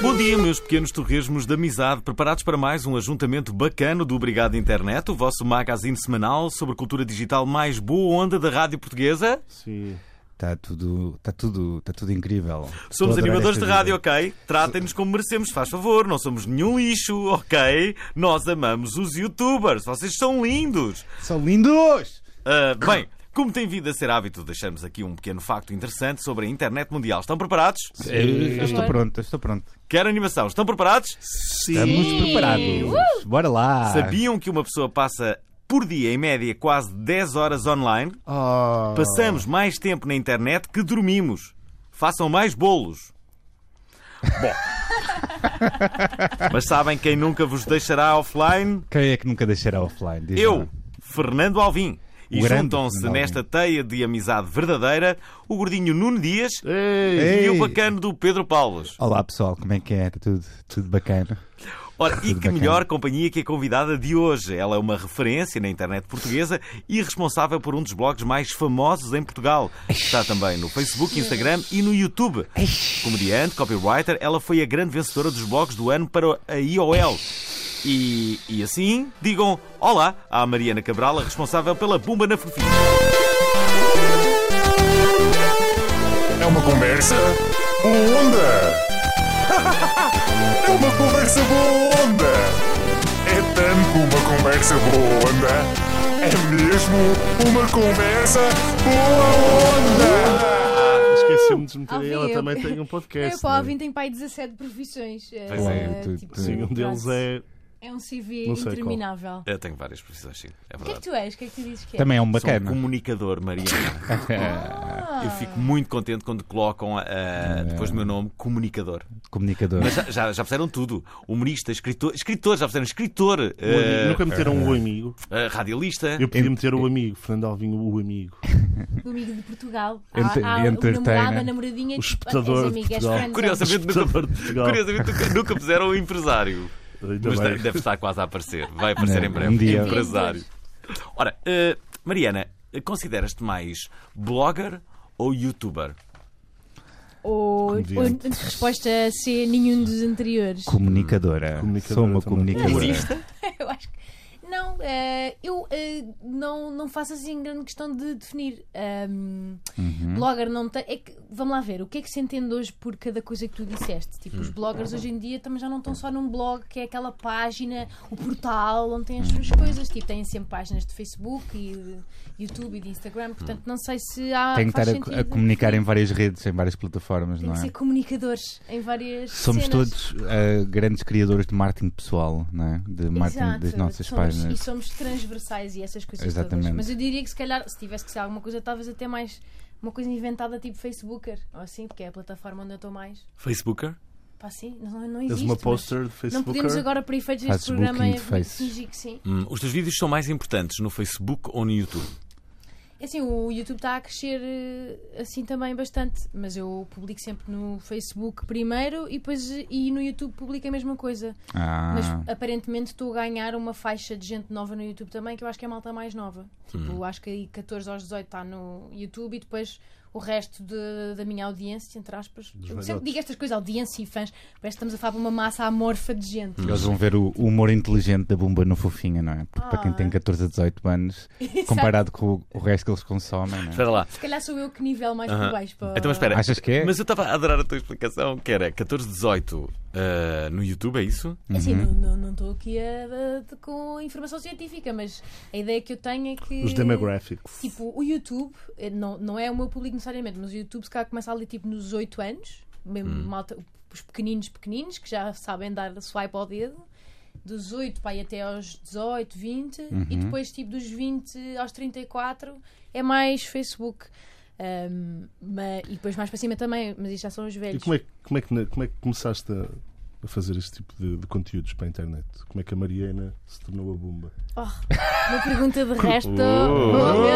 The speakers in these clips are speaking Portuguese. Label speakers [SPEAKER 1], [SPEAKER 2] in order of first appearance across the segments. [SPEAKER 1] Bom dia, meus pequenos torresmos de amizade, preparados para mais um ajuntamento bacano do Obrigado Internet, o vosso magazine semanal sobre cultura digital mais boa onda da rádio portuguesa.
[SPEAKER 2] Sim. Está Tá tudo, está tudo, está tudo incrível.
[SPEAKER 1] Somos animadores de rádio, ok? Tratem-nos como merecemos, faz favor. Não somos nenhum lixo, ok? Nós amamos os youtubers. Vocês são lindos.
[SPEAKER 2] São lindos!
[SPEAKER 1] Ah, bem, como tem vindo a ser hábito, deixamos aqui um pequeno facto interessante sobre a internet mundial. Estão preparados?
[SPEAKER 2] Eu estou pronto, eu estou pronto.
[SPEAKER 1] Quero animação. Estão preparados?
[SPEAKER 2] Estamos
[SPEAKER 1] uh!
[SPEAKER 2] preparados. Bora lá.
[SPEAKER 1] Sabiam que uma pessoa passa por dia, em média, quase 10 horas online?
[SPEAKER 2] Oh.
[SPEAKER 1] Passamos mais tempo na internet que dormimos. Façam mais bolos. Bom. Mas sabem quem nunca vos deixará offline?
[SPEAKER 2] Quem é que nunca deixará offline? Diz
[SPEAKER 1] Eu,
[SPEAKER 2] lá.
[SPEAKER 1] Fernando Alvim. E
[SPEAKER 2] O grande
[SPEAKER 1] juntam-se
[SPEAKER 2] Fernando
[SPEAKER 1] nesta teia de amizade verdadeira o gordinho Nuno Dias e
[SPEAKER 2] Ei.
[SPEAKER 1] o bacano do Pedro Paulos.
[SPEAKER 2] Olá pessoal, como é que é? Está tudo, tudo bacana?
[SPEAKER 1] Ora, e
[SPEAKER 2] Tudo
[SPEAKER 1] que
[SPEAKER 2] bacana.
[SPEAKER 1] melhor companhia que a convidada de hoje. Ela é uma referência na internet portuguesa e responsável por um dos blogs mais famosos em Portugal. Está também no Facebook, Instagram e no YouTube. Comediante, copywriter, ela foi a grande vencedora dos blogs do ano para a IOL. E, e assim, digam olá à Mariana Cabral, a responsável pela Bumba na Fofinha.
[SPEAKER 3] É uma conversa boa onda. É uma conversa boa onda. É tanto uma conversa boa onda. É mesmo uma conversa boa onda.
[SPEAKER 4] Esquecemos de meter.
[SPEAKER 5] Alvin,
[SPEAKER 4] Ela
[SPEAKER 5] eu-
[SPEAKER 4] também tem um podcast.
[SPEAKER 5] Eu, pá,
[SPEAKER 4] não é?
[SPEAKER 5] Alvin tem pai 17 profissões. É,
[SPEAKER 1] Pois é,
[SPEAKER 5] é,
[SPEAKER 2] tu-
[SPEAKER 5] tipo,
[SPEAKER 2] tu-
[SPEAKER 4] Sim, um deles
[SPEAKER 5] pronto.
[SPEAKER 4] é.
[SPEAKER 5] É um CV
[SPEAKER 4] Não sei qual.
[SPEAKER 5] interminável.
[SPEAKER 1] Eu tenho várias profissões, sim. É
[SPEAKER 5] O que é que
[SPEAKER 1] verdade.
[SPEAKER 5] tu és? O que é que tu dizes que é?
[SPEAKER 2] Também é um
[SPEAKER 1] Sou um
[SPEAKER 2] bacana.
[SPEAKER 1] comunicador, Mariana. Eu fico muito contente quando colocam ah, depois do meu nome comunicador.
[SPEAKER 2] Comunicador.
[SPEAKER 1] Mas Tá, já, já, já fizeram tudo. Humorista, escritor, escritor, já fizeram escritor,
[SPEAKER 4] um amigo.
[SPEAKER 1] eh,
[SPEAKER 4] Nunca meteram o amigo.
[SPEAKER 1] eh, radialista.
[SPEAKER 4] Eu podia meter o amigo, Fernando Alvinho, o amigo.
[SPEAKER 5] O amigo de Portugal.
[SPEAKER 2] Ente-
[SPEAKER 5] há, há
[SPEAKER 2] entertainer.
[SPEAKER 5] o namorado, a namoradinha.
[SPEAKER 4] O
[SPEAKER 5] tipo,
[SPEAKER 4] espectador
[SPEAKER 5] És
[SPEAKER 4] de
[SPEAKER 5] amigo, és
[SPEAKER 4] Portugal.
[SPEAKER 5] friendzone.
[SPEAKER 1] Curiosamente, nunca,
[SPEAKER 4] Espectador de Portugal.
[SPEAKER 1] curiosamente nunca, nunca fizeram o empresário.
[SPEAKER 4] Ainda
[SPEAKER 1] Mas
[SPEAKER 4] bem.
[SPEAKER 1] de- deve estar quase a aparecer. Vai aparecer
[SPEAKER 2] Não,
[SPEAKER 1] em breve.
[SPEAKER 2] um dia.
[SPEAKER 1] Empresário. Ora, eh, Mariana, eh, consideras-te mais blogger ou youtuber?
[SPEAKER 5] Ou, ou
[SPEAKER 4] Comediante.
[SPEAKER 5] resposta a ser nenhum dos anteriores.
[SPEAKER 2] Comunicadora.
[SPEAKER 4] Comunicadora
[SPEAKER 2] Sou uma
[SPEAKER 4] também.
[SPEAKER 2] comunicadora.
[SPEAKER 1] Humorista?
[SPEAKER 5] Eu acho que. Não, eh, eu eh, não, não faço assim grande questão de definir. Um,
[SPEAKER 2] Uhum.
[SPEAKER 5] Blogger não tem. É que, vamos lá ver, o que é que se entende hoje por cada coisa que tu disseste? Tipo,
[SPEAKER 2] Hum.
[SPEAKER 5] os bloggers hoje em dia também já não estão só num blog, que é aquela página, o portal onde têm as suas
[SPEAKER 2] Uhum.
[SPEAKER 5] coisas. Tipo, têm sempre páginas de Facebook e de YouTube e de Instagram. Portanto, não sei se há.
[SPEAKER 2] Tenho Hum. que
[SPEAKER 5] faz
[SPEAKER 2] estar a-
[SPEAKER 5] sentido.
[SPEAKER 2] a, comunicar em várias redes, em várias plataformas,
[SPEAKER 5] Tem
[SPEAKER 2] não
[SPEAKER 5] que
[SPEAKER 2] é?
[SPEAKER 5] ser comunicadores em várias.
[SPEAKER 2] Somos
[SPEAKER 5] cenas.
[SPEAKER 2] todos ah, grandes criadores de marketing pessoal, não é? De marketing
[SPEAKER 5] Exato,
[SPEAKER 2] das nossas
[SPEAKER 5] somos-
[SPEAKER 2] páginas.
[SPEAKER 5] E somos transversais e essas coisas
[SPEAKER 2] é? Exatamente.
[SPEAKER 5] todas. Mas eu diria que se calhar, se tivesse que ser alguma coisa, talvez até mais uma coisa inventada tipo Facebooker, ou assim, porque é a plataforma onde eu estou mais.
[SPEAKER 1] Facebooker?
[SPEAKER 5] Pá, assim, não, não
[SPEAKER 4] Tens
[SPEAKER 5] existe.
[SPEAKER 4] uma
[SPEAKER 5] mas
[SPEAKER 4] poster de
[SPEAKER 5] Não
[SPEAKER 4] Facebook.
[SPEAKER 5] podemos agora, para efeitos deste
[SPEAKER 2] Facebooking
[SPEAKER 5] programa, é
[SPEAKER 2] de face.
[SPEAKER 5] fingir que sim.
[SPEAKER 1] Hum, os teus vídeos são mais importantes no Facebook ou no YouTube?
[SPEAKER 5] É assim, o YouTube está a crescer eh, assim também bastante, mas eu publico sempre no Facebook primeiro e depois eh, e no YouTube publico a mesma coisa.
[SPEAKER 2] Ah,
[SPEAKER 5] Mas aparentemente estou a ganhar uma faixa de gente nova no YouTube também, que eu acho que é a malta mais nova. Tipo,
[SPEAKER 1] Uhum.
[SPEAKER 5] acho que aí 14 aos 18 está no YouTube e depois o resto de- da minha audiência, entre aspas. Eu sempre
[SPEAKER 4] velhotes.
[SPEAKER 5] digo estas coisas, audiência e fãs, parece que estamos a falar de uma massa amorfa de gente.
[SPEAKER 1] Uhum.
[SPEAKER 2] eles vão ver o, o humor inteligente da bomba no fofinha, não é? Porque para quem
[SPEAKER 5] Ah.
[SPEAKER 2] tem 14 a 18 anos, comparado com o, o resto que eles consomem, não é?
[SPEAKER 1] Espera lá.
[SPEAKER 5] Se calhar sou eu que nível mais
[SPEAKER 1] Aham.
[SPEAKER 5] por baixo. Para...
[SPEAKER 1] Então, mas espera.
[SPEAKER 2] Achas que é?
[SPEAKER 1] Mas eu estava a adorar a tua explicação, que era 1418 18 no YouTube, é isso?
[SPEAKER 5] É Assim, não- não não estou aqui a- a- com informação científica, mas a ideia que eu tenho é que.
[SPEAKER 4] Os demographics.
[SPEAKER 5] Tipo, o YouTube, eh, não, não é o meu público necessariamente, mas o YouTube se calhar começa ali tipo nos 8 anos, mesmo
[SPEAKER 4] Hum.
[SPEAKER 5] malta, os pequeninos, pequeninos, que já sabem dar swipe ao dedo, dos 8 para aí até aos 18,
[SPEAKER 4] Uhum.
[SPEAKER 5] 20, e depois tipo dos 20 aos 34 é mais Facebook. Ahm, ma- e depois mais para cima também, mas isto já são os
[SPEAKER 4] E
[SPEAKER 5] velhos.
[SPEAKER 4] como é, que- como, é que, na- como é que começaste a, a fazer este tipo de, de conteúdos para a internet? Como é que a Mariana se tornou a Bumba?
[SPEAKER 5] Oh, uma pergunta de resto.
[SPEAKER 1] Oh.
[SPEAKER 5] Oh, meu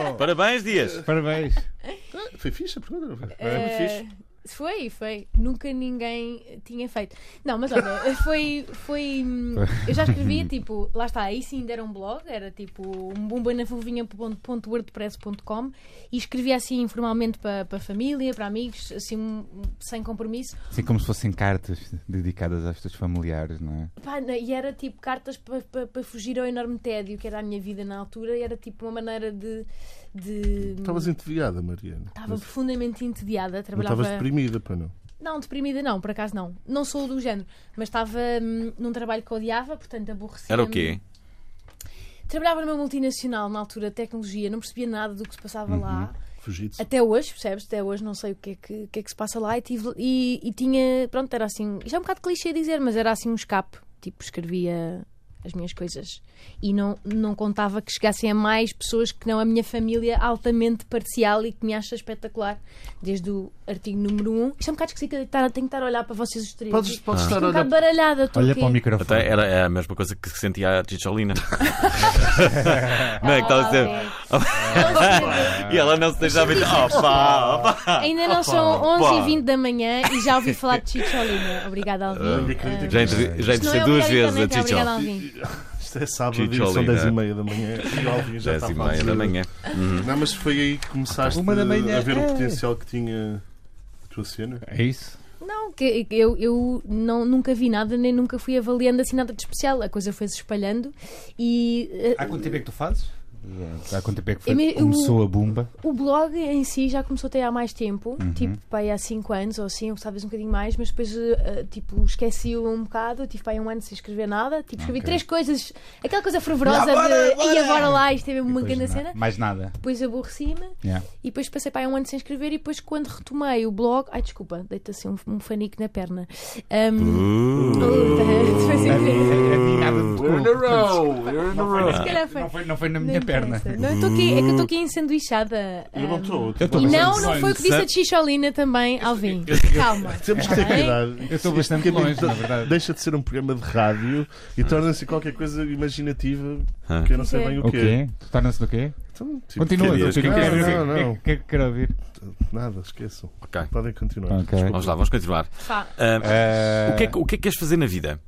[SPEAKER 4] Oh!
[SPEAKER 5] Deus!
[SPEAKER 1] Parabéns, Dias.
[SPEAKER 2] Eh, Parabéns.
[SPEAKER 4] Ah, Foi fixe a pergunta, não é? foi?
[SPEAKER 5] Eh, Foi, foi. Nunca ninguém tinha feito. Não, mas olha, eh, foi. foi hum, eu já escrevia, tipo, lá está, aí sim ainda era um blog, era tipo um bomba na fulvinha.wordpress.com e escrevia assim informalmente para para família, para amigos, assim, um- sem compromisso.
[SPEAKER 2] Assim como se fossem cartas dedicadas às tuas familiares, não é?
[SPEAKER 5] Pá, na- e era tipo cartas para fugir ao enorme tédio que era a minha vida na altura, e era tipo uma maneira de. de
[SPEAKER 4] Estavas entediada, Mariana.
[SPEAKER 5] Estava
[SPEAKER 4] Então, Mas
[SPEAKER 5] profundamente entediada,
[SPEAKER 4] não
[SPEAKER 5] trabalhava.
[SPEAKER 4] estavas deprimida, para não.
[SPEAKER 5] Não, deprimida não, por acaso não. Não sou do género, mas estava hum, num trabalho que odiava, portanto aborrecia.
[SPEAKER 1] Era o quê?
[SPEAKER 5] Trabalhava numa multinacional na altura de tecnologia, não percebia nada do que se
[SPEAKER 1] Uhum.
[SPEAKER 5] passava lá.
[SPEAKER 4] Fugido.
[SPEAKER 5] Até hoje, percebes? Até hoje não sei o que é que, o que é que se passa lá e, tive, e, e tinha. Pronto, era assim. Isto é um bocado clichê dizer, mas era assim um escape. Tipo, escrevia as minhas coisas e não, não contava que chegassem a mais pessoas que não a minha família altamente parcial e que me acha espetacular. Desde o artigo número 1. Isto é um bocado esquisito, tenho que estar- tenho que estar a olhar para vocês os três.
[SPEAKER 4] Podes, podes estar
[SPEAKER 5] Estou
[SPEAKER 4] a
[SPEAKER 5] um
[SPEAKER 4] olhar
[SPEAKER 5] bocado baralhada, estou
[SPEAKER 2] Olha
[SPEAKER 5] aqui.
[SPEAKER 2] para o
[SPEAKER 1] Até
[SPEAKER 2] microfone.
[SPEAKER 1] era é a mesma coisa que sentia a Chicholina. não é que estava a dizer? E ela não se deixava. Oh, pá, oh, pá.
[SPEAKER 5] Ainda não são 11
[SPEAKER 1] pá.
[SPEAKER 5] e 20 da manhã e já ouvi falar de Chicholina. Obrigada, Alvin. Ah,
[SPEAKER 1] Já entrevi- já
[SPEAKER 5] isto não é
[SPEAKER 1] entrevistei duas
[SPEAKER 5] obrigada
[SPEAKER 1] vezes a
[SPEAKER 5] internet, é Obrigada,
[SPEAKER 1] Chichol.
[SPEAKER 5] Alvin.
[SPEAKER 4] Isto é sábado e
[SPEAKER 1] Chicholina.
[SPEAKER 4] são 10 e meia da manhã. E o Alvin já tá
[SPEAKER 1] 10
[SPEAKER 4] está
[SPEAKER 1] é e meia
[SPEAKER 4] falando.
[SPEAKER 1] da manhã.
[SPEAKER 4] Não, mas foi aí que começaste
[SPEAKER 2] Uma da manhã,
[SPEAKER 4] a ver
[SPEAKER 2] é.
[SPEAKER 4] o potencial que tinha a tua cena.
[SPEAKER 2] É isso?
[SPEAKER 5] Não, que eu, eu não, nunca vi nada, nem nunca fui avaliando assim nada de especial. A coisa foi-se espalhando e eh,
[SPEAKER 2] Há quanto tempo é que tu fazes? Há quanto tempo é que
[SPEAKER 5] Eu me-
[SPEAKER 2] foi?
[SPEAKER 5] eu-
[SPEAKER 2] começou a bomba?
[SPEAKER 5] o blog em si já começou até há mais tempo, tipo pai, há 5 anos ou assim, ou talvez um bocadinho mais, mas depois eh, eh, tipo, esqueci-o um bocado, tive pai um ano sem escrever nada, tipo, escrevi
[SPEAKER 2] Ok.
[SPEAKER 5] três coisas, aquela coisa fervorosa de e agora lá, isto é mesmo uma grande cena.
[SPEAKER 2] Mais nada.
[SPEAKER 5] Depois aborreci-me
[SPEAKER 2] Yeah.
[SPEAKER 5] e depois passei para aí um ano sem escrever e depois quando retomei o blog. Ai, desculpa, deita assim um, um fanico na perna. Um,
[SPEAKER 1] Uh.
[SPEAKER 5] Foi
[SPEAKER 2] É,
[SPEAKER 5] sem querer. Se calhar foi.
[SPEAKER 2] Não foi, não foi na
[SPEAKER 5] Não
[SPEAKER 2] minha perna.
[SPEAKER 5] interessa. Não, eu tô aqui, é que eu estou aqui ensanduichada.
[SPEAKER 4] Eu não
[SPEAKER 5] um,
[SPEAKER 4] estou.
[SPEAKER 2] Eu tô
[SPEAKER 5] E
[SPEAKER 2] bastante
[SPEAKER 5] não, não foi o que disse a
[SPEAKER 2] longe.
[SPEAKER 5] Chicholina também, Alvin. Calma. Tá
[SPEAKER 4] Temos que ter
[SPEAKER 5] Bem,
[SPEAKER 4] cuidado.
[SPEAKER 2] Eu estou bastante
[SPEAKER 4] Este caminho
[SPEAKER 2] longe, na verdade.
[SPEAKER 4] Deixa de ser um programa de rádio
[SPEAKER 1] Hum.
[SPEAKER 4] e torna-se qualquer coisa imaginativa que eu não sei bem o
[SPEAKER 2] O
[SPEAKER 4] que é.
[SPEAKER 2] quê? Torna-se do quê?
[SPEAKER 4] Então, tipo,
[SPEAKER 2] Continua,
[SPEAKER 4] que é
[SPEAKER 2] continua.
[SPEAKER 4] isto?
[SPEAKER 2] Quero ver o
[SPEAKER 4] Não,
[SPEAKER 2] que-
[SPEAKER 4] não,
[SPEAKER 2] o que é que quero ouvir.
[SPEAKER 4] não. Nada, esqueçam.
[SPEAKER 1] Ok.
[SPEAKER 4] Podem continuar.
[SPEAKER 2] Ok.
[SPEAKER 1] Vamos lá, vamos continuar.
[SPEAKER 5] Fá.
[SPEAKER 1] Ah,
[SPEAKER 2] Eh,
[SPEAKER 1] o, que é que, o que é que queres fazer na vida?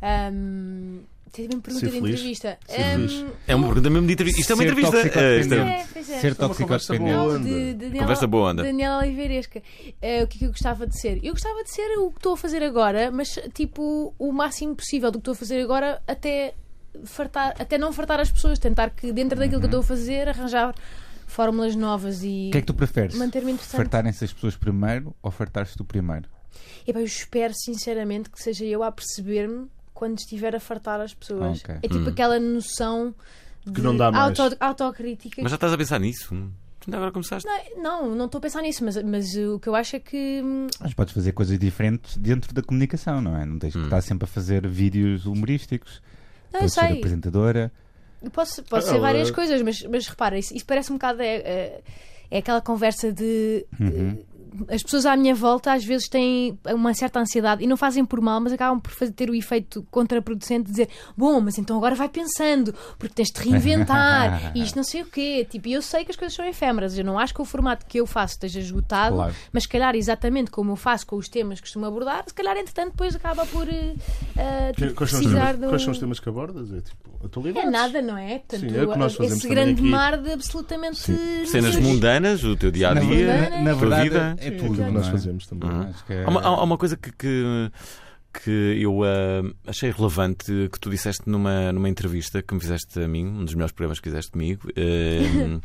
[SPEAKER 5] Um, Tens bem pergunta
[SPEAKER 4] Ser
[SPEAKER 5] de
[SPEAKER 4] feliz.
[SPEAKER 5] entrevista.
[SPEAKER 4] Ser
[SPEAKER 5] Um,
[SPEAKER 4] feliz.
[SPEAKER 1] É uma pergunta mesmo de entrevista. Isto é uma
[SPEAKER 2] Ser
[SPEAKER 1] entrevista.
[SPEAKER 2] toxicodependente.
[SPEAKER 1] ah, isto é-
[SPEAKER 5] É, pois é.
[SPEAKER 2] Ser
[SPEAKER 4] Foi uma conversa
[SPEAKER 2] toxicodependente.
[SPEAKER 4] boa.
[SPEAKER 5] Não, de, de Daniela,
[SPEAKER 1] Conversa boa, anda.
[SPEAKER 5] Daniela Oliveiresca. Eh, o que é que eu gostava de ser? Eu gostava de ser o que estou a fazer agora, mas tipo o máximo possível do que estou a fazer agora até, fartar, até não fartar as pessoas. Tentar que dentro daquilo que eu estou a fazer arranjar fórmulas novas e.
[SPEAKER 2] O que é que tu preferes?
[SPEAKER 5] Manter-me interessante.
[SPEAKER 2] Fartarem-se as pessoas primeiro ou fartar-se tu primeiro?
[SPEAKER 5] Epá, eu espero sinceramente que seja eu a perceber-me quando estiver a fartar as pessoas.
[SPEAKER 2] Ok.
[SPEAKER 5] É tipo aquela noção de
[SPEAKER 4] Que não dá mais.
[SPEAKER 5] auto- autocrítica
[SPEAKER 1] Mas já estás a pensar nisso? Ainda agora começaste?
[SPEAKER 5] Não, não estou a pensar nisso, mas, mas o que eu acho é que. hum,
[SPEAKER 2] Mas podes fazer coisas diferentes dentro da comunicação, não é? Não tens
[SPEAKER 1] Hum.
[SPEAKER 2] que estar sempre a fazer vídeos humorísticos.
[SPEAKER 5] Não, eu
[SPEAKER 2] podes ser
[SPEAKER 5] sei.
[SPEAKER 2] apresentadora.
[SPEAKER 5] Posso, pode
[SPEAKER 4] Ah,
[SPEAKER 5] ser várias
[SPEAKER 4] eh.
[SPEAKER 5] coisas, mas, mas repara, isso, isso parece um bocado. É, é- é aquela conversa de.
[SPEAKER 4] Uhum.
[SPEAKER 5] eh, As pessoas à minha volta às vezes têm uma certa ansiedade e não fazem por mal, mas acabam por fazer, ter o efeito contraproducente de dizer: Bom, mas então agora vai pensando, porque tens de reinventar e isto não sei o quê. Tipo, e eu sei que as coisas são efêmeras, eu não acho que o formato que eu faço esteja esgotado,
[SPEAKER 2] Claro.
[SPEAKER 5] mas se calhar exatamente como eu faço com os temas que costumo abordar, se calhar entretanto depois acaba por eh, eh,
[SPEAKER 4] Que-
[SPEAKER 5] tipo,
[SPEAKER 4] Quais são, os
[SPEAKER 5] precisar
[SPEAKER 4] temas,
[SPEAKER 5] de um...
[SPEAKER 4] quais são os temas que abordas? É tipo, atualidade.
[SPEAKER 5] É nada, não é? Portanto,
[SPEAKER 4] Sim, é o que nós fazemos
[SPEAKER 5] esse
[SPEAKER 4] também
[SPEAKER 5] grande
[SPEAKER 4] aqui.
[SPEAKER 5] mar de absolutamente.
[SPEAKER 4] Sim.
[SPEAKER 1] Cenas
[SPEAKER 5] noções.
[SPEAKER 1] mundanas, o teu dia a dia.
[SPEAKER 5] verdade-
[SPEAKER 2] na
[SPEAKER 5] Tua
[SPEAKER 2] verdade,
[SPEAKER 1] vida.
[SPEAKER 2] é
[SPEAKER 4] É
[SPEAKER 2] tudo.
[SPEAKER 4] aquilo que
[SPEAKER 2] não
[SPEAKER 4] nós
[SPEAKER 2] é?
[SPEAKER 4] fazemos também.
[SPEAKER 1] Uhum.
[SPEAKER 2] Acho que é-
[SPEAKER 1] Há uma, há- há uma coisa que, que, que eu ah, achei relevante que tu disseste numa, numa entrevista que me fizeste a mim, um dos melhores programas que fizeste comigo. eh,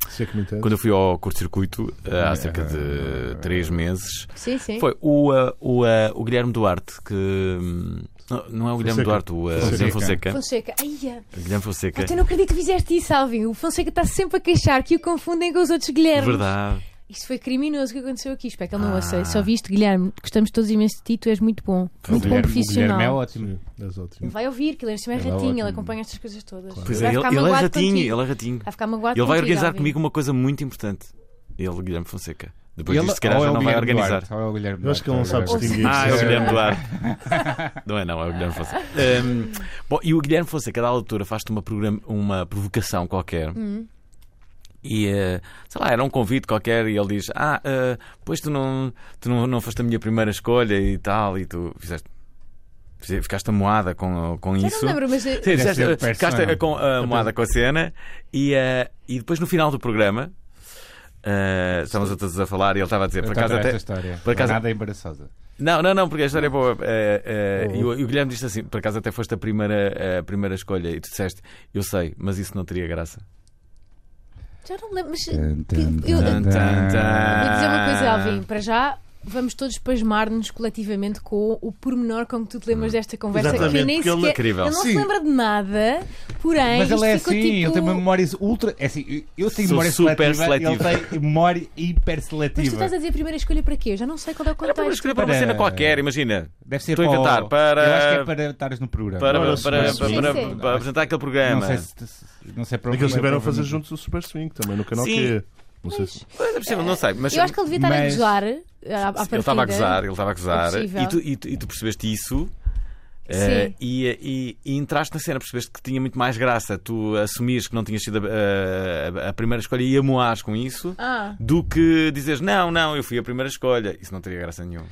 [SPEAKER 4] Se é que me entende.
[SPEAKER 1] quando eu fui ao curto-circuito ah, há cerca de três meses.
[SPEAKER 5] Sim, sim.
[SPEAKER 1] Foi o, ah, o, ah, o Guilherme Duarte que. hum, Não, não é o
[SPEAKER 4] Fonseca.
[SPEAKER 1] Guilherme Duarte, o ah, Guilherme Fonseca.
[SPEAKER 5] Fonseca. Aia.
[SPEAKER 1] Guilherme Fonseca.
[SPEAKER 5] Puta, eu não acredito que fizeste isso, Alvin. O Fonseca está sempre a queixar que o confundem com os outros Guilhermes.
[SPEAKER 1] É Verdade.
[SPEAKER 5] Isso foi criminoso o que aconteceu aqui. Espero que ele não ah. aceite. Só vi isto, Guilherme. Gostamos todos imenso de ti, tu és muito bom.
[SPEAKER 2] O
[SPEAKER 5] muito bom
[SPEAKER 2] Guilherme, o Guilherme é
[SPEAKER 5] profissional.
[SPEAKER 2] ótimo.
[SPEAKER 4] És
[SPEAKER 5] Ele
[SPEAKER 4] ótimo.
[SPEAKER 5] vai ouvir, que ele em cima é
[SPEAKER 2] Ele é
[SPEAKER 5] ratinho, ele
[SPEAKER 2] ótimo.
[SPEAKER 5] acompanha estas coisas todas.
[SPEAKER 1] Pois é,
[SPEAKER 5] vai
[SPEAKER 1] ele,
[SPEAKER 5] ficar
[SPEAKER 1] ele é
[SPEAKER 5] magoado
[SPEAKER 1] ratinho,
[SPEAKER 5] contigo.
[SPEAKER 1] ele é ratinho.
[SPEAKER 5] Vai ficar magoado
[SPEAKER 1] Ele vai
[SPEAKER 5] contigo,
[SPEAKER 1] organizar
[SPEAKER 5] Alvin.
[SPEAKER 1] comigo uma coisa muito importante. Ele, Guilherme Fonseca. Depois
[SPEAKER 2] Ele-
[SPEAKER 1] disto, se calhar,
[SPEAKER 2] ou é
[SPEAKER 1] já
[SPEAKER 2] o
[SPEAKER 1] não vai
[SPEAKER 2] Guilherme
[SPEAKER 1] organizar.
[SPEAKER 2] Duarte, ou é o Guilherme
[SPEAKER 4] Eu acho que ele não
[SPEAKER 2] Duarte, ou é
[SPEAKER 4] sabe
[SPEAKER 2] o Guilherme
[SPEAKER 4] distinguir.
[SPEAKER 1] Ah, é o
[SPEAKER 4] Sim.
[SPEAKER 1] Guilherme Duarte. Não é não, é o Guilherme Fonseca. Hum, bom, e o Guilherme Fonseca, a dada altura, faz-te uma, programa- uma provocação qualquer. E, eh, sei lá, era um convite qualquer e ele diz Ah, eh, pois tu, não, tu não, não foste a minha primeira escolha e tal E tu fizeste... fize- Ficaste moada com, com
[SPEAKER 5] Já
[SPEAKER 1] isso
[SPEAKER 5] não me lembro, mas. eh,
[SPEAKER 1] Sim,
[SPEAKER 2] Deve
[SPEAKER 1] fizeste,
[SPEAKER 2] ser
[SPEAKER 1] eh, ficaste
[SPEAKER 2] persona.
[SPEAKER 1] eh, com a moada com a cena e, eh, e depois no final do programa eh, estávamos todos a falar e ele estava a dizer
[SPEAKER 2] Eu
[SPEAKER 1] por
[SPEAKER 2] adoro
[SPEAKER 1] acaso
[SPEAKER 2] esta
[SPEAKER 1] até
[SPEAKER 2] história.
[SPEAKER 1] por acaso-
[SPEAKER 2] Nada é embaraçosa.
[SPEAKER 1] não, não, não, porque a história é boa. Eh, eh, e, o, e o Guilherme disse assim: por acaso até foste a primeira, a primeira escolha e tu disseste, eu sei, mas isso não teria graça.
[SPEAKER 5] Já não me lembro, mas.
[SPEAKER 2] Tum,
[SPEAKER 5] que-
[SPEAKER 2] tum,
[SPEAKER 5] eu-
[SPEAKER 2] tum, tum.
[SPEAKER 5] Vou dizer uma
[SPEAKER 1] Ah.
[SPEAKER 5] coisa, Alvin. Para já, vamos todos pasmar-nos coletivamente com o pormenor com que tu te
[SPEAKER 1] Hum.
[SPEAKER 5] lembras desta conversa. que eu
[SPEAKER 4] Exatamente,
[SPEAKER 5] nem
[SPEAKER 4] porque ele-
[SPEAKER 5] sequer,
[SPEAKER 1] é Incrível.
[SPEAKER 5] Ele não se
[SPEAKER 4] Sim.
[SPEAKER 5] lembra de nada, porém.
[SPEAKER 2] Mas
[SPEAKER 5] isto
[SPEAKER 2] ele é
[SPEAKER 5] ficou
[SPEAKER 2] assim,
[SPEAKER 5] tipo...
[SPEAKER 2] ele tem uma memória ultra. É assim, eu- eu tenho
[SPEAKER 1] Sou
[SPEAKER 2] memória
[SPEAKER 1] super
[SPEAKER 2] seletiva,
[SPEAKER 1] seletiva.
[SPEAKER 2] Ele tem memória hiper
[SPEAKER 5] Mas tu
[SPEAKER 2] seletiva.
[SPEAKER 5] estás a dizer a primeira escolha para quê? Eu já não sei qual é o
[SPEAKER 1] Era para
[SPEAKER 5] contexto.
[SPEAKER 1] escolher para uma
[SPEAKER 2] Para-
[SPEAKER 1] cena qualquer, imagina.
[SPEAKER 2] Deve ser
[SPEAKER 1] Estou a
[SPEAKER 2] para o-
[SPEAKER 1] inventar, para-
[SPEAKER 2] Eu acho que é para estares no programa.
[SPEAKER 1] Para, para,
[SPEAKER 4] Ora,
[SPEAKER 1] para,
[SPEAKER 4] sim,
[SPEAKER 1] para-
[SPEAKER 5] sim.
[SPEAKER 1] para apresentar aquele
[SPEAKER 2] Não
[SPEAKER 1] programa.
[SPEAKER 2] sei se- se- Não sei para
[SPEAKER 4] É que eles tiveram a fazer
[SPEAKER 2] juntos.
[SPEAKER 4] juntos o Super Swing também no canal
[SPEAKER 1] Sim.
[SPEAKER 4] Q. Não sei se.
[SPEAKER 1] Pois, é possível, não sei, mas
[SPEAKER 5] Eu acho que ele devia estar a
[SPEAKER 2] Mas-
[SPEAKER 5] gozar. eh, à- à
[SPEAKER 1] ele estava a
[SPEAKER 5] partida.
[SPEAKER 1] gozar, ele estava a gozar.
[SPEAKER 5] É possível.
[SPEAKER 1] e, tu, e tu- e tu percebeste isso. eh, e, e- e entraste na cena, percebeste que tinha muito mais graça tu assumires que não tinhas sido a, a- a primeira escolha e amoares com isso
[SPEAKER 5] Ah,
[SPEAKER 1] do que dizes não, não, eu fui a primeira escolha. Isso não teria graça nenhuma.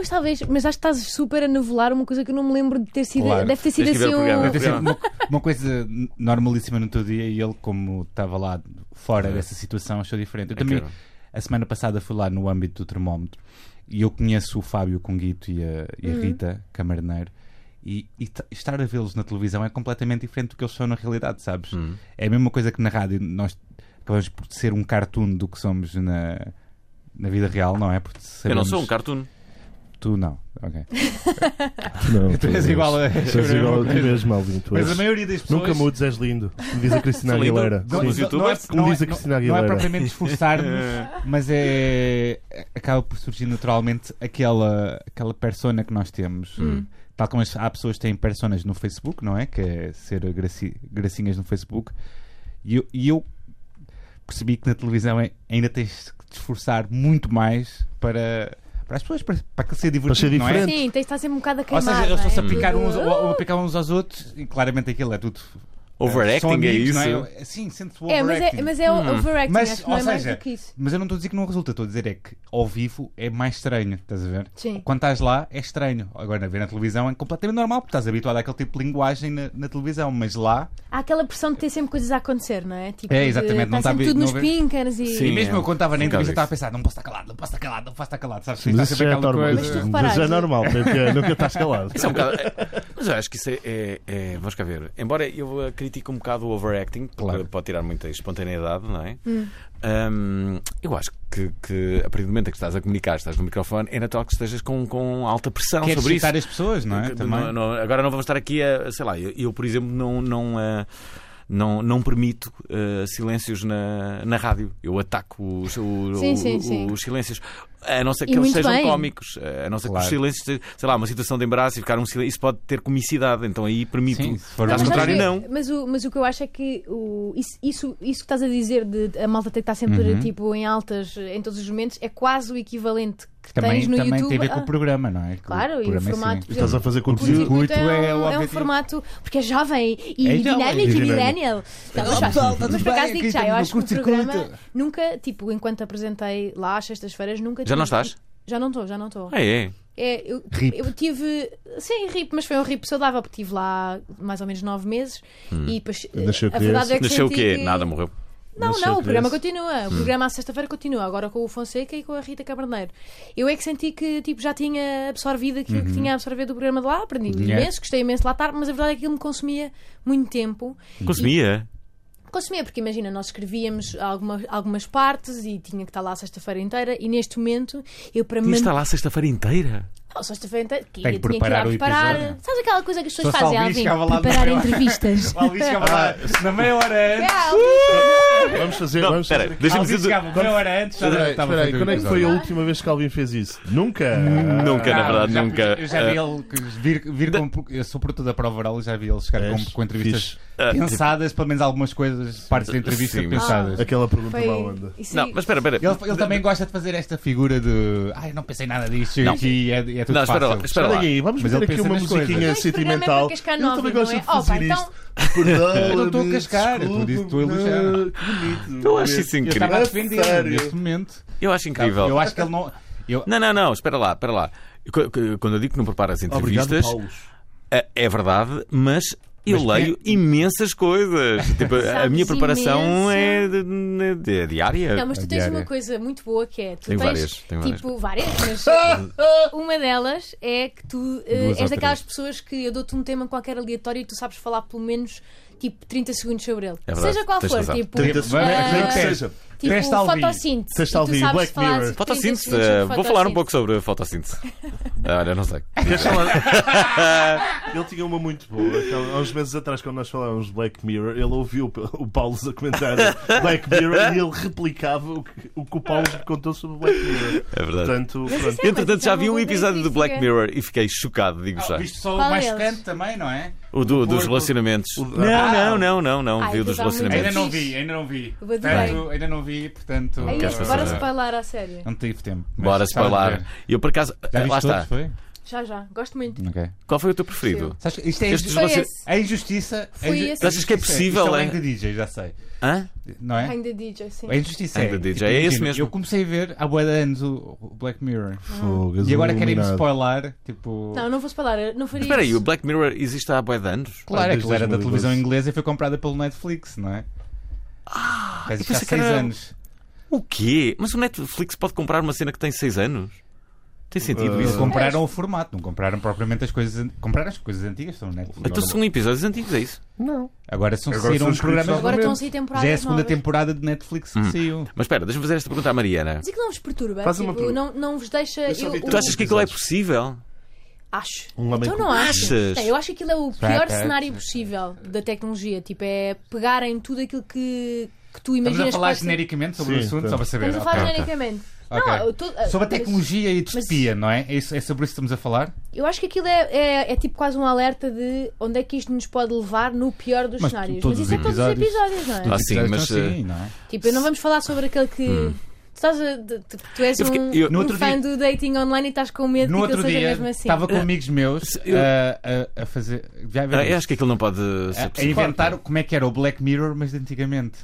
[SPEAKER 5] pois talvez, mas acho que estás super a novelar uma coisa que eu não me lembro de ter sido.
[SPEAKER 2] Claro.
[SPEAKER 5] Deve ter sido
[SPEAKER 1] Tens que ver
[SPEAKER 5] assim
[SPEAKER 1] o programa.
[SPEAKER 5] um.
[SPEAKER 2] Deve ter sido uma, uma coisa normalíssima no teu dia e ele, como estava lá fora dessa situação, achou diferente. Eu também,
[SPEAKER 1] claro.
[SPEAKER 2] a semana passada, fui lá no âmbito do termómetro e eu conheço o Fábio Conguito e a, e a Rita Camarneiro. E, e t- estar a vê-los na televisão é completamente diferente do que eles são na realidade, sabes? É a mesma coisa que na rádio nós acabamos por ser um cartoon do que somos na, na vida real, não é? Porque
[SPEAKER 1] Eu não
[SPEAKER 2] sabemos-
[SPEAKER 1] sou um cartoon.
[SPEAKER 2] Tu não, ok.
[SPEAKER 4] Não,
[SPEAKER 2] Tu és igual a.
[SPEAKER 4] Tu és igual a ti mesmo, Alvin. Tu
[SPEAKER 2] Mas a
[SPEAKER 4] és-
[SPEAKER 2] maioria das pessoas.
[SPEAKER 4] Nunca mudes, és lindo. Como diz a Cristina
[SPEAKER 1] Sou lindo?
[SPEAKER 4] Aguilera.
[SPEAKER 1] Não,
[SPEAKER 4] Sim.
[SPEAKER 1] mas eu- youtubers,
[SPEAKER 2] não é-
[SPEAKER 4] como diz a
[SPEAKER 2] não-
[SPEAKER 4] Cristina
[SPEAKER 2] Não é
[SPEAKER 4] Aguilera.
[SPEAKER 2] propriamente esforçar-nos, mas é. acaba por surgir naturalmente aquela, aquela persona que nós temos.
[SPEAKER 5] Hum.
[SPEAKER 2] Tal como as- há pessoas que têm personas no Facebook, não é? Que é ser graci- gracinhas no Facebook. E eu, e eu percebi que na televisão é- ainda tens que te esforçar muito mais para, para as pessoas, para, para aquilo ser divertido.
[SPEAKER 4] ser
[SPEAKER 2] não é?
[SPEAKER 4] diferente.
[SPEAKER 5] Sim, tens de estar sempre um bocado a
[SPEAKER 2] Ou
[SPEAKER 5] queimar.
[SPEAKER 2] seja, eles estão-se a
[SPEAKER 5] não é?
[SPEAKER 2] picar uns,
[SPEAKER 5] Tudo-
[SPEAKER 2] ou, a picar uns aos outros e claramente aquilo é tudo.
[SPEAKER 1] Overacting
[SPEAKER 2] são amigos,
[SPEAKER 1] é isso.
[SPEAKER 2] Não é? Sim, sente-se o
[SPEAKER 5] É, mas
[SPEAKER 2] overacting.
[SPEAKER 5] é, mas é
[SPEAKER 1] Hum.
[SPEAKER 5] o- overacting,
[SPEAKER 2] Mas,
[SPEAKER 5] acho que não
[SPEAKER 2] ou
[SPEAKER 5] é mais
[SPEAKER 2] seja,
[SPEAKER 5] do que isso.
[SPEAKER 2] Mas eu não estou a dizer que não resulta, estou a dizer é que ao vivo é mais estranho, estás a ver?
[SPEAKER 5] Sim.
[SPEAKER 2] Quando estás lá é estranho. Agora, ver na televisão é completamente normal, porque estás habituado àquele tipo de linguagem na, na televisão, mas lá.
[SPEAKER 5] Há aquela pressão de ter sempre coisas a acontecer, não é? Tipo,
[SPEAKER 2] É, exatamente,
[SPEAKER 5] de,
[SPEAKER 2] não está
[SPEAKER 5] está sempre
[SPEAKER 2] bem-
[SPEAKER 5] tudo nos
[SPEAKER 2] não-
[SPEAKER 5] pinkers e.
[SPEAKER 1] Sim,
[SPEAKER 2] e mesmo
[SPEAKER 1] é.
[SPEAKER 2] eu quando estava na
[SPEAKER 1] Um bocado
[SPEAKER 2] entrevista estava a pensar, não posso estar calado, não posso estar calado, não posso estar calado, sabes? Está
[SPEAKER 4] Mas isso
[SPEAKER 2] sempre
[SPEAKER 4] já é
[SPEAKER 2] aquela
[SPEAKER 4] normal.
[SPEAKER 2] coisa.
[SPEAKER 5] Mas tu
[SPEAKER 4] Mas já é
[SPEAKER 5] reparaste.
[SPEAKER 4] normal. nunca- Nunca estás calado.
[SPEAKER 1] Isso é um bocado. é- Mas eu acho que isso é. é- é- vamos cá ver. Embora eu eh, critico um bocado o overacting, porque
[SPEAKER 2] Claro.
[SPEAKER 1] pode tirar muita espontaneidade, não é? Ahm, eu acho que, que a partir do momento em que estás a comunicar, estás no microfone, é natural que estejas com, com alta pressão
[SPEAKER 2] Queres
[SPEAKER 1] sobre isso.
[SPEAKER 2] citar as pessoas, não é?
[SPEAKER 1] Que-
[SPEAKER 2] Também.
[SPEAKER 1] não- não- agora não vamos estar aqui a, sei lá, eu, eu, por exemplo não não eh, não, não permito eh, silêncios na, na rádio. Eu ataco os, o-
[SPEAKER 5] Sim,
[SPEAKER 1] o-
[SPEAKER 5] sim, sim.
[SPEAKER 1] os silêncios. A não ser que
[SPEAKER 5] E
[SPEAKER 1] eles
[SPEAKER 5] muito
[SPEAKER 1] sejam
[SPEAKER 5] bem.
[SPEAKER 1] cómicos. eh, A não ser
[SPEAKER 2] Claro.
[SPEAKER 1] que os silêncios, sejam- sei lá, uma situação de embaraço e ficar um silêncio. Isso pode ter comicidade. Então aí permito.
[SPEAKER 2] Sim, se for um
[SPEAKER 1] Caso
[SPEAKER 5] Mas
[SPEAKER 2] uma-
[SPEAKER 1] contrário,
[SPEAKER 5] sabes
[SPEAKER 1] não.
[SPEAKER 5] que- Mas o, mas o que eu acho é que o- isso, isso, isso que estás a dizer de de a malta ter que estar sempre
[SPEAKER 2] Uhum.
[SPEAKER 5] tipo, em altas em todos os momentos é quase o equivalente
[SPEAKER 4] é-
[SPEAKER 5] que
[SPEAKER 2] Também,
[SPEAKER 5] tens no
[SPEAKER 2] também
[SPEAKER 5] YouTube.
[SPEAKER 2] tem a ver com
[SPEAKER 5] Ah,
[SPEAKER 2] o programa, não é? Que
[SPEAKER 5] Claro, e o
[SPEAKER 2] programa é
[SPEAKER 5] formato.
[SPEAKER 2] assim.
[SPEAKER 5] por
[SPEAKER 4] Estás
[SPEAKER 5] exemplo,
[SPEAKER 4] a fazer
[SPEAKER 5] o
[SPEAKER 4] conteúdo.
[SPEAKER 5] circuito
[SPEAKER 2] circuito é
[SPEAKER 5] é,
[SPEAKER 2] o
[SPEAKER 5] um, é um
[SPEAKER 2] objetivo.
[SPEAKER 5] formato porque é jovem e,
[SPEAKER 2] É
[SPEAKER 5] e
[SPEAKER 2] jovem.
[SPEAKER 5] dinâmico
[SPEAKER 4] E
[SPEAKER 5] e
[SPEAKER 4] dinâmico.
[SPEAKER 5] Daniel. Mas,
[SPEAKER 2] pessoal, está
[SPEAKER 5] mas
[SPEAKER 2] tudo
[SPEAKER 5] por acaso
[SPEAKER 2] bem,
[SPEAKER 5] digo
[SPEAKER 2] aqui
[SPEAKER 5] já, eu
[SPEAKER 2] estamos
[SPEAKER 5] acho que
[SPEAKER 2] no
[SPEAKER 5] o programa
[SPEAKER 2] curto-circuito.
[SPEAKER 5] nunca, tipo, enquanto apresentei lá às sextas-feiras, nunca
[SPEAKER 1] Já não
[SPEAKER 5] tive-
[SPEAKER 1] estás?
[SPEAKER 5] Já não estou, já não estou.
[SPEAKER 1] Ah, é.
[SPEAKER 5] É, eu,
[SPEAKER 2] Rip.
[SPEAKER 5] eu tive. Sim, rip, mas foi um rip saudável, porque estive lá mais ou menos nove meses e depois.
[SPEAKER 4] Hum. Nasceu
[SPEAKER 5] a
[SPEAKER 4] criança.
[SPEAKER 5] verdade é que
[SPEAKER 1] Nasceu o
[SPEAKER 5] senti
[SPEAKER 1] quê?
[SPEAKER 5] que-
[SPEAKER 1] Nada, morreu.
[SPEAKER 5] Não,
[SPEAKER 4] Nasceu
[SPEAKER 5] não, o programa
[SPEAKER 4] criança. Hum.
[SPEAKER 5] continua. O programa à sexta-feira continua, agora com o Fonseca e com a Rita Caberneiro. Eu é que senti que tipo, já tinha absorvido aquilo
[SPEAKER 4] Uhum.
[SPEAKER 5] que tinha absorvido do programa de lá, aprendi
[SPEAKER 2] Yeah.
[SPEAKER 5] imenso, gostei imenso de lá estar, mas a verdade é que aquilo me consumia muito tempo.
[SPEAKER 1] Consumia.
[SPEAKER 5] Consumia, porque imagina, nós escrevíamos alguma, algumas partes e tinha que estar lá a sexta-feira inteira, e neste momento eu para
[SPEAKER 1] Tinha
[SPEAKER 5] manter-
[SPEAKER 1] estar lá a sexta-feira inteira.
[SPEAKER 5] não, sexta-feira inteira. que
[SPEAKER 2] Tem que
[SPEAKER 5] eu tinha
[SPEAKER 2] preparar
[SPEAKER 5] que
[SPEAKER 2] o
[SPEAKER 5] ir lá preparar.
[SPEAKER 2] episódio.
[SPEAKER 5] Sabes aquela coisa que as pessoas
[SPEAKER 2] Só se
[SPEAKER 5] fazem,
[SPEAKER 2] alguém
[SPEAKER 5] Alvin?
[SPEAKER 2] chegava lá no
[SPEAKER 5] Preparar
[SPEAKER 2] meio.
[SPEAKER 4] Ah,
[SPEAKER 5] entrevistas.
[SPEAKER 2] Alvin chegava lá na meia hora antes.
[SPEAKER 5] É, Alvin.
[SPEAKER 4] Vamos fazer.
[SPEAKER 1] Não,
[SPEAKER 4] vamos fazer
[SPEAKER 1] espera,
[SPEAKER 4] aqui.
[SPEAKER 1] deixa-me
[SPEAKER 2] Alvin
[SPEAKER 1] dizer.
[SPEAKER 2] chegava meia hora antes.
[SPEAKER 4] Espera aí,
[SPEAKER 2] estava
[SPEAKER 4] espera aí,
[SPEAKER 2] a fazer
[SPEAKER 4] Quando é
[SPEAKER 2] o
[SPEAKER 4] que foi a
[SPEAKER 2] episódio.
[SPEAKER 4] última vez que alguém fez isso? Nunca!
[SPEAKER 1] Nunca, na verdade,
[SPEAKER 2] já-
[SPEAKER 1] nunca.
[SPEAKER 2] Ah,
[SPEAKER 1] Eh,
[SPEAKER 2] Eu já vi ele que vir, vir com. um Eu sou produtor da Prova Oral e já vi ele chegar
[SPEAKER 4] És
[SPEAKER 2] com, com entrevistas
[SPEAKER 4] fixe.
[SPEAKER 1] Ah, tipo- Ah.
[SPEAKER 2] pensadas, pelo menos algumas coisas, partes da entrevista
[SPEAKER 1] Sim.
[SPEAKER 2] pensadas.
[SPEAKER 4] Aquela pergunta
[SPEAKER 5] Foi.
[SPEAKER 4] mal onda.
[SPEAKER 5] Isso
[SPEAKER 1] Não,
[SPEAKER 5] aí-
[SPEAKER 1] mas espera, espera.
[SPEAKER 2] assim. Ele, ele também gosta de fazer esta figura de. Ai, eu não pensei nada disto
[SPEAKER 1] Não.
[SPEAKER 2] e é, é tudo
[SPEAKER 1] Não, espera
[SPEAKER 2] fácil.
[SPEAKER 1] lá, espera
[SPEAKER 4] Espera
[SPEAKER 1] lá.
[SPEAKER 4] aí, vamos
[SPEAKER 2] Mas
[SPEAKER 4] meter
[SPEAKER 2] ele
[SPEAKER 4] aqui
[SPEAKER 2] pensa
[SPEAKER 4] uma
[SPEAKER 2] nas coisas.
[SPEAKER 4] musiquinha
[SPEAKER 5] Este programa é
[SPEAKER 4] sentimental.
[SPEAKER 5] para cascar
[SPEAKER 4] eu também
[SPEAKER 5] nove,
[SPEAKER 4] gosto
[SPEAKER 5] não é?
[SPEAKER 4] de fazer
[SPEAKER 5] Opa,
[SPEAKER 4] isto.
[SPEAKER 5] então-
[SPEAKER 4] Perdão,
[SPEAKER 2] Eu não estou a
[SPEAKER 4] Denise,
[SPEAKER 2] cascar, tu
[SPEAKER 4] desculpa,
[SPEAKER 2] dizes- tu a elogiar.
[SPEAKER 4] não, Que bonito.
[SPEAKER 1] Eu acho isso
[SPEAKER 2] Eu
[SPEAKER 1] incrível.
[SPEAKER 2] estava a
[SPEAKER 4] A
[SPEAKER 2] defender
[SPEAKER 4] É sério?
[SPEAKER 2] neste momento.
[SPEAKER 1] Eu acho incrível.
[SPEAKER 2] Eu acho que ele não. Eu,
[SPEAKER 1] Não, não, não, espera lá, espera lá. Qu- qu- Quando eu digo que não prepara as
[SPEAKER 4] Obrigado,
[SPEAKER 1] entrevistas,
[SPEAKER 4] Paulo.
[SPEAKER 1] é é verdade, mas eu
[SPEAKER 2] Mas
[SPEAKER 1] leio imensas coisas. Tipo, a
[SPEAKER 5] Sabes
[SPEAKER 1] minha preparação
[SPEAKER 5] imenso.
[SPEAKER 1] é, de- de- é diária.
[SPEAKER 5] Não, mas tu tens
[SPEAKER 2] diária.
[SPEAKER 5] uma coisa muito boa que é. Tu
[SPEAKER 1] Tenho
[SPEAKER 5] tens,
[SPEAKER 1] várias, tenho
[SPEAKER 5] tipo, várias. mas uma delas é que tu eh,
[SPEAKER 2] Duas ou
[SPEAKER 5] és daquelas pessoas que eu dou-te um tema qualquer aleatório e tu sabes falar pelo menos tipo 30 segundos sobre ele.
[SPEAKER 1] É verdade,
[SPEAKER 5] seja qual
[SPEAKER 1] tens
[SPEAKER 5] for,
[SPEAKER 1] razão.
[SPEAKER 5] tipo,
[SPEAKER 4] 30
[SPEAKER 5] eh,
[SPEAKER 4] segundos,
[SPEAKER 2] nem que
[SPEAKER 4] seja.
[SPEAKER 5] tipo
[SPEAKER 2] Teste ao vivo.
[SPEAKER 5] fotossíntese.
[SPEAKER 4] Teste
[SPEAKER 5] E tu
[SPEAKER 4] ao vivo,
[SPEAKER 5] sabes
[SPEAKER 4] Black
[SPEAKER 5] falar
[SPEAKER 4] Mirror.
[SPEAKER 5] tipo, 30
[SPEAKER 1] Fotossíntese,
[SPEAKER 5] segundos sobre
[SPEAKER 1] eh, vou falar um
[SPEAKER 5] fotossíntese.
[SPEAKER 1] pouco sobre fotossíntese. Ah, Olha, não sei.
[SPEAKER 4] Ele tinha uma muito boa. Então, há uns meses atrás, quando nós falávamos de Black Mirror, ele ouviu o Paulo a comentar Black Mirror e ele replicava o que o, que o Paulo contou sobre Black Mirror.
[SPEAKER 1] É verdade.
[SPEAKER 4] Portanto,
[SPEAKER 5] Mas
[SPEAKER 4] pronto.
[SPEAKER 5] isso é-
[SPEAKER 1] Entretanto, já vi um
[SPEAKER 5] Então,
[SPEAKER 1] episódio do Black
[SPEAKER 5] identifica.
[SPEAKER 1] Mirror e fiquei chocado, digo já.
[SPEAKER 2] ah, visto só o
[SPEAKER 5] Qual
[SPEAKER 2] mais
[SPEAKER 5] deles?
[SPEAKER 2] chocante também, não é?
[SPEAKER 1] O do- dos
[SPEAKER 2] o-
[SPEAKER 1] relacionamentos.
[SPEAKER 4] o-
[SPEAKER 1] Não, não, não, não, não.
[SPEAKER 5] Ah. Ai,
[SPEAKER 1] Vi o
[SPEAKER 5] tu
[SPEAKER 1] dos
[SPEAKER 5] dá muito-
[SPEAKER 2] Ainda
[SPEAKER 1] relacionamentos.
[SPEAKER 2] não vi, ainda não vi.
[SPEAKER 5] Eu adorei.
[SPEAKER 2] Portanto, ainda não vi, portanto.
[SPEAKER 5] É
[SPEAKER 1] Queres
[SPEAKER 5] isso,
[SPEAKER 1] passar
[SPEAKER 5] bora
[SPEAKER 1] a-
[SPEAKER 5] spoiler à série.
[SPEAKER 2] Não tive tempo. mas
[SPEAKER 1] Bora
[SPEAKER 2] gostava de
[SPEAKER 1] spoiler.
[SPEAKER 2] ver.
[SPEAKER 1] Eu por acaso.
[SPEAKER 2] é. Já viste
[SPEAKER 1] Lá está.
[SPEAKER 2] todos, foi?
[SPEAKER 5] Já, já. Gosto muito.
[SPEAKER 2] Ok.
[SPEAKER 1] Qual foi o teu preferido?
[SPEAKER 2] Sabes que isto é
[SPEAKER 1] Estes
[SPEAKER 2] injusti-
[SPEAKER 5] Foi
[SPEAKER 1] você-
[SPEAKER 5] esse.
[SPEAKER 2] a injustiça.
[SPEAKER 5] Foi
[SPEAKER 2] a inju-
[SPEAKER 5] esse.
[SPEAKER 1] Achas que é
[SPEAKER 2] isto
[SPEAKER 1] possível,
[SPEAKER 2] Isto é o
[SPEAKER 1] é?
[SPEAKER 2] Ainda DJ, já sei.
[SPEAKER 1] Hã?
[SPEAKER 2] Não é?
[SPEAKER 5] Ainda DJ, sim.
[SPEAKER 2] A injustiça
[SPEAKER 1] Ainda
[SPEAKER 2] é.
[SPEAKER 1] DJ,
[SPEAKER 2] tipo,
[SPEAKER 1] é esse
[SPEAKER 2] imagina,
[SPEAKER 1] mesmo.
[SPEAKER 2] Eu comecei a ver há boa de anos o o Black Mirror.
[SPEAKER 4] Fogo, um
[SPEAKER 2] E agora querem-me
[SPEAKER 4] iluminado.
[SPEAKER 2] spoiler. Tipo.
[SPEAKER 5] Não, não vou spoiler. Não faria
[SPEAKER 1] Espera aí, o
[SPEAKER 5] isso.
[SPEAKER 1] Black Mirror existe há bué de anos?
[SPEAKER 2] Claro,
[SPEAKER 4] Desde
[SPEAKER 2] aquilo era da
[SPEAKER 4] 2012.
[SPEAKER 2] televisão inglesa e foi comprada pelo Netflix, não é? Ah, Faz isto
[SPEAKER 1] pensei
[SPEAKER 2] há
[SPEAKER 1] é que
[SPEAKER 2] seis
[SPEAKER 1] era-
[SPEAKER 2] anos.
[SPEAKER 1] O quê? Mas o Netflix pode comprar uma cena que tem 6 anos? Tem sentido
[SPEAKER 4] Ah,
[SPEAKER 2] Eles
[SPEAKER 1] isso?
[SPEAKER 2] compraram o formato, não compraram propriamente as coisas. an- Compraram as coisas antigas, são Netflix.
[SPEAKER 1] Então são episódios antigos, é isso?
[SPEAKER 4] Não.
[SPEAKER 2] Agora um são
[SPEAKER 4] Agora
[SPEAKER 2] saíram
[SPEAKER 4] são
[SPEAKER 2] os programas.
[SPEAKER 4] inscritos
[SPEAKER 5] Agora estão a
[SPEAKER 2] novamente.
[SPEAKER 5] sair temporadas.
[SPEAKER 2] Já é a segunda
[SPEAKER 5] novas.
[SPEAKER 2] temporada de Netflix
[SPEAKER 1] Hum.
[SPEAKER 2] que saiu.
[SPEAKER 1] Mas espera, deixa-me fazer esta pergunta à Mariana.
[SPEAKER 5] Mas é que não vos perturba?
[SPEAKER 4] Faz uma
[SPEAKER 5] tipo,
[SPEAKER 4] pergunta.
[SPEAKER 5] não, não vos deixa.
[SPEAKER 4] Eu só
[SPEAKER 5] eu-
[SPEAKER 4] vi
[SPEAKER 1] Tu
[SPEAKER 4] três.
[SPEAKER 1] achas que aquilo é possível?
[SPEAKER 5] Acho.
[SPEAKER 4] Um homem
[SPEAKER 5] então
[SPEAKER 4] com-
[SPEAKER 5] não acho.
[SPEAKER 1] Achas?
[SPEAKER 5] Não, eu acho que aquilo é o
[SPEAKER 2] Espera,
[SPEAKER 5] pior
[SPEAKER 2] espera.
[SPEAKER 5] cenário possível da tecnologia. Tipo, é pegarem tudo aquilo que, que tu
[SPEAKER 2] Estamos a
[SPEAKER 5] imaginas.
[SPEAKER 2] falar
[SPEAKER 5] que pode ser-
[SPEAKER 2] genericamente sobre o
[SPEAKER 4] Sim,
[SPEAKER 2] assunto,
[SPEAKER 4] tá.
[SPEAKER 2] só para saber.
[SPEAKER 5] Estamos a falar
[SPEAKER 2] Ok.
[SPEAKER 5] genericamente.
[SPEAKER 2] Ok.
[SPEAKER 5] Não, eu tô- eh,
[SPEAKER 2] Sobre a
[SPEAKER 5] mas
[SPEAKER 2] tecnologia e distopia, não é? É, isso- é sobre isso que estamos a falar?
[SPEAKER 5] Eu acho que aquilo é, é, é tipo quase um alerta de onde é que isto nos pode levar no pior dos
[SPEAKER 2] Mas
[SPEAKER 5] cenários.
[SPEAKER 2] todos
[SPEAKER 5] Mas isso
[SPEAKER 2] os
[SPEAKER 5] é todos os
[SPEAKER 2] episódios-
[SPEAKER 5] episódios, não é?
[SPEAKER 1] Ah, sim,
[SPEAKER 2] Então,
[SPEAKER 1] mas,
[SPEAKER 2] sim, não é?
[SPEAKER 5] Tipo, não vamos falar sobre aquele que.
[SPEAKER 2] Hum.
[SPEAKER 5] Tu, estás a- de- tu- tu és
[SPEAKER 1] Eu fiquei-
[SPEAKER 5] um,
[SPEAKER 1] eu-
[SPEAKER 2] No
[SPEAKER 5] um
[SPEAKER 2] outro
[SPEAKER 5] fã
[SPEAKER 2] dia-
[SPEAKER 5] do dating online e estás com medo
[SPEAKER 2] No
[SPEAKER 5] que ele
[SPEAKER 2] outro
[SPEAKER 5] seja
[SPEAKER 2] dia,
[SPEAKER 5] mesmo assim.
[SPEAKER 2] estava com amigos meus eh,
[SPEAKER 1] eu-
[SPEAKER 2] a, a- a fazer. Já
[SPEAKER 1] Ah,
[SPEAKER 2] vimos.
[SPEAKER 1] eu acho que aquilo não pode
[SPEAKER 2] a,
[SPEAKER 1] ser
[SPEAKER 2] a
[SPEAKER 1] possível.
[SPEAKER 2] é inventar como é que era o Black Mirror, mas de antigamente.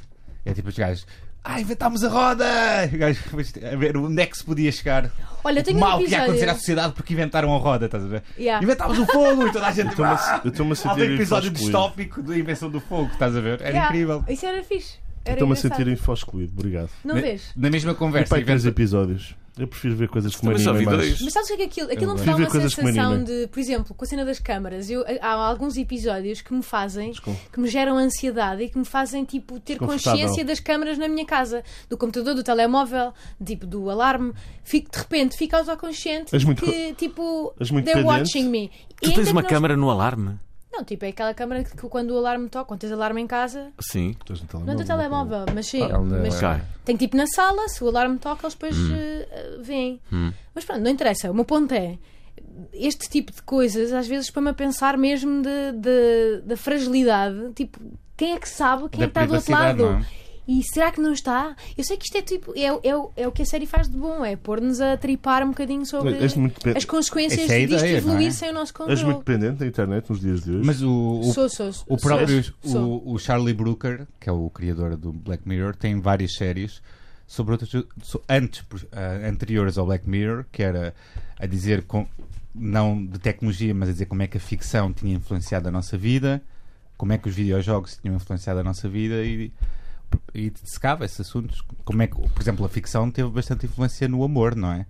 [SPEAKER 2] É tipo os gajos. Ah, inventámos a roda! E O gajo, mas, a ver onde é que se podia chegar.
[SPEAKER 5] Olha, eu tenho
[SPEAKER 2] Mal
[SPEAKER 5] um
[SPEAKER 2] que ia acontecer à
[SPEAKER 5] episódio. Ah.
[SPEAKER 2] sociedade porque inventaram a roda, estás a ver?
[SPEAKER 5] Yeah.
[SPEAKER 2] Inventámos o fogo e toda a gente.
[SPEAKER 1] Então,
[SPEAKER 2] Ah,
[SPEAKER 4] Eu estou-me a
[SPEAKER 2] Há um
[SPEAKER 4] sentir.
[SPEAKER 2] episódio
[SPEAKER 4] infoscluído.
[SPEAKER 2] distópico da invenção do fogo, estás a ver? Era
[SPEAKER 5] Yeah,
[SPEAKER 2] incrível.
[SPEAKER 5] Isso era fixe.
[SPEAKER 4] Eu
[SPEAKER 5] Era
[SPEAKER 4] Estou-me a
[SPEAKER 5] engraçado.
[SPEAKER 4] sentir infoscluído, obrigado.
[SPEAKER 5] Não vês?
[SPEAKER 2] Na mesma
[SPEAKER 4] E
[SPEAKER 2] conversa,
[SPEAKER 4] pai, três
[SPEAKER 2] inventa-
[SPEAKER 4] episódios. Eu prefiro ver coisas que me
[SPEAKER 1] Também só vi
[SPEAKER 4] animem mais.
[SPEAKER 1] dois.
[SPEAKER 5] Mas sabes o que é que aquilo? Aquilo não me
[SPEAKER 4] Eu
[SPEAKER 5] dá
[SPEAKER 4] vi
[SPEAKER 5] uma
[SPEAKER 4] coisas que me
[SPEAKER 5] sensação
[SPEAKER 4] animem.
[SPEAKER 5] de, por exemplo, com a cena das câmaras, eu, há alguns episódios que me fazem,
[SPEAKER 4] Desculpa.
[SPEAKER 5] que me geram ansiedade e que me fazem tipo ter
[SPEAKER 4] Desconfortável.
[SPEAKER 5] consciência das câmaras na minha casa, do computador, do telemóvel, tipo do alarme. Fico, de repente fico autoconsciente
[SPEAKER 4] És muito
[SPEAKER 5] que tipo
[SPEAKER 4] és muito
[SPEAKER 5] they're
[SPEAKER 4] pendente?
[SPEAKER 5] watching me. E
[SPEAKER 1] Tu
[SPEAKER 5] ainda
[SPEAKER 1] tens uma
[SPEAKER 5] que não...
[SPEAKER 1] câmara no alarme?
[SPEAKER 5] Não, tipo, é aquela câmara que que quando o alarme toca, quando tens alarme em casa,
[SPEAKER 1] Sim.
[SPEAKER 4] Estás no
[SPEAKER 5] não é do
[SPEAKER 4] telemóvel.
[SPEAKER 5] telemóvel, mas sim,
[SPEAKER 2] Ah, ele-
[SPEAKER 5] mas
[SPEAKER 1] Ok.
[SPEAKER 5] tem tipo na sala, se o alarme toca, eles depois
[SPEAKER 2] Hum.
[SPEAKER 5] eh, vêm. Mas pronto, não interessa. O meu ponto é. Este tipo de coisas às vezes põe-me a pensar mesmo de- de- da fragilidade. Tipo, quem é que sabe quem
[SPEAKER 2] Da
[SPEAKER 5] é que está do outro
[SPEAKER 2] privacidade,
[SPEAKER 5] lado?
[SPEAKER 2] não é?
[SPEAKER 5] E será que não está? Eu sei que isto é tipo. É, o- é, o- é o que a série faz de bom, é pôr-nos a tripar um bocadinho sobre
[SPEAKER 4] És muito pe-
[SPEAKER 5] as consequências
[SPEAKER 2] Essa é a
[SPEAKER 5] disto
[SPEAKER 2] ideia, não é?
[SPEAKER 5] evoluir sem o
[SPEAKER 4] És
[SPEAKER 5] nosso controle.
[SPEAKER 4] muito dependente da internet nos dias de hoje.
[SPEAKER 2] Mas o, o,
[SPEAKER 5] Sou, sou, sou.
[SPEAKER 2] o próprio
[SPEAKER 5] sou.
[SPEAKER 2] o, o Charlie Brooker, que é o criador do Black Mirror, tem várias séries sobre outros so- antes por- ah, anteriores ao Black Mirror, que era a dizer com, não de tecnologia, mas a dizer como é que a ficção tinha influenciado a nossa vida, como é que os videojogos tinham influenciado a nossa vida e e dissecava esses assuntos, como é que, por exemplo, a ficção teve bastante influência no amor, não é?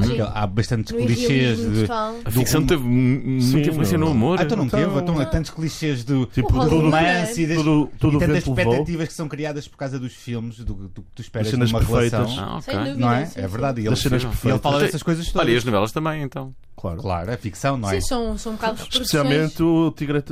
[SPEAKER 2] Acho que há bastantes
[SPEAKER 5] Uhum. No
[SPEAKER 2] clichês
[SPEAKER 5] irrealismo
[SPEAKER 2] de,
[SPEAKER 5] total.
[SPEAKER 1] A ficção
[SPEAKER 2] rumo-
[SPEAKER 1] teve mu-
[SPEAKER 4] Sim,
[SPEAKER 1] muita influência no
[SPEAKER 4] não.
[SPEAKER 1] amor.
[SPEAKER 2] Ah, então um- não
[SPEAKER 4] Então-
[SPEAKER 2] teve? Então há tantos clichês do,
[SPEAKER 4] Tipo,
[SPEAKER 2] do
[SPEAKER 5] tudo-
[SPEAKER 2] romance e, das,
[SPEAKER 4] tudo- tudo
[SPEAKER 2] e tantas
[SPEAKER 4] vento levou.
[SPEAKER 2] expectativas que são criadas por causa dos filmes, do, do que tu esperas
[SPEAKER 4] As cenas
[SPEAKER 2] numa
[SPEAKER 4] perfeitas.
[SPEAKER 2] relação.
[SPEAKER 1] Ah, ok. Então,
[SPEAKER 5] Sem dúvida.
[SPEAKER 2] Não é?
[SPEAKER 5] sim,
[SPEAKER 2] É
[SPEAKER 5] sim.
[SPEAKER 2] verdade. E ele,
[SPEAKER 4] Das cenas
[SPEAKER 2] e ele
[SPEAKER 4] perfeitas.
[SPEAKER 2] fala dessas coisas
[SPEAKER 1] Olha, e
[SPEAKER 2] todas.
[SPEAKER 1] as novelas também, então.
[SPEAKER 4] Claro.
[SPEAKER 2] Claro, é ficção, não é? um
[SPEAKER 5] Sim, são, são um bocado as
[SPEAKER 4] Especialmente o Tigre, eh,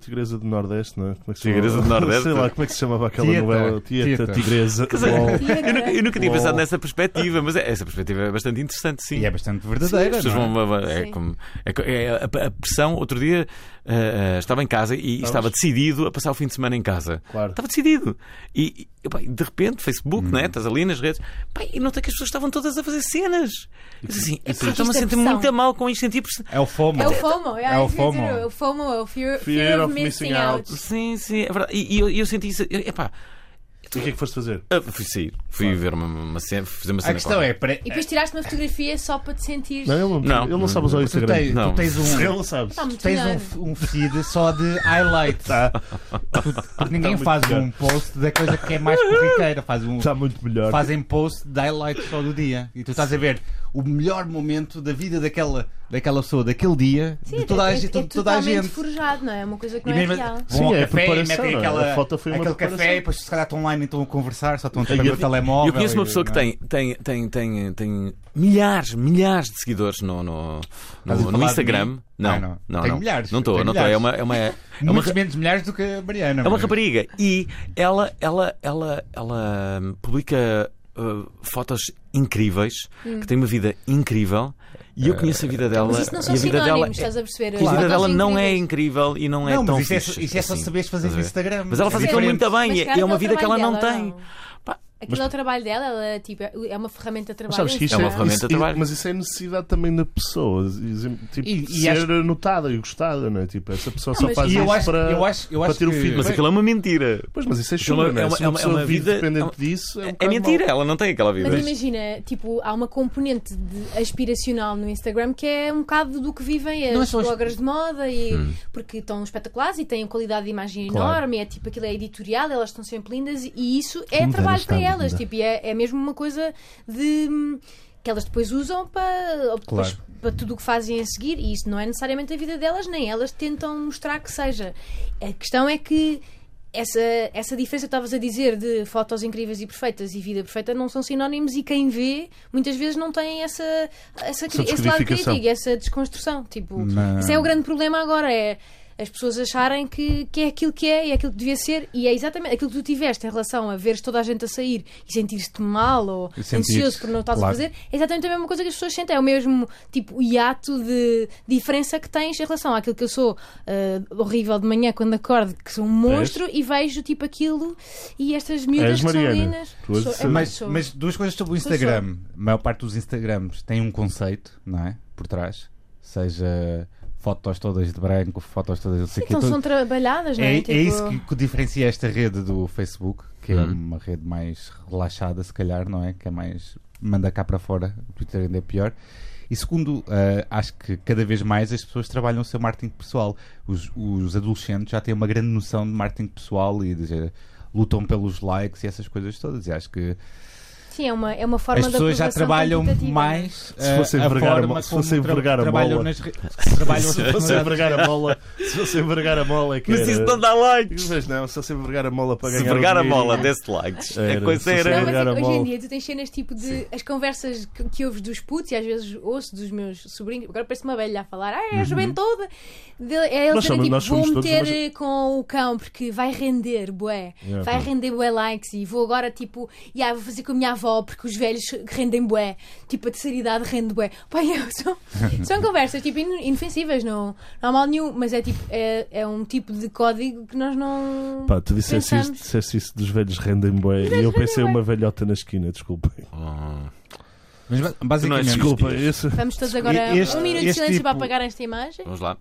[SPEAKER 4] Tigresa do Nordeste, não é? Como é que se chama?
[SPEAKER 1] Tigresa do Nordeste?
[SPEAKER 4] Sei lá, como é que se chamava aquela
[SPEAKER 2] Tieta.
[SPEAKER 4] novela? Tieta,
[SPEAKER 2] Tieta.
[SPEAKER 4] Tigresa.
[SPEAKER 1] Quer dizer,
[SPEAKER 4] Uau.
[SPEAKER 5] é
[SPEAKER 1] eu, nunca, eu nunca tinha
[SPEAKER 4] Uau.
[SPEAKER 1] pensado nessa perspectiva, mas é- essa perspectiva é bastante interessante, sim.
[SPEAKER 2] E é bastante verdadeira.
[SPEAKER 1] As pessoas
[SPEAKER 2] não é?
[SPEAKER 1] vão- vão- é
[SPEAKER 5] Sim.
[SPEAKER 1] como- é co- é a, a pressão, outro dia ah, ah, estava em casa e estava decidido a passar o fim de semana em casa.
[SPEAKER 4] Claro.
[SPEAKER 1] Estava decidido. E, e, pá, e de repente, Facebook,
[SPEAKER 2] Uhum.
[SPEAKER 1] né? estás ali nas redes, pá, e notei que as pessoas estavam todas a fazer cenas. Eu disse assim, "Epá,
[SPEAKER 5] porque
[SPEAKER 1] estou-me a
[SPEAKER 5] isto é
[SPEAKER 1] sentir
[SPEAKER 5] pressão.
[SPEAKER 1] muito mal com isto, senti pressão.
[SPEAKER 2] É o FOMO.
[SPEAKER 5] É o FOMO, é,
[SPEAKER 2] É o
[SPEAKER 5] isso que eu ia
[SPEAKER 2] FOMO.
[SPEAKER 5] dizer, É o FOMO, é o Fear,
[SPEAKER 4] Fear
[SPEAKER 5] fear
[SPEAKER 4] of missing out.
[SPEAKER 1] Sim, sim, é verdade. E, e eu, e eu senti isso. eu- Epá,
[SPEAKER 4] E o que é que foste fazer?
[SPEAKER 1] ah, fui sair, fui ver uma, uma cena, fazer uma cena.
[SPEAKER 2] A questão
[SPEAKER 1] qualquer.
[SPEAKER 2] é. pre-
[SPEAKER 5] E depois tiraste uma fotografia só para te sentir.
[SPEAKER 4] Não, ele não,
[SPEAKER 1] Não.
[SPEAKER 4] ele não sabe usar o
[SPEAKER 2] Tu
[SPEAKER 4] Instagram.
[SPEAKER 2] tens,
[SPEAKER 1] Não.
[SPEAKER 2] tu tens um.
[SPEAKER 4] Ele é não é sabe.
[SPEAKER 5] Está
[SPEAKER 2] Tu
[SPEAKER 5] muito
[SPEAKER 2] tens
[SPEAKER 5] melhor.
[SPEAKER 2] um, um feed só de highlights.
[SPEAKER 4] Está,
[SPEAKER 2] Porque
[SPEAKER 4] Tá
[SPEAKER 2] ninguém
[SPEAKER 4] muito Tá
[SPEAKER 2] faz
[SPEAKER 4] melhor.
[SPEAKER 2] um post da coisa que é mais corriqueira. Faz um,
[SPEAKER 4] está muito melhor.
[SPEAKER 2] fazem post de highlights só do dia. E tu estás a ver o melhor momento da vida daquela, daquela pessoa, daquele dia, de toda a,
[SPEAKER 5] é,
[SPEAKER 2] gente-
[SPEAKER 5] é
[SPEAKER 2] de toda a
[SPEAKER 5] totalmente
[SPEAKER 2] gente.
[SPEAKER 5] forjado, não é? É uma coisa que não é real.
[SPEAKER 2] assim, vão
[SPEAKER 4] Sim,
[SPEAKER 2] ao
[SPEAKER 4] é
[SPEAKER 2] café e
[SPEAKER 4] preparação,
[SPEAKER 2] metem
[SPEAKER 4] não é?
[SPEAKER 2] aquela,
[SPEAKER 4] A foto foi uma
[SPEAKER 2] aquele café
[SPEAKER 4] preparação.
[SPEAKER 2] e depois se calhar estão online e estão a conversar, só estão a
[SPEAKER 4] Eu-
[SPEAKER 2] tapar o
[SPEAKER 4] eu
[SPEAKER 2] telemóvel.
[SPEAKER 1] Eu conheço uma
[SPEAKER 2] e-
[SPEAKER 1] pessoa que
[SPEAKER 2] não é?
[SPEAKER 1] tem, tem, tem, tem, tem milhares, milhares de seguidores no, no,
[SPEAKER 2] a
[SPEAKER 1] no,
[SPEAKER 2] falar
[SPEAKER 1] no
[SPEAKER 2] de
[SPEAKER 1] Instagram.
[SPEAKER 2] mim?
[SPEAKER 1] Não,
[SPEAKER 2] Ah,
[SPEAKER 1] não,
[SPEAKER 2] não.
[SPEAKER 1] não.
[SPEAKER 2] Tem milhares,
[SPEAKER 1] Não estou,
[SPEAKER 2] tem
[SPEAKER 1] não estou. É uma,
[SPEAKER 2] milhares.
[SPEAKER 1] é uma, é uma,
[SPEAKER 2] Muitos menos milhares do que a Mariana.
[SPEAKER 1] é uma
[SPEAKER 2] mas-
[SPEAKER 1] rapariga. E ela, ela, ela, ela hum, publica uh, fotos incríveis, que tem uma vida incrível. E eu conheço a vida dela.
[SPEAKER 5] Mas isso não
[SPEAKER 1] e
[SPEAKER 5] são
[SPEAKER 1] a vida dela,
[SPEAKER 5] sinónimos, estás a perceber?
[SPEAKER 1] e a vida
[SPEAKER 5] As
[SPEAKER 1] dela
[SPEAKER 5] fotos
[SPEAKER 1] não é
[SPEAKER 5] incríveis.
[SPEAKER 1] incrível e não é
[SPEAKER 2] Não,
[SPEAKER 1] tão
[SPEAKER 2] mas isso é,
[SPEAKER 1] fixe,
[SPEAKER 2] isso é só
[SPEAKER 1] assim.
[SPEAKER 2] saberes fazer
[SPEAKER 1] Estás a
[SPEAKER 2] no
[SPEAKER 1] ver?
[SPEAKER 2] Instagram.
[SPEAKER 1] Mas ela
[SPEAKER 2] É
[SPEAKER 1] faz aquilo
[SPEAKER 2] diferente.
[SPEAKER 1] muito bem
[SPEAKER 5] Mas
[SPEAKER 1] e
[SPEAKER 5] chegaram
[SPEAKER 1] é uma
[SPEAKER 5] ao
[SPEAKER 1] vida que ela
[SPEAKER 5] trabalho
[SPEAKER 1] não
[SPEAKER 5] dela,
[SPEAKER 1] tem.
[SPEAKER 5] não?
[SPEAKER 1] Pá,
[SPEAKER 5] Aquilo é o trabalho dela, ela tipo, é é uma ferramenta de trabalho.
[SPEAKER 4] Sabes que isto
[SPEAKER 1] É uma
[SPEAKER 5] Instagram.
[SPEAKER 1] ferramenta
[SPEAKER 4] isso-
[SPEAKER 1] de trabalho.
[SPEAKER 4] Mas isso é necessidade também da pessoa. Tipo,
[SPEAKER 2] E- e
[SPEAKER 4] ser
[SPEAKER 2] acho-
[SPEAKER 4] notada e gostada, não é? Tipo, essa pessoa só
[SPEAKER 5] mas-
[SPEAKER 4] faz
[SPEAKER 2] E eu
[SPEAKER 4] isso
[SPEAKER 2] acho,
[SPEAKER 4] para.
[SPEAKER 2] eu acho, eu
[SPEAKER 4] para
[SPEAKER 2] acho
[SPEAKER 4] ter o
[SPEAKER 2] que-
[SPEAKER 4] feedback.
[SPEAKER 1] mas aquilo é uma mentira.
[SPEAKER 4] Pois, mas isso é
[SPEAKER 1] é
[SPEAKER 4] chunga,
[SPEAKER 1] uma-
[SPEAKER 4] não é? Se
[SPEAKER 1] é
[SPEAKER 4] uma
[SPEAKER 1] uma- é
[SPEAKER 4] pessoa
[SPEAKER 1] uma
[SPEAKER 4] vive
[SPEAKER 1] vida- é
[SPEAKER 4] dependente
[SPEAKER 1] uma-
[SPEAKER 4] disso, é um
[SPEAKER 1] É,
[SPEAKER 4] bocado
[SPEAKER 1] mentira,
[SPEAKER 4] mau.
[SPEAKER 1] ela não tem aquela vida.
[SPEAKER 5] Mas imagina, tipo, há uma componente de aspiracional no Instagram que é um bocado do que vivem
[SPEAKER 2] Não
[SPEAKER 5] as
[SPEAKER 2] são as-
[SPEAKER 5] bloggers de moda e porque estão espetaculares e têm qualidade de
[SPEAKER 4] Hum.
[SPEAKER 5] imagem
[SPEAKER 4] Claro.
[SPEAKER 5] enorme, é tipo aquilo é editorial, elas estão sempre lindas e isso é
[SPEAKER 4] Linda, não
[SPEAKER 5] trabalho
[SPEAKER 4] está
[SPEAKER 5] para elas,
[SPEAKER 4] linda.
[SPEAKER 5] tipo, e é, é mesmo uma coisa de hum, que elas depois usam para, depois, para tudo o que fazem a seguir e isso não é necessariamente a vida delas, nem elas tentam mostrar que seja. A questão é que essa, essa diferença que estavas a dizer de fotos incríveis e perfeitas e vida perfeita não são sinónimos e quem vê muitas vezes não tem essa, essa, cri- esse lado
[SPEAKER 4] descodificação.
[SPEAKER 5] crítico, essa desconstrução. Tipo,
[SPEAKER 2] Não.
[SPEAKER 5] isso é o grande problema agora, é as pessoas acharem que, que é aquilo que é e é aquilo que devia ser e é exatamente aquilo que tu tiveste em relação a veres toda a gente a sair e sentir-te mal ou
[SPEAKER 2] E sentir-te,
[SPEAKER 5] ansioso por não estás
[SPEAKER 2] claro.
[SPEAKER 5] a fazer, é exatamente a mesma coisa que as pessoas sentem, é o mesmo tipo hiato de diferença que tens em relação àquilo que eu sou ah, horrível de manhã quando acordo, que sou um monstro, e vejo tipo aquilo e estas miúdas
[SPEAKER 4] És
[SPEAKER 5] que são
[SPEAKER 4] Mariana.
[SPEAKER 5] lindas.
[SPEAKER 4] Tu és-
[SPEAKER 5] Sou- é,
[SPEAKER 2] Mas,
[SPEAKER 5] sou.
[SPEAKER 2] mas duas coisas sobre o
[SPEAKER 5] Pois
[SPEAKER 2] Instagram. A maior parte dos Instagrams tem um conceito, não é? Por trás. Seja fotos todas de branco, fotos todas de não sei o quê,
[SPEAKER 5] então
[SPEAKER 2] tudo.
[SPEAKER 5] são trabalhadas, não é?
[SPEAKER 2] É,
[SPEAKER 5] Tipo,
[SPEAKER 2] é isso que, que diferencia esta rede do Facebook, que é uma rede mais relaxada, se calhar, não é? Que é mais. manda cá para fora, o Twitter ainda é pior. E segundo, ah, acho que cada vez mais as pessoas trabalham o seu marketing pessoal. Os, os adolescentes já têm uma grande noção de marketing pessoal e de- lutam pelos likes e essas coisas todas. E acho que
[SPEAKER 5] Sim, é uma, é uma forma
[SPEAKER 2] as pessoas
[SPEAKER 5] de
[SPEAKER 2] já
[SPEAKER 5] aprovação
[SPEAKER 2] trabalham
[SPEAKER 5] quantitativa, é?
[SPEAKER 2] mais
[SPEAKER 4] Se
[SPEAKER 1] eh,
[SPEAKER 4] fosse
[SPEAKER 2] ah, a
[SPEAKER 4] envergar a
[SPEAKER 2] forma
[SPEAKER 4] mo- se
[SPEAKER 2] como
[SPEAKER 4] fosse
[SPEAKER 2] tra-
[SPEAKER 4] envergar a
[SPEAKER 2] trabalham
[SPEAKER 4] mola.
[SPEAKER 2] nas re- que trabalham
[SPEAKER 4] Se
[SPEAKER 2] as
[SPEAKER 4] você vergar a bola, se você vergar a bola é que
[SPEAKER 1] Mas
[SPEAKER 4] era-
[SPEAKER 1] isso não dá likes.
[SPEAKER 4] Mas não, se você vergar a bola para
[SPEAKER 2] um
[SPEAKER 1] Se
[SPEAKER 4] ganhar.
[SPEAKER 1] vergar
[SPEAKER 4] o
[SPEAKER 1] a bola,
[SPEAKER 4] dinheirinho-
[SPEAKER 1] desse likes.
[SPEAKER 4] Era,
[SPEAKER 1] A coisa
[SPEAKER 4] se
[SPEAKER 1] era.
[SPEAKER 4] fosse-
[SPEAKER 5] Não, mas é
[SPEAKER 4] Jogar
[SPEAKER 5] que
[SPEAKER 4] a
[SPEAKER 5] hoje
[SPEAKER 4] bola.
[SPEAKER 5] em dia tu tens cenas tipo de as conversas que, que ouves dos putos e às vezes ouço dos meus sobrinhos, agora parece uma velha a falar, ah, é
[SPEAKER 2] Uhum.
[SPEAKER 5] a juventude. De, é eles
[SPEAKER 4] Nós
[SPEAKER 5] dizerem
[SPEAKER 4] somos-
[SPEAKER 5] tipo,
[SPEAKER 4] nós somos
[SPEAKER 5] vou
[SPEAKER 4] todos
[SPEAKER 5] meter
[SPEAKER 4] uma ge-
[SPEAKER 5] eh, com o cão porque vai render, bué,
[SPEAKER 4] Yeah.
[SPEAKER 5] vai render bué likes e vou agora tipo, yeah, vou fazer com a minha avó porque os velhos rendem bué, tipo a terceira idade rende bué. Pai, eu, são, são conversas tipo in- inofensivas, não, não há mal nenhum, mas é tipo, é, é um tipo de código que nós não.
[SPEAKER 4] Pá, tu disseste isso,
[SPEAKER 5] Pensamos.
[SPEAKER 4] disseste isso dos velhos rendem bem e eu pensei uma velhota na esquina, desculpem.
[SPEAKER 1] Oh.
[SPEAKER 2] Mas ba- basicamente,
[SPEAKER 4] é
[SPEAKER 2] é
[SPEAKER 4] Desculpa, isso.
[SPEAKER 5] Vamos todos agora
[SPEAKER 2] Este-
[SPEAKER 5] um minuto de
[SPEAKER 2] este
[SPEAKER 5] silêncio
[SPEAKER 2] tipo-
[SPEAKER 5] para apagar esta imagem.
[SPEAKER 1] Vamos lá.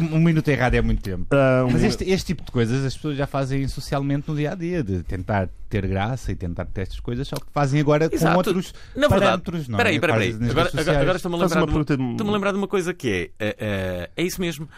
[SPEAKER 2] um, um minuto errado é muito tempo.
[SPEAKER 4] Ah, um-
[SPEAKER 2] Mas este, este tipo de coisas as pessoas já fazem socialmente no dia a dia, de tentar ter graça e tentar ter estas coisas, só que fazem agora
[SPEAKER 1] Exato.
[SPEAKER 2] com outros
[SPEAKER 1] Na verdade,
[SPEAKER 2] Um parâmetros, não
[SPEAKER 1] peraí,
[SPEAKER 2] é?
[SPEAKER 1] peraí,
[SPEAKER 2] Fazem nas
[SPEAKER 1] peraí. Agora,
[SPEAKER 2] redes
[SPEAKER 1] agora, agora
[SPEAKER 2] sociais.
[SPEAKER 1] estou-me a
[SPEAKER 4] Faz
[SPEAKER 1] lembrar,
[SPEAKER 4] uma
[SPEAKER 1] de uma,
[SPEAKER 4] pergunta de-
[SPEAKER 1] estou-me a lembrar de uma coisa que é. eh, eh, é isso mesmo.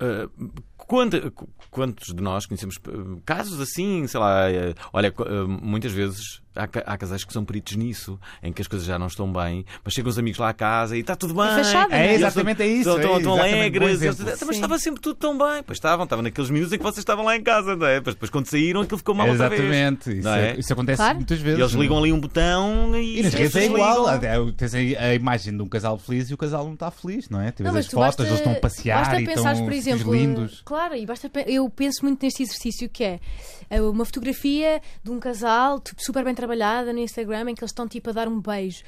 [SPEAKER 1] Eh, quando- qu- quantos de nós conhecemos eh, casos assim, sei lá, eh, olha, qu- eh, muitas vezes Há, ca- há casais que são peritos nisso, em que as coisas já não estão bem, mas chegam os amigos lá a casa e está tudo bem.
[SPEAKER 5] fachada, não é?
[SPEAKER 1] E
[SPEAKER 5] É,
[SPEAKER 1] eles
[SPEAKER 2] exatamente, é isso,
[SPEAKER 1] Estão, estão,
[SPEAKER 2] é
[SPEAKER 1] estão
[SPEAKER 2] exatamente, bom
[SPEAKER 1] alegres.
[SPEAKER 2] exemplo.
[SPEAKER 1] eles- mas
[SPEAKER 5] Sim.
[SPEAKER 1] estava sempre tudo tão bem. Pois estavam, estavam naqueles minutos em que vocês estavam lá em casa, não é? Mas depois quando saíram aquilo ficou mal outra vez.
[SPEAKER 2] Exatamente. Isso,
[SPEAKER 1] Não
[SPEAKER 2] é-
[SPEAKER 1] é?
[SPEAKER 2] isso acontece
[SPEAKER 5] Claro.
[SPEAKER 2] muitas
[SPEAKER 1] E
[SPEAKER 2] vezes.
[SPEAKER 1] eles ligam ali um botão e,
[SPEAKER 2] E nas
[SPEAKER 1] se
[SPEAKER 2] redes é
[SPEAKER 1] desligam.
[SPEAKER 2] igual. até o- Tens aí a imagem de um casal feliz e o casal não está feliz, não é? Tens
[SPEAKER 5] Não,
[SPEAKER 2] as
[SPEAKER 5] mas tu
[SPEAKER 2] fotos,
[SPEAKER 5] basta-
[SPEAKER 2] eles estão a passear
[SPEAKER 5] basta
[SPEAKER 2] e estão
[SPEAKER 5] pensares, por
[SPEAKER 2] vestidos
[SPEAKER 5] exemplo,
[SPEAKER 2] lindos.
[SPEAKER 5] Claro, e basta pe- eu penso muito neste exercício que é eh, uma fotografia de um casal tipo, super bem trabalhada no Instagram em que eles estão tipo a dar um beijo.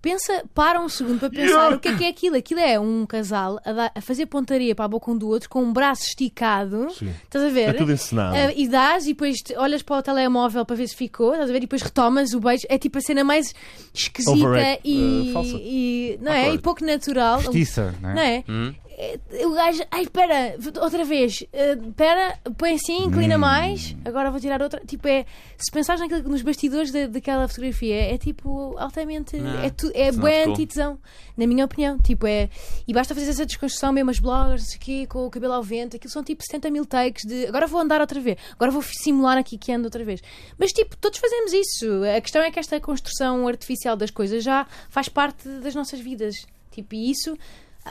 [SPEAKER 5] Pensa, para um segundo para pensar o que é que é aquilo. Aquilo é um casal a, dar- a fazer pontaria para a boca um do outro com um braço esticado. Estás a ver?
[SPEAKER 4] É tudo encenado.
[SPEAKER 5] Eh, e dás e depois te- olhas para o telemóvel para ver se ficou, estás a ver? E depois retomas o beijo. É tipo a cena mais esquisita
[SPEAKER 4] Overact-
[SPEAKER 5] e,
[SPEAKER 4] eh, falsa.
[SPEAKER 5] e- não é? E pouco natural.
[SPEAKER 2] Justiça, não é?
[SPEAKER 5] Não é? Eh, O gajo, ai, espera, v- outra vez, Eh, espera, põe assim, inclina mais, agora vou tirar outra. Tipo, é, se pensares naquilo, nos bastidores da- daquela fotografia, é tipo, altamente, é, tu, é
[SPEAKER 1] não
[SPEAKER 5] bué
[SPEAKER 1] ficou.
[SPEAKER 5] antitesão, na minha opinião. Tipo, é, e basta fazer essa desconstrução, mesmo as bloggers, não sei o quê, com o cabelo ao vento, aquilo são tipo 70 mil takes de agora vou andar outra vez, agora vou simular aqui que ando outra vez. Mas tipo, todos fazemos isso. A questão é que esta construção artificial das coisas já faz parte das nossas vidas. Tipo, e isso ah,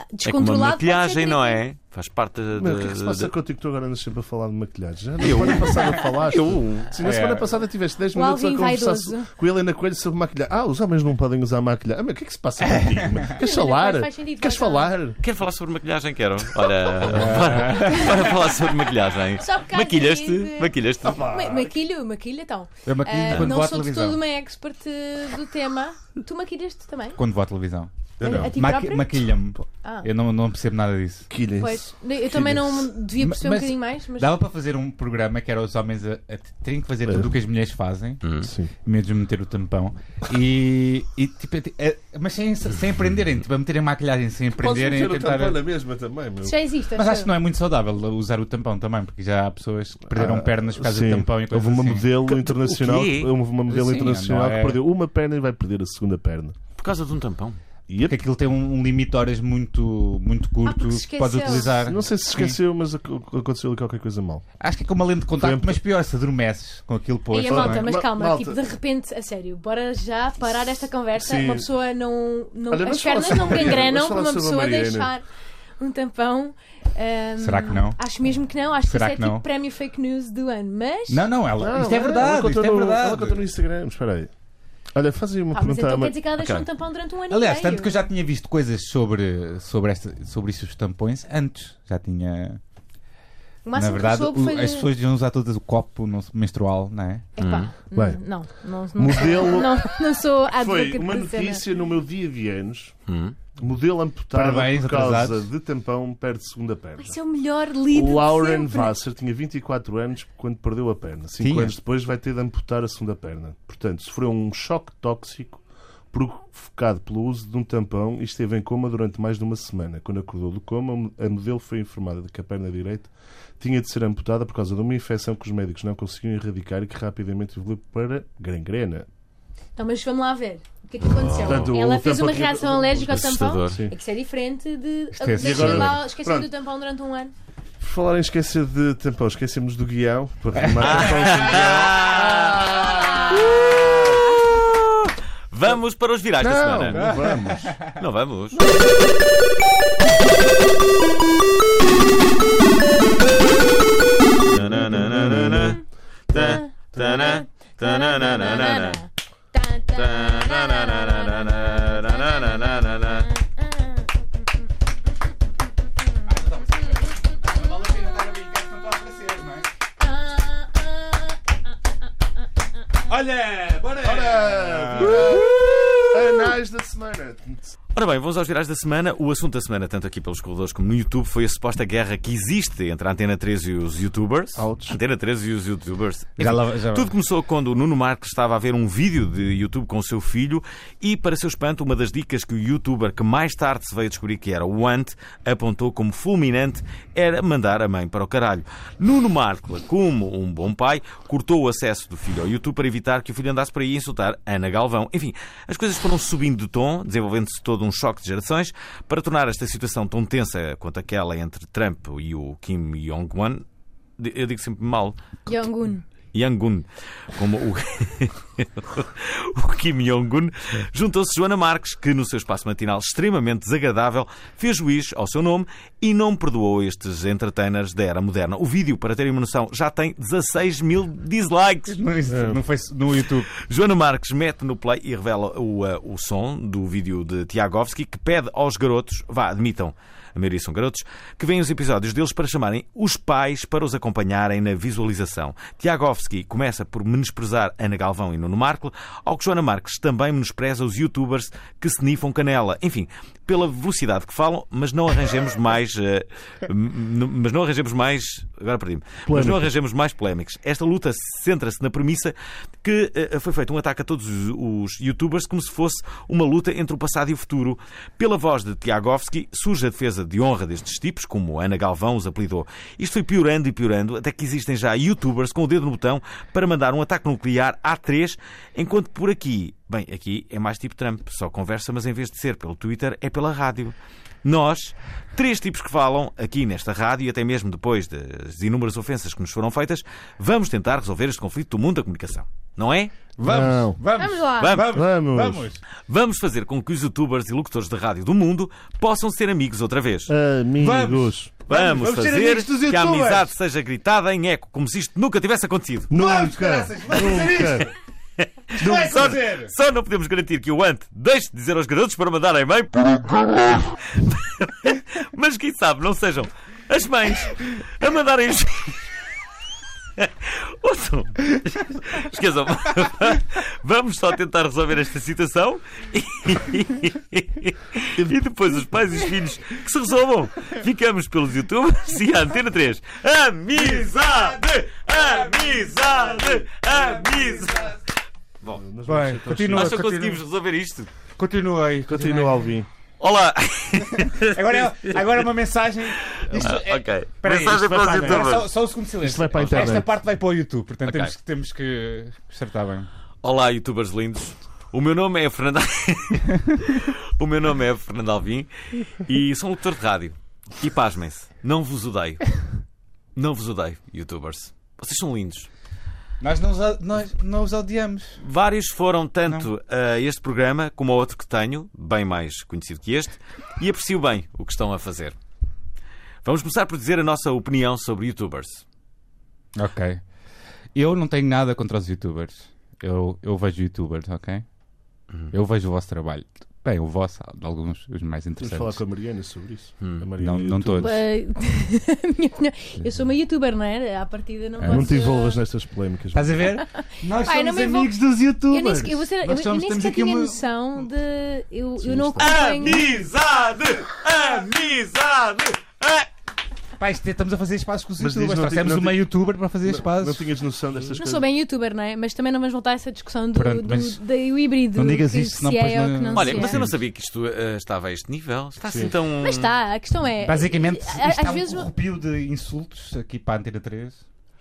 [SPEAKER 1] É como uma
[SPEAKER 5] descontrolado. pode ser
[SPEAKER 1] maquilhagem, não
[SPEAKER 5] perigoso.
[SPEAKER 1] é? Faz parte da.
[SPEAKER 4] Meu, o que é que se
[SPEAKER 1] da-
[SPEAKER 4] passa
[SPEAKER 1] da-
[SPEAKER 4] contigo que tu agora andas sempre a falar de maquilhagem? Já na semana passada falaste. Sim, na
[SPEAKER 2] É.
[SPEAKER 4] semana passada tiveste 10
[SPEAKER 5] O
[SPEAKER 4] minutos a
[SPEAKER 5] Alvin
[SPEAKER 4] conversar
[SPEAKER 5] vaidoso.
[SPEAKER 4] so- com a Helena Coelho sobre maquilhagem. Ah, os homens não podem usar maquilhagem. Ah, mas o que é que se passa contigo? Queres
[SPEAKER 5] Helena Coelho
[SPEAKER 4] falar?
[SPEAKER 5] faz sentido,
[SPEAKER 4] Queres
[SPEAKER 5] vai falar.
[SPEAKER 4] falar?
[SPEAKER 1] Quero falar sobre maquilhagem, quero. Ora, para, para falar sobre maquilhagem.
[SPEAKER 5] Só por causa
[SPEAKER 1] Maquilhaste?
[SPEAKER 5] de-
[SPEAKER 1] Maquilhaste?
[SPEAKER 5] Ma maquilho, maquilho então.
[SPEAKER 2] Eu maquilho
[SPEAKER 5] Ah,
[SPEAKER 2] quando
[SPEAKER 5] não
[SPEAKER 2] vou à
[SPEAKER 5] sou de
[SPEAKER 2] televisão.
[SPEAKER 5] todo uma expert eh, do tema. Tu maquilhaste também?
[SPEAKER 2] Quando vou à televisão.
[SPEAKER 5] A ti
[SPEAKER 2] Maqui-
[SPEAKER 5] própria?
[SPEAKER 2] Maquilha-me.
[SPEAKER 5] Ah,
[SPEAKER 2] Eu não, não percebo nada disso.
[SPEAKER 5] pois. Eu também não devia perceber um
[SPEAKER 2] Mas-
[SPEAKER 5] bocadinho mais, mas
[SPEAKER 2] Dava para fazer um programa que era os homens a, a terem que fazer tudo o que as mulheres fazem,
[SPEAKER 1] Hum.
[SPEAKER 4] Sim.
[SPEAKER 2] mesmo meter o tampão, e, e, tipo, é- é- mas sem, sem aprenderem, tipo, a meterem maquilhagem sem
[SPEAKER 4] Posso
[SPEAKER 2] aprenderem.
[SPEAKER 4] meter o
[SPEAKER 2] tentar-
[SPEAKER 4] tampão na mesma também, meu.
[SPEAKER 5] isso já existe.
[SPEAKER 2] Mas
[SPEAKER 5] acho
[SPEAKER 2] acho que não é muito saudável usar o tampão também, porque já há pessoas que perderam pernas por causa
[SPEAKER 4] Ah, Sim.
[SPEAKER 2] do tampão e coisas
[SPEAKER 4] Houve uma
[SPEAKER 2] assim.
[SPEAKER 4] modelo internacional,
[SPEAKER 1] o quê?
[SPEAKER 4] houve uma modelo
[SPEAKER 2] Sim,
[SPEAKER 4] internacional
[SPEAKER 2] não é-
[SPEAKER 4] que perdeu uma perna e vai perder a segunda perna.
[SPEAKER 1] Por causa de um tampão.
[SPEAKER 4] E
[SPEAKER 2] Porque aquilo tem um, um limite de horas muito, muito curto
[SPEAKER 5] Ah, porque se
[SPEAKER 2] que é que pode
[SPEAKER 5] esqueceu.
[SPEAKER 2] utilizar.
[SPEAKER 4] não sei se esqueceu, mas ac- aconteceu-lhe qualquer coisa mal.
[SPEAKER 2] Acho que é com uma lente de
[SPEAKER 4] Foi
[SPEAKER 2] contato,
[SPEAKER 4] um-
[SPEAKER 2] mas pior se adormeces com aquilo posto. é?
[SPEAKER 5] Ei,
[SPEAKER 4] Pois,
[SPEAKER 5] malta,
[SPEAKER 4] também.
[SPEAKER 5] mas
[SPEAKER 4] Ma-
[SPEAKER 5] calma,
[SPEAKER 4] malta.
[SPEAKER 5] tipo, de repente, a sério, bora já parar esta conversa.
[SPEAKER 4] Sim.
[SPEAKER 5] Uma pessoa não. não
[SPEAKER 4] Olha,
[SPEAKER 5] as
[SPEAKER 4] vamos
[SPEAKER 5] pernas
[SPEAKER 4] falar sobre
[SPEAKER 5] não
[SPEAKER 4] a Mariana,
[SPEAKER 5] gangrenam
[SPEAKER 4] vamos
[SPEAKER 5] para
[SPEAKER 4] falar
[SPEAKER 5] uma
[SPEAKER 4] sobre a
[SPEAKER 5] pessoa
[SPEAKER 4] Mariana.
[SPEAKER 5] deixar um tampão. Ahm,
[SPEAKER 2] Será que não?
[SPEAKER 5] Acho mesmo que não, acho
[SPEAKER 2] Será
[SPEAKER 5] que
[SPEAKER 2] que
[SPEAKER 5] isso é
[SPEAKER 2] não?
[SPEAKER 5] tipo prémio fake news do ano, mas.
[SPEAKER 2] Não, não, ela.
[SPEAKER 4] Não,
[SPEAKER 2] isto é
[SPEAKER 4] ela- ela
[SPEAKER 2] verdade, isto é
[SPEAKER 4] contou no- Ela
[SPEAKER 2] verdade.
[SPEAKER 4] contou no Instagram, espera aí. Olha, faz aí uma
[SPEAKER 5] Ah, mas
[SPEAKER 4] pergunta. à
[SPEAKER 5] então
[SPEAKER 4] Ma-
[SPEAKER 5] quer dizer que ela deixou
[SPEAKER 1] Ok.
[SPEAKER 5] um tampão durante um ano
[SPEAKER 2] Aliás,
[SPEAKER 5] e meio.
[SPEAKER 2] tanto que eu já tinha visto coisas sobre, sobre, esta, sobre isso dos tampões antes. Já tinha.
[SPEAKER 5] O
[SPEAKER 2] Na
[SPEAKER 5] máximo
[SPEAKER 2] verdade,
[SPEAKER 5] que eu soube
[SPEAKER 2] o-
[SPEAKER 5] foi.
[SPEAKER 2] as pessoas deviam usar todas o copo não, se- menstrual, não é?
[SPEAKER 5] Epá,
[SPEAKER 4] Bem.
[SPEAKER 5] não, não, não,
[SPEAKER 4] Modelo-
[SPEAKER 5] não, não sou advocate
[SPEAKER 4] Foi uma
[SPEAKER 5] da cena.
[SPEAKER 4] notícia no meu dia de anos. Modelo amputado
[SPEAKER 2] Parabéns,
[SPEAKER 4] por causa
[SPEAKER 2] atrasados.
[SPEAKER 4] de tampão perde segunda perna.
[SPEAKER 5] Isso é o melhor lead de
[SPEAKER 4] Lauren
[SPEAKER 5] sempre.
[SPEAKER 4] Vassar tinha 24 anos quando perdeu a perna. Cinco
[SPEAKER 2] Tinha.
[SPEAKER 4] anos depois vai ter de amputar a segunda perna. Portanto, sofreu um choque tóxico provocado pelo uso de um tampão e esteve em coma durante mais de uma semana. Quando acordou do coma, a modelo foi informada de que a perna direita tinha de ser amputada por causa de uma infecção que os médicos não conseguiam erradicar e que rapidamente evoluiu para gangrena.
[SPEAKER 5] Então, mas vamos lá ver. O que é que aconteceu?
[SPEAKER 4] Portanto,
[SPEAKER 5] ela
[SPEAKER 4] o
[SPEAKER 5] fez
[SPEAKER 4] tampão
[SPEAKER 5] uma
[SPEAKER 4] tinha-
[SPEAKER 5] reação alérgica ao tampão.
[SPEAKER 1] Assustador.
[SPEAKER 4] Sim.
[SPEAKER 5] É que isso é diferente de.
[SPEAKER 2] é
[SPEAKER 5] Deixa
[SPEAKER 2] assustador.
[SPEAKER 5] lá, esqueci
[SPEAKER 4] Pronto.
[SPEAKER 5] do tampão durante um ano.
[SPEAKER 4] Por falar em esquecer de tampão, esquecemos do guião para retomar
[SPEAKER 1] Ah!
[SPEAKER 4] Ah!
[SPEAKER 1] Vamos para os virais da
[SPEAKER 4] Não, Ah!
[SPEAKER 1] semana.
[SPEAKER 4] não vamos.
[SPEAKER 1] Não vamos. Tananana. Tan- tana- tananana. Tananana.
[SPEAKER 2] Olha! Bora!
[SPEAKER 4] Anais da semana.
[SPEAKER 1] Ora bem, vamos aos virais da semana. O assunto da semana, tanto aqui pelos corredores como no YouTube, foi a suposta guerra que existe entre a Antena 13 e os youtubers.
[SPEAKER 4] Ouch.
[SPEAKER 1] Antena 13 e os youtubers.
[SPEAKER 2] Já lá- já-
[SPEAKER 1] Tudo começou quando o Nuno Marques estava a ver um vídeo de YouTube com o seu filho e, para seu espanto, uma das dicas que o youtuber que mais tarde se veio descobrir que era o Ant apontou como fulminante era mandar a mãe para o caralho. Nuno Marques, como um bom pai, cortou o acesso do filho ao YouTube para evitar que o filho andasse por aí a insultar Ana Galvão. Enfim, as coisas foram subindo de tom, desenvolvendo-se todo um choque de gerações. Para tornar esta situação tão tensa quanto aquela entre Trump e o Kim Jong-un, eu digo sempre mal,
[SPEAKER 5] Yongun.
[SPEAKER 1] Yangun, como o, o Kim Jong-un, juntou-se Joana Marques, que no seu espaço matinal extremamente desagradável fez juiz ao seu nome e não perdoou estes entertainers da era moderna. O vídeo, para terem uma noção, já tem 16 mil dislikes.
[SPEAKER 2] No,
[SPEAKER 4] É.
[SPEAKER 2] no, Face- no YouTube.
[SPEAKER 1] Joana Marques mete no play e revela o, eh, o som do vídeo de Tiagovski que pede aos garotos, vá, admitam, a maioria são garotos, que veem os episódios deles para chamarem os pais para os acompanharem na visualização. Tiagovski começa por menosprezar Ana Galvão e Nuno Marco, ao que Joana Marques também menospreza os youtubers que se nifam canela. Enfim, pela velocidade que falam, mas não arranjemos mais. eh, m- n- mas não arranjemos mais. Agora perdi-me. Mas não arranjemos mais polémicas. Esta luta centra-se na premissa que eh, foi feito um ataque a todos os- os youtubers como se fosse uma luta entre o passado e o futuro. Pela voz de Tiagovski surge a defesa de honra destes tipos, como Ana Galvão os apelidou. Isto foi piorando e piorando, até que existem já youtubers com o dedo no botão para mandar um ataque nuclear a três, enquanto por aqui, bem, aqui é mais tipo Trump, só conversa, mas em vez de ser pelo Twitter, é pela rádio. Nós, três tipos que falam aqui nesta rádio e até mesmo depois das inúmeras ofensas que nos foram feitas, vamos tentar resolver este conflito do mundo da comunicação. Não é?
[SPEAKER 2] Vamos,
[SPEAKER 4] Não.
[SPEAKER 2] vamos.
[SPEAKER 5] Vamos lá.
[SPEAKER 1] Vamos.
[SPEAKER 4] Vamos.
[SPEAKER 2] Vamos.
[SPEAKER 1] Vamos fazer com que os youtubers e locutores de rádio do mundo possam ser amigos outra vez.
[SPEAKER 4] Amigos.
[SPEAKER 1] Vamos,
[SPEAKER 2] vamos ser
[SPEAKER 1] fazer
[SPEAKER 2] amigos dos
[SPEAKER 1] que a
[SPEAKER 2] youtubers.
[SPEAKER 1] amizade seja gritada em eco, como se isto nunca tivesse acontecido.
[SPEAKER 2] Vamos,
[SPEAKER 4] Nunca.
[SPEAKER 2] caraças, vamos fazer
[SPEAKER 4] Nunca.
[SPEAKER 2] Vai
[SPEAKER 1] Só,
[SPEAKER 2] fazer.
[SPEAKER 1] só não podemos garantir que o Ant deixe de dizer aos garotos para mandarem bem. Mas quem sabe não sejam as mães a mandarem os. Ouçam. Esqueçam. Vamos só tentar resolver esta situação e depois os pais e os filhos que se resolvam. Ficamos pelos youtubers e a Antena 3. Amizade! Amizade! Amizade!
[SPEAKER 2] Bem, continua,
[SPEAKER 1] Acham que conseguimos
[SPEAKER 2] continua,
[SPEAKER 1] resolver isto?
[SPEAKER 2] continua aí.
[SPEAKER 4] Continua, Alvin.
[SPEAKER 1] Olá!
[SPEAKER 2] Agora, é- agora é uma mensagem. Isto é-
[SPEAKER 1] Ah, ok.
[SPEAKER 2] Peraí,
[SPEAKER 1] Mensagem para os
[SPEAKER 2] isto vai para a agenda. Só,
[SPEAKER 1] youtubers.
[SPEAKER 2] só o segundo silêncio.
[SPEAKER 4] vai para a internet.
[SPEAKER 2] Esta parte vai para o YouTube, portanto
[SPEAKER 1] Ok.
[SPEAKER 2] temos, que- temos que acertar bem.
[SPEAKER 1] Olá, youtubers lindos. O meu nome é Fernando. o meu nome é Fernando Alvim e sou um locutor de rádio. E pasmem-se, não vos odeio. Não vos odeio, youtubers. Vocês são lindos.
[SPEAKER 2] Nós não os, nós não os odiamos.
[SPEAKER 1] Vários foram tanto a este programa como a outro que tenho, bem mais conhecido que este, e aprecio bem o que estão a fazer. Vamos começar por dizer a nossa opinião sobre youtubers.
[SPEAKER 2] Ok. Eu não tenho nada contra os youtubers. Eu, eu vejo youtubers, ok? Eu vejo o vosso trabalho. Bem, o vosso, de alguns, os mais
[SPEAKER 4] Vamos falar
[SPEAKER 2] interessantes.
[SPEAKER 4] com a Mariana sobre isso. A Mariana
[SPEAKER 2] Não,
[SPEAKER 4] é
[SPEAKER 2] não
[SPEAKER 4] tu.
[SPEAKER 2] todos.
[SPEAKER 5] Eh, minha opinião. Eu sou uma youtuber, não é? À partida não posso.
[SPEAKER 4] Não te envolvas nestas polémicas.
[SPEAKER 2] Estás a ver? Nós
[SPEAKER 5] Ai, não
[SPEAKER 2] somos
[SPEAKER 5] me envolvo.
[SPEAKER 2] amigos dos youtubers.
[SPEAKER 5] Eu nem sequer, eu vou ser, eu,
[SPEAKER 2] Nós
[SPEAKER 5] eu
[SPEAKER 2] somos-
[SPEAKER 5] nem
[SPEAKER 2] temos
[SPEAKER 5] sequer
[SPEAKER 2] aqui
[SPEAKER 5] tinha
[SPEAKER 2] uma- Ah,
[SPEAKER 5] noção de. Eu, eu não
[SPEAKER 4] está.
[SPEAKER 5] acompanho.
[SPEAKER 1] Amizade! Amizade! Ah!
[SPEAKER 2] Pá, isto- estamos a fazer espaço com os
[SPEAKER 4] Mas diz,
[SPEAKER 2] youtubers.
[SPEAKER 4] não ti-
[SPEAKER 2] Trouxemos
[SPEAKER 4] não ti-
[SPEAKER 2] uma youtuber para fazer
[SPEAKER 4] Não,
[SPEAKER 2] espaço.
[SPEAKER 4] não tinhas noção destas
[SPEAKER 5] Não
[SPEAKER 4] coisas.
[SPEAKER 5] sou bem youtuber, não é? Mas também não vamos voltar a essa discussão do,
[SPEAKER 2] Pronto,
[SPEAKER 5] do,
[SPEAKER 2] mas-
[SPEAKER 5] do híbrido.
[SPEAKER 2] Não digas
[SPEAKER 5] que
[SPEAKER 2] isto,
[SPEAKER 5] se
[SPEAKER 2] senão
[SPEAKER 5] é
[SPEAKER 2] depois
[SPEAKER 5] ou
[SPEAKER 2] não-
[SPEAKER 5] que não
[SPEAKER 1] Olha,
[SPEAKER 5] se
[SPEAKER 1] mas
[SPEAKER 5] é.
[SPEAKER 1] eu não sabia que isto eh, estava a este nível. Está assim
[SPEAKER 4] Sim.
[SPEAKER 1] tão.
[SPEAKER 5] Mas está, a questão é.
[SPEAKER 2] Basicamente,
[SPEAKER 5] a-
[SPEAKER 2] isto
[SPEAKER 5] às
[SPEAKER 2] há
[SPEAKER 5] vezes.
[SPEAKER 2] um corrupio de insultos aqui para a Antena 3.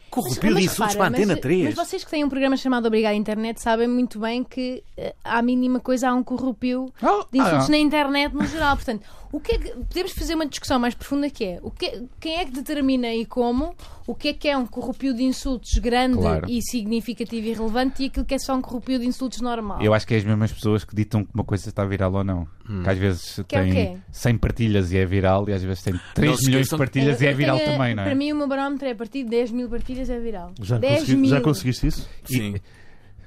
[SPEAKER 1] Corrupio de
[SPEAKER 5] mas
[SPEAKER 1] insultos
[SPEAKER 5] repara,
[SPEAKER 1] para a Antena
[SPEAKER 5] mas,
[SPEAKER 1] 3.
[SPEAKER 5] Mas vocês que têm um programa chamado Obrigado à Internet sabem muito bem que eh, à mínima coisa há um corrupio
[SPEAKER 2] Oh,
[SPEAKER 5] de insultos
[SPEAKER 2] ah,
[SPEAKER 5] na internet no geral. Portanto, o que é que- podemos fazer uma discussão mais profunda que é o que, quem é que determina e como o que é que é um corrupio de insultos grande
[SPEAKER 2] Claro.
[SPEAKER 5] e significativo e relevante e aquilo que é só um corrupio de insultos normal.
[SPEAKER 2] Eu acho que é as mesmas pessoas que ditam que uma coisa está viral ou não.
[SPEAKER 1] Hum.
[SPEAKER 2] Que às vezes
[SPEAKER 5] Que é o
[SPEAKER 2] tem
[SPEAKER 5] quê?
[SPEAKER 2] 100 partilhas e é viral, e às vezes tem 3
[SPEAKER 1] se
[SPEAKER 2] milhões
[SPEAKER 1] esqueçam-
[SPEAKER 2] de partilhas e é
[SPEAKER 5] Eu
[SPEAKER 2] viral
[SPEAKER 5] tenho-
[SPEAKER 2] também, não
[SPEAKER 5] Para
[SPEAKER 2] é?
[SPEAKER 5] mim, o meu barómetro é a partir de 10 mil partilhas é viral.
[SPEAKER 4] Já,
[SPEAKER 5] 10
[SPEAKER 4] consegui-
[SPEAKER 5] mil.
[SPEAKER 4] já conseguiste isso?
[SPEAKER 1] Sim.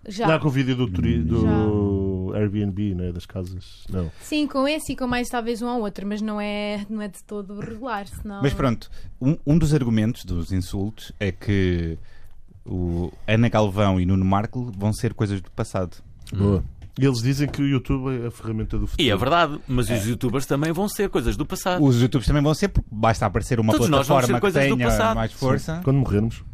[SPEAKER 5] Já.
[SPEAKER 4] Já com o vídeo do, turi- do Airbnb, né? Das casas. Não.
[SPEAKER 5] Sim, com esse e com mais talvez um ao outro, mas não é, não é de todo regular. Senão...
[SPEAKER 2] Mas pronto, um, um dos argumentos dos insultos é que o Ana Galvão e Nuno Marco vão ser coisas do passado.
[SPEAKER 4] Boa. E eles dizem que o YouTube é a ferramenta do futuro.
[SPEAKER 1] E é verdade, mas os youtubers também vão ser coisas do passado.
[SPEAKER 2] Os YouTubes também vão ser, porque basta aparecer uma
[SPEAKER 1] Todos nós vamos ser
[SPEAKER 2] plataforma que
[SPEAKER 1] coisas do
[SPEAKER 2] tenha
[SPEAKER 1] passado.
[SPEAKER 2] mais força.
[SPEAKER 4] Quando morrermos.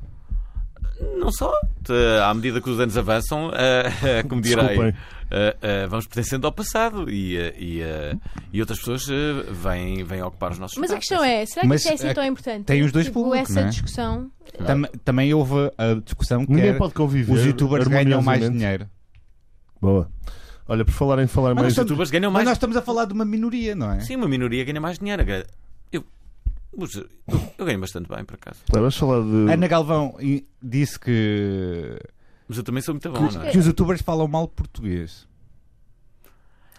[SPEAKER 1] Não só. eh, À medida que os anos avançam, eh, eh, como direi,
[SPEAKER 4] Desculpem.
[SPEAKER 1] eh, eh, vamos pertencendo ao passado e, eh, e, eh, e outras pessoas eh, vêm, vêm ocupar os nossos
[SPEAKER 5] Mas a
[SPEAKER 1] lugares.
[SPEAKER 5] questão é, será que
[SPEAKER 2] Mas,
[SPEAKER 5] isto é assim
[SPEAKER 2] é,
[SPEAKER 5] tão importante?
[SPEAKER 2] tem os dois
[SPEAKER 5] tipo,
[SPEAKER 2] públicos,
[SPEAKER 5] essa
[SPEAKER 2] não é?
[SPEAKER 5] discussão.
[SPEAKER 2] Tam- também houve a discussão que
[SPEAKER 4] Ninguém
[SPEAKER 2] era
[SPEAKER 4] pode conviver.
[SPEAKER 2] os youtubers ganham mais
[SPEAKER 4] harmoniosamente.
[SPEAKER 2] dinheiro.
[SPEAKER 4] Boa. Olha, por falar em falar
[SPEAKER 2] Mas
[SPEAKER 4] mais.
[SPEAKER 1] Os youtubers ganham
[SPEAKER 2] Mas
[SPEAKER 1] mais.
[SPEAKER 2] nós estamos a falar de uma minoria, não é?
[SPEAKER 1] Sim, uma minoria ganha mais dinheiro. Eu, eu, eu ganho bastante bem, por acaso.
[SPEAKER 4] Vamos falar de.
[SPEAKER 2] Ana Galvão i- disse que
[SPEAKER 1] Mas eu também sou muito bom,
[SPEAKER 2] Que,
[SPEAKER 1] não é?
[SPEAKER 2] que os youtubers falam mal português.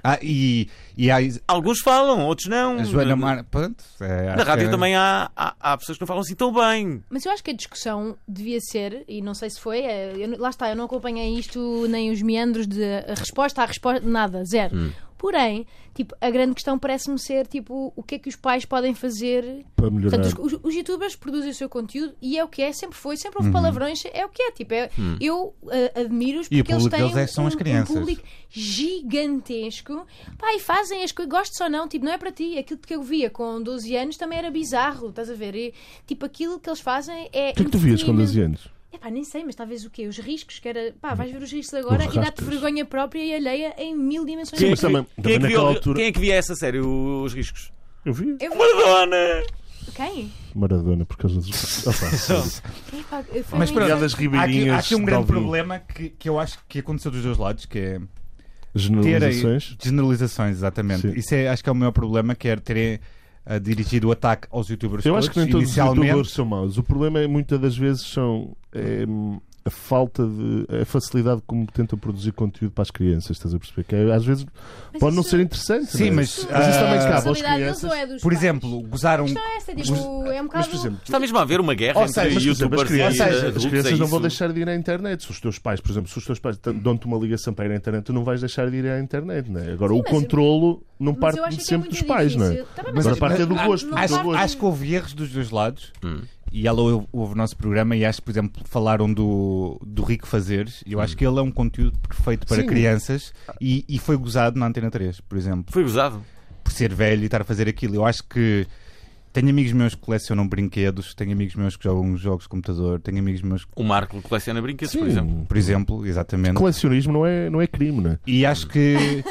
[SPEAKER 2] Ah, e, e há a
[SPEAKER 1] Alguns falam, outros não.
[SPEAKER 2] Joana
[SPEAKER 1] Na-
[SPEAKER 2] Mar... Pronto, é,
[SPEAKER 1] Uhum. Na
[SPEAKER 2] acho
[SPEAKER 1] rádio
[SPEAKER 2] que é-
[SPEAKER 1] também há, há, há pessoas que não falam assim tão bem.
[SPEAKER 5] Mas eu acho que a discussão devia ser, e não sei se foi, eh, eu não- lá está, eu não acompanhei isto nem os meandros de a resposta à resposta, nada, zero.
[SPEAKER 2] Hum.
[SPEAKER 5] Porém, tipo, a grande questão parece-me ser tipo, o que é que os pais podem fazer
[SPEAKER 4] para melhorar. é
[SPEAKER 5] Portanto, os, os- os youtubers produzem o seu conteúdo e é o que é, sempre foi, sempre
[SPEAKER 4] Uhum.
[SPEAKER 5] houve palavrões, é o que é. Tipo, é- eu ah, admiro-os
[SPEAKER 2] E o
[SPEAKER 5] porque eles
[SPEAKER 2] público
[SPEAKER 5] têm
[SPEAKER 2] deles é- são
[SPEAKER 5] um,
[SPEAKER 2] as crianças.
[SPEAKER 5] um público gigantesco pá, e fazem as coisas, gostes ou não, tipo, não é para ti. Aquilo que eu via com 12 anos também era bizarro, estás a ver? E, tipo, aquilo que eles fazem é.
[SPEAKER 4] O que é que tu vias com 12 anos?
[SPEAKER 5] Epá, nem sei, mas talvez o quê? Os riscos, que era. Pá, vais ver os riscos agora e dá-te
[SPEAKER 4] rastros.
[SPEAKER 5] vergonha própria e alheia em mil dimensões.
[SPEAKER 4] Sim, mas também,
[SPEAKER 1] Quem é,
[SPEAKER 4] também
[SPEAKER 1] que
[SPEAKER 4] naquela
[SPEAKER 1] viu,
[SPEAKER 4] altura.
[SPEAKER 1] quem é que via essa série, o- os riscos?
[SPEAKER 4] Eu vi
[SPEAKER 5] Eu vi.
[SPEAKER 1] Maradona!
[SPEAKER 5] Quem?
[SPEAKER 4] tipo Maradona por causa dos. Opa, sério.
[SPEAKER 5] Epá, foi
[SPEAKER 2] Mas
[SPEAKER 5] um
[SPEAKER 2] pronto.
[SPEAKER 5] episódio-
[SPEAKER 4] Piadas
[SPEAKER 2] Há aqui,
[SPEAKER 4] ribeirinhas.
[SPEAKER 2] há aqui um
[SPEAKER 4] de
[SPEAKER 2] grande
[SPEAKER 4] Alvim.
[SPEAKER 2] problema que, que eu acho que aconteceu dos dois lados, que é terem
[SPEAKER 4] Generalizações.
[SPEAKER 2] generalizações, exatamente.
[SPEAKER 4] Sim.
[SPEAKER 2] Isso é, acho que é o maior problema, que é terem ah, dirigido o ataque aos youtubers
[SPEAKER 4] Eu
[SPEAKER 2] todos,
[SPEAKER 4] acho que nem todos os
[SPEAKER 2] inicialmente.
[SPEAKER 4] youtubers são maus. O problema é muitas das vezes são é, hum, a falta de. a facilidade como tentam produzir conteúdo para as crianças, estás a perceber? Que é, às vezes
[SPEAKER 5] Mas
[SPEAKER 4] pode não
[SPEAKER 5] isso-
[SPEAKER 4] ser interessante.
[SPEAKER 2] Sim,
[SPEAKER 4] não é?
[SPEAKER 2] mas,
[SPEAKER 4] Mas isso também
[SPEAKER 2] ah,
[SPEAKER 4] cabe às
[SPEAKER 5] responsabilidade deles
[SPEAKER 4] crianças.
[SPEAKER 5] ou é dos
[SPEAKER 2] Por
[SPEAKER 5] pais?
[SPEAKER 2] exemplo, gozaram...
[SPEAKER 5] Não é essa, tipo, é um
[SPEAKER 4] Mas,
[SPEAKER 5] bocado.
[SPEAKER 4] por exemplo,
[SPEAKER 1] Está mesmo a haver uma guerra
[SPEAKER 2] Ou
[SPEAKER 1] entre
[SPEAKER 2] seja, mas, por
[SPEAKER 1] youtubers
[SPEAKER 4] Mas, por exemplo, as
[SPEAKER 1] e
[SPEAKER 4] crianças,
[SPEAKER 1] adultos,
[SPEAKER 4] as crianças
[SPEAKER 1] é
[SPEAKER 4] não vão
[SPEAKER 1] isso?
[SPEAKER 4] deixar de ir à internet. Se os teus pais, por exemplo, se os teus pais t- dão-te uma ligação para ir à internet, tu não vais deixar de ir à internet, não é? Agora,
[SPEAKER 5] Sim,
[SPEAKER 4] o
[SPEAKER 5] mas eu-
[SPEAKER 4] controlo não
[SPEAKER 5] Mas
[SPEAKER 4] parte
[SPEAKER 5] eu acho que é
[SPEAKER 4] sempre
[SPEAKER 5] muito
[SPEAKER 4] dos pais, não é?
[SPEAKER 5] difícil. Tá bem,
[SPEAKER 2] Mas
[SPEAKER 4] Mas
[SPEAKER 2] a
[SPEAKER 4] a parte é do
[SPEAKER 5] não-
[SPEAKER 4] gosto.
[SPEAKER 5] não
[SPEAKER 4] do
[SPEAKER 5] parte- tipo,
[SPEAKER 4] gosto.
[SPEAKER 2] Acho, acho que houve erros dos dois lados. E ela ouve, ouve o nosso programa e acho, por exemplo, falaram do, do Rico Fazeres. Eu acho que ele é um conteúdo perfeito para
[SPEAKER 4] Sim.
[SPEAKER 2] crianças e, e foi gozado na Antena 3, por exemplo,
[SPEAKER 1] Foi gozado.
[SPEAKER 2] por ser velho e estar a fazer aquilo. Eu acho que tenho amigos meus que colecionam brinquedos, tenho amigos meus que jogam jogos de computador, tenho amigos meus que,
[SPEAKER 1] O Marco coleciona brinquedos, por
[SPEAKER 4] Sim.
[SPEAKER 1] exemplo.
[SPEAKER 2] por exemplo, exatamente.
[SPEAKER 4] Colecionismo não é, não é crime, não é?
[SPEAKER 2] E acho que,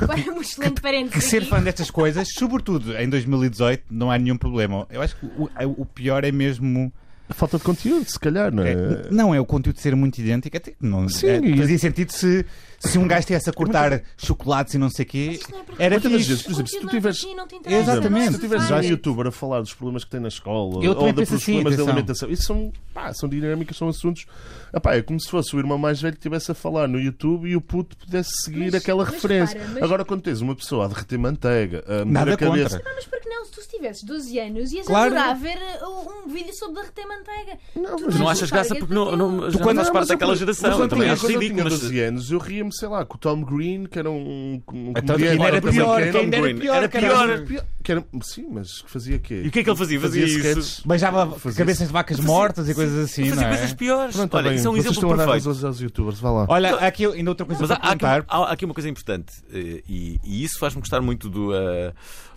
[SPEAKER 5] Agora um excelente parênteses
[SPEAKER 2] que ser
[SPEAKER 5] aqui.
[SPEAKER 2] fã destas coisas, sobretudo em 2018, não há nenhum problema. Eu acho que o, o pior é mesmo.
[SPEAKER 4] A falta de conteúdo, se calhar, não é?
[SPEAKER 2] É, não é o conteúdo ser muito idêntico, até que não
[SPEAKER 4] Sim,
[SPEAKER 2] é,
[SPEAKER 4] e-
[SPEAKER 2] fazia sentido se, se um gajo estivesse a cortar chocolates e não sei o quê.
[SPEAKER 5] Isto não é para
[SPEAKER 2] Era
[SPEAKER 4] Muitas das
[SPEAKER 2] fixe.
[SPEAKER 4] vezes, por exemplo, se tu
[SPEAKER 5] Conteúdo não é
[SPEAKER 4] tiveres.
[SPEAKER 5] para ti, não te interessa,
[SPEAKER 2] Exatamente.
[SPEAKER 5] não é
[SPEAKER 4] Se tu tiveres já um
[SPEAKER 5] necessário.
[SPEAKER 4] youtuber a falar dos problemas que tem na escola
[SPEAKER 2] Eu também
[SPEAKER 4] ou da- dos
[SPEAKER 2] penso assim,
[SPEAKER 4] problemas
[SPEAKER 2] atenção.
[SPEAKER 4] da alimentação, isso são, pá, são dinâmicas, são assuntos. Ah, pá, é como se fosse o irmão mais velho que estivesse a falar no YouTube e o puto pudesse seguir
[SPEAKER 5] Mas-
[SPEAKER 4] aquela
[SPEAKER 5] mas
[SPEAKER 4] referência.
[SPEAKER 5] repara, mas-
[SPEAKER 4] Agora, quando tens uma pessoa a derreter manteiga, a meter
[SPEAKER 2] Nada
[SPEAKER 4] a cabeça,
[SPEAKER 2] contra.
[SPEAKER 5] Não, mas porque não? Se tu tivesses 12 anos, ias
[SPEAKER 2] Claro.
[SPEAKER 5] adorar ver uh, um vídeo sobre derreter manteiga. Não,
[SPEAKER 1] Mas não achas graça porque
[SPEAKER 2] é
[SPEAKER 1] não, não, já não
[SPEAKER 2] quando-
[SPEAKER 1] faz
[SPEAKER 4] Não,
[SPEAKER 1] parte
[SPEAKER 4] mas eu-
[SPEAKER 1] daquela
[SPEAKER 4] mas
[SPEAKER 1] geração. Eu
[SPEAKER 4] quando
[SPEAKER 1] também
[SPEAKER 4] tinha-
[SPEAKER 1] acho
[SPEAKER 4] quando eu tinha
[SPEAKER 1] ridículo, mas
[SPEAKER 4] 12 anos, eu ria-me, sei lá, com o Tom Green, que era um. um
[SPEAKER 2] Então,
[SPEAKER 4] comediante
[SPEAKER 2] ainda era
[SPEAKER 4] também,
[SPEAKER 2] pior,
[SPEAKER 4] que um
[SPEAKER 2] que ainda era
[SPEAKER 1] Green.
[SPEAKER 2] pior,
[SPEAKER 1] Era
[SPEAKER 2] caralho.
[SPEAKER 1] pior.
[SPEAKER 4] que era- Sim, mas que fazia quê?
[SPEAKER 1] E o que é que ele fazia? Fazia isso.
[SPEAKER 4] sketches.
[SPEAKER 2] Beijava
[SPEAKER 4] Fazia
[SPEAKER 2] cabeças de vacas mortas e coisas assim,
[SPEAKER 1] fazia
[SPEAKER 2] não é?
[SPEAKER 1] coisas piores.
[SPEAKER 4] Pronto, tá
[SPEAKER 1] Olha,
[SPEAKER 4] bem.
[SPEAKER 1] isso é um
[SPEAKER 4] Vocês
[SPEAKER 1] exemplo
[SPEAKER 4] estão a dar
[SPEAKER 1] perfeito.
[SPEAKER 4] aos, aos youtubers, vá lá.
[SPEAKER 2] Olha, há aqui ainda outra coisa
[SPEAKER 1] Mas há,
[SPEAKER 2] para
[SPEAKER 1] há aqui, um
[SPEAKER 2] perguntar.
[SPEAKER 1] há- há aqui uma coisa importante eh, e, e isso faz-me gostar muito do, eh,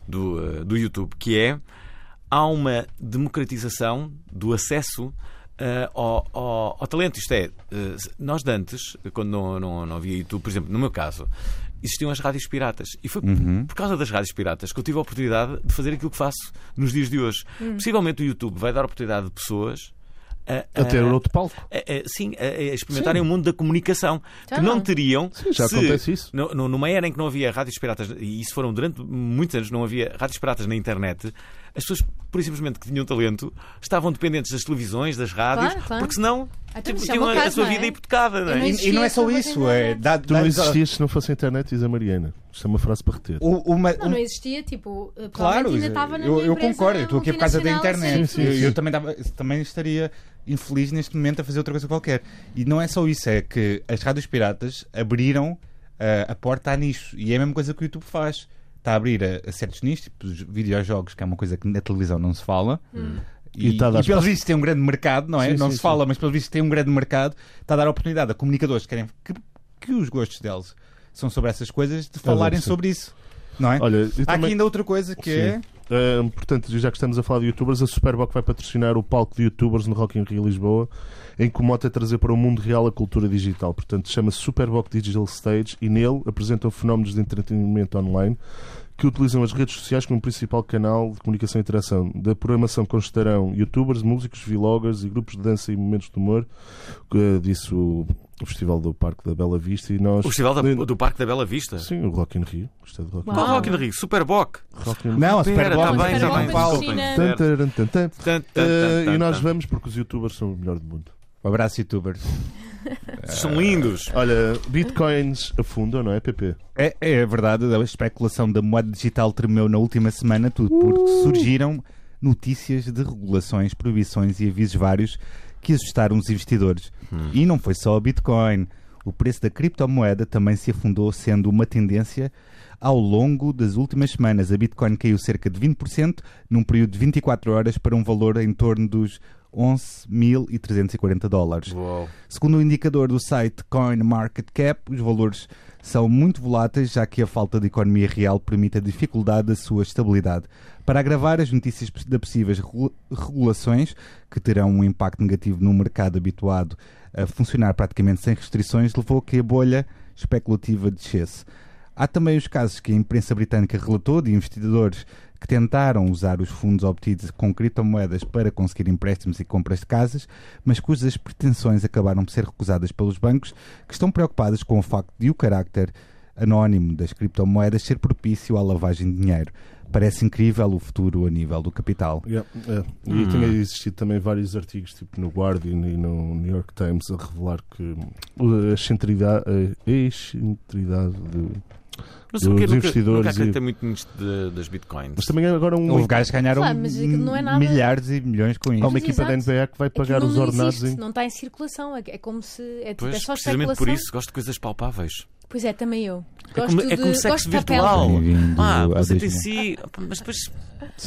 [SPEAKER 1] do, eh, do YouTube, que é há uma democratização do acesso eh, ao, ao- ao talento. Isto é, eh, nós de antes, quando não, não, não havia YouTube, por exemplo, no meu caso, existiam as rádios piratas. E foi por causa das rádios piratas que eu tive a oportunidade de fazer aquilo que faço nos dias de hoje. Possivelmente o YouTube vai dar oportunidade de pessoas a- a-
[SPEAKER 4] Até era outro palco.
[SPEAKER 1] a- a- É, sim, a, a experimentarem o mundo da comunicação que não teriam
[SPEAKER 4] Sim, então já
[SPEAKER 1] se,
[SPEAKER 4] acontece isso.
[SPEAKER 1] no- no- numa era em que não havia rádios piratas, e isso foram durante muitos anos, não havia rádios piratas na internet, as pessoas, por simplesmente que tinham talento, estavam dependentes das televisões, das rádios,
[SPEAKER 5] Claro, claro.
[SPEAKER 1] porque senão
[SPEAKER 5] Então,
[SPEAKER 1] tipo,
[SPEAKER 5] isso é o
[SPEAKER 1] tinham
[SPEAKER 5] meu
[SPEAKER 1] a, a
[SPEAKER 5] caso,
[SPEAKER 1] sua
[SPEAKER 5] não é?
[SPEAKER 1] vida hipotecada. Não
[SPEAKER 5] Eu
[SPEAKER 1] é?
[SPEAKER 5] não
[SPEAKER 2] E, e não é só
[SPEAKER 5] Existia
[SPEAKER 2] isso. É,
[SPEAKER 5] essa
[SPEAKER 2] dá,
[SPEAKER 4] Tu não
[SPEAKER 2] dá-
[SPEAKER 4] existias se não fosse a internet, diz a Mariana. Isto é uma frase para reter.
[SPEAKER 2] o- uma-
[SPEAKER 5] Não,
[SPEAKER 2] um-
[SPEAKER 5] não existia, tipo, uh,
[SPEAKER 2] Claro,
[SPEAKER 5] provavelmente ainda estava na
[SPEAKER 2] eu,
[SPEAKER 5] minha
[SPEAKER 2] eu
[SPEAKER 5] empresa
[SPEAKER 2] concordo. Eu estou aqui por causa da
[SPEAKER 5] multinacional,
[SPEAKER 2] internet.
[SPEAKER 5] sim,
[SPEAKER 2] Eu,
[SPEAKER 5] sim,
[SPEAKER 2] eu também, tava- também estaria infeliz neste momento a fazer outra coisa qualquer. E não é só isso, é que as rádios piratas abriram ah, a porta a nichos. E é a mesma coisa que o YouTube faz. Está a abrir a, a certos nichos, tipo os videojogos, que é uma coisa que na televisão não se fala.
[SPEAKER 5] Hum.
[SPEAKER 2] E,
[SPEAKER 4] E tá a dar
[SPEAKER 2] e pelo visto tem um grande mercado, não é?
[SPEAKER 4] Sim,
[SPEAKER 2] não
[SPEAKER 4] sim,
[SPEAKER 2] se
[SPEAKER 4] sim.
[SPEAKER 2] fala, mas pelo visto tem um grande mercado. Está a dar oportunidade a comunicadores que querem que, que os gostos deles são sobre essas coisas, de falarem
[SPEAKER 4] sim.
[SPEAKER 2] sobre isso. Não é?
[SPEAKER 4] Olha, eu
[SPEAKER 2] Há aqui
[SPEAKER 4] também-
[SPEAKER 2] ainda outra coisa que
[SPEAKER 4] Sim.
[SPEAKER 2] é.
[SPEAKER 4] Ah, portanto, já que estamos a falar de youtubers, a Superboc vai patrocinar o palco de youtubers no Rock in Rio Lisboa, em que o mote é trazer para o mundo real a cultura digital. Portanto, chama-se Superboc Digital Stage e nele apresentam fenómenos de entretenimento online que utilizam as redes sociais como principal canal de comunicação e interação. Da programação constarão youtubers, músicos, vloggers e grupos de dança e momentos de humor, que eh, disse o o Festival do Parque da Bela Vista e nós...
[SPEAKER 1] O Festival da- do Parque da Bela Vista.
[SPEAKER 4] Sim, o Rock in Rio. Gostei do Rock in
[SPEAKER 1] Qual
[SPEAKER 5] Uau.
[SPEAKER 1] Rock in Rio? Superboc.
[SPEAKER 4] Rock in Rio.
[SPEAKER 2] Não, a
[SPEAKER 1] Pera,
[SPEAKER 2] Superbox
[SPEAKER 1] tá
[SPEAKER 5] Bowl
[SPEAKER 1] bem,
[SPEAKER 5] é
[SPEAKER 1] tá
[SPEAKER 5] Superboc
[SPEAKER 1] bem,
[SPEAKER 5] da
[SPEAKER 1] desculpem.
[SPEAKER 5] China.
[SPEAKER 4] Tan,
[SPEAKER 1] Certo.
[SPEAKER 4] taran, tan, tan.
[SPEAKER 1] Tan, tan,
[SPEAKER 4] Eh,
[SPEAKER 1] tan,
[SPEAKER 4] e nós
[SPEAKER 1] tan.
[SPEAKER 4] vamos porque os youtubers são o melhor do mundo.
[SPEAKER 2] Um abraço, youtubers.
[SPEAKER 1] São lindos.
[SPEAKER 4] Olha, bitcoins afundam, não é, PP?
[SPEAKER 2] É, é verdade, a especulação da moeda digital tremeu na última semana, tudo
[SPEAKER 1] Uh!
[SPEAKER 2] porque surgiram notícias de regulações, proibições e avisos vários que assustaram os investidores.
[SPEAKER 1] Hum.
[SPEAKER 2] E não foi só o Bitcoin. O preço da criptomoeda também se afundou, sendo uma tendência ao longo das últimas semanas. A Bitcoin caiu cerca de 20% num período de 24 horas para um valor em torno dos 11.340 dólares.
[SPEAKER 1] Uau.
[SPEAKER 2] Segundo o indicador do site CoinMarketCap, os valores são muito voláteis, já que a falta de economia real permite a dificuldade da sua estabilidade. Para agravar as notícias de possíveis regu- regulações, que terão um impacto negativo no mercado habituado a funcionar praticamente sem restrições, levou a que a bolha especulativa descesse. Há também os casos que a imprensa britânica relatou de investidores que tentaram usar os fundos obtidos com criptomoedas para conseguir empréstimos e compras de casas, mas cujas pretensões acabaram por ser recusadas pelos bancos, que estão preocupados com o facto de o carácter anónimo das criptomoedas ser propício à lavagem de dinheiro. Parece incrível o futuro a nível do capital.
[SPEAKER 4] Yeah, é. E
[SPEAKER 1] Hum.
[SPEAKER 4] tinha existido também vários artigos, tipo no Guardian e no New York Times, a revelar que hum, a excentridade, a excentridade de...
[SPEAKER 1] Não sei porque
[SPEAKER 4] Os
[SPEAKER 1] nunca,
[SPEAKER 4] investidores
[SPEAKER 1] nunca
[SPEAKER 4] e-
[SPEAKER 1] acreditei muito nisto de- das bitcoins.
[SPEAKER 4] Mas também agora um,
[SPEAKER 2] Houve gajos que ganharam
[SPEAKER 5] Claro, mas aquilo não é nada-
[SPEAKER 2] milhares e milhões com
[SPEAKER 4] há
[SPEAKER 2] isso.
[SPEAKER 4] uma
[SPEAKER 5] Mas
[SPEAKER 4] equipa da
[SPEAKER 5] exato.
[SPEAKER 4] NBA que vai
[SPEAKER 5] Aquilo
[SPEAKER 4] pagar os
[SPEAKER 5] É não
[SPEAKER 4] ordenados
[SPEAKER 5] existe,
[SPEAKER 4] em...
[SPEAKER 5] não está em circulação. É, é como se. É, tipo, é
[SPEAKER 1] Pois,
[SPEAKER 5] só
[SPEAKER 1] precisamente
[SPEAKER 5] especulação.
[SPEAKER 1] por isso, gosto de coisas palpáveis.
[SPEAKER 5] Pois é, também eu.
[SPEAKER 1] É
[SPEAKER 5] Gosto
[SPEAKER 1] como, é
[SPEAKER 5] de,
[SPEAKER 1] como
[SPEAKER 5] gosto
[SPEAKER 1] sexo
[SPEAKER 5] de papel.
[SPEAKER 1] virtual.
[SPEAKER 2] Bem-vindo
[SPEAKER 1] Ah,
[SPEAKER 2] a
[SPEAKER 1] você tem
[SPEAKER 2] 2000.
[SPEAKER 1] si. Mas depois.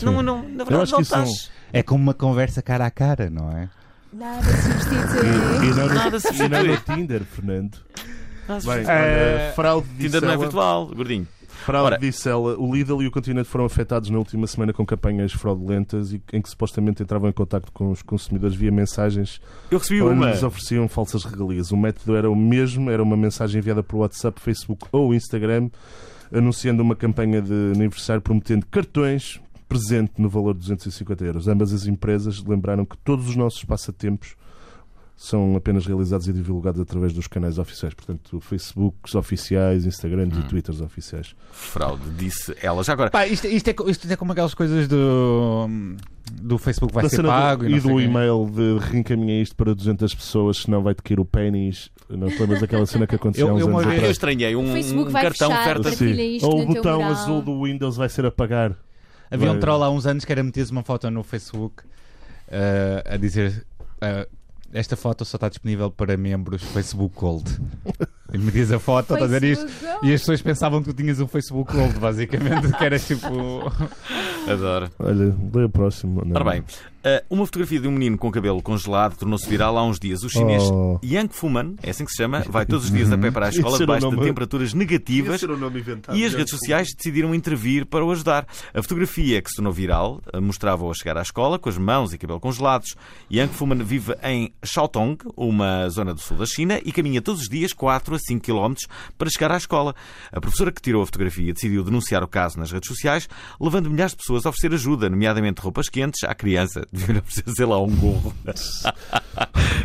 [SPEAKER 1] Não,
[SPEAKER 4] Eu
[SPEAKER 1] não, na verdade,
[SPEAKER 4] acho
[SPEAKER 1] não
[SPEAKER 4] que isso um
[SPEAKER 1] estás.
[SPEAKER 2] É como uma conversa cara a cara, não é?
[SPEAKER 5] Nada substitui.
[SPEAKER 4] E não no-
[SPEAKER 1] Nada se
[SPEAKER 4] e não no
[SPEAKER 1] substitui.
[SPEAKER 4] Tinder, Fernando.
[SPEAKER 1] Nada se
[SPEAKER 4] Bem,
[SPEAKER 1] substitui.
[SPEAKER 4] olha, fraude
[SPEAKER 1] Tinder não é
[SPEAKER 4] de
[SPEAKER 1] virtual, gordinho.
[SPEAKER 4] Fraude
[SPEAKER 1] Ora.
[SPEAKER 4] disse ela. O Lidl e o Continente foram afetados na última semana com campanhas fraudulentas e em que supostamente entravam em contacto com os consumidores via mensagens
[SPEAKER 1] Eu recebi
[SPEAKER 4] onde
[SPEAKER 1] uma.
[SPEAKER 4] lhes ofereciam falsas regalias. O método era o mesmo, era uma mensagem enviada por WhatsApp, Facebook ou Instagram, anunciando uma campanha de aniversário prometendo cartões presente no valor de 250 euros. Ambas as empresas lembraram que todos os nossos passatempos são apenas realizados e divulgados através dos canais oficiais, portanto, Facebooks oficiais, Instagrams e Twitters oficiais.
[SPEAKER 1] Fraude, disse ela. Já agora.
[SPEAKER 2] Pá, isto, isto é, co- isto é como aquelas coisas do, do Facebook vai
[SPEAKER 4] Da
[SPEAKER 2] ser
[SPEAKER 4] cena do-
[SPEAKER 2] pago
[SPEAKER 4] e
[SPEAKER 2] não sei
[SPEAKER 4] do
[SPEAKER 2] quê.
[SPEAKER 4] e-mail de reencaminha isto para 200 pessoas, senão vai-te cair o pênis. Não te lembras daquela cena que aconteceu
[SPEAKER 2] Eu-
[SPEAKER 4] há uns
[SPEAKER 2] eu uma
[SPEAKER 4] anos
[SPEAKER 2] vez-
[SPEAKER 4] atrás?
[SPEAKER 1] Eu estranhei um,
[SPEAKER 5] O Facebook
[SPEAKER 1] um
[SPEAKER 5] vai
[SPEAKER 1] cartão
[SPEAKER 5] fechar,
[SPEAKER 1] oferta.
[SPEAKER 5] vai Partilha isto
[SPEAKER 4] Ou o
[SPEAKER 5] no teu
[SPEAKER 4] botão
[SPEAKER 5] mural.
[SPEAKER 4] azul do Windows vai ser a pagar.
[SPEAKER 2] Havia um
[SPEAKER 4] Vai-
[SPEAKER 2] troll há uns anos que era meter uma foto no Facebook eh, a dizer eh, esta foto só está disponível para membros Facebook Gold. E metias a foto, estás a dizer isto?
[SPEAKER 5] Facebook.
[SPEAKER 2] E as pessoas pensavam que tu tinhas um Facebook Gold, basicamente, que era tipo.
[SPEAKER 1] Adoro.
[SPEAKER 4] Olha, lê o próximo. não. é?
[SPEAKER 1] Ora bem, ah, uma fotografia de um menino com cabelo congelado tornou-se viral há uns dias. O chinês
[SPEAKER 4] Oh.
[SPEAKER 1] Yang Fuman, é assim que se chama, vai todos os dias a pé para a escola
[SPEAKER 4] Esse era o
[SPEAKER 1] debaixo de
[SPEAKER 4] nome.
[SPEAKER 1] temperaturas
[SPEAKER 4] Devia
[SPEAKER 1] negativas
[SPEAKER 4] ser um nome inventado.
[SPEAKER 1] E as redes sociais decidiram intervir para o ajudar. A fotografia que se tornou viral eh, mostrava-o a chegar à escola com as mãos e cabelo congelados. Yang Fuman vive em Shaotong, uma zona do sul da China, e caminha todos os dias 4 a 5 km para chegar à escola. A professora que tirou a fotografia decidiu denunciar o caso nas redes sociais, levando milhares de pessoas a oferecer ajuda, nomeadamente roupas quentes à criança. Deviam oferecer, sei lá, um gorro.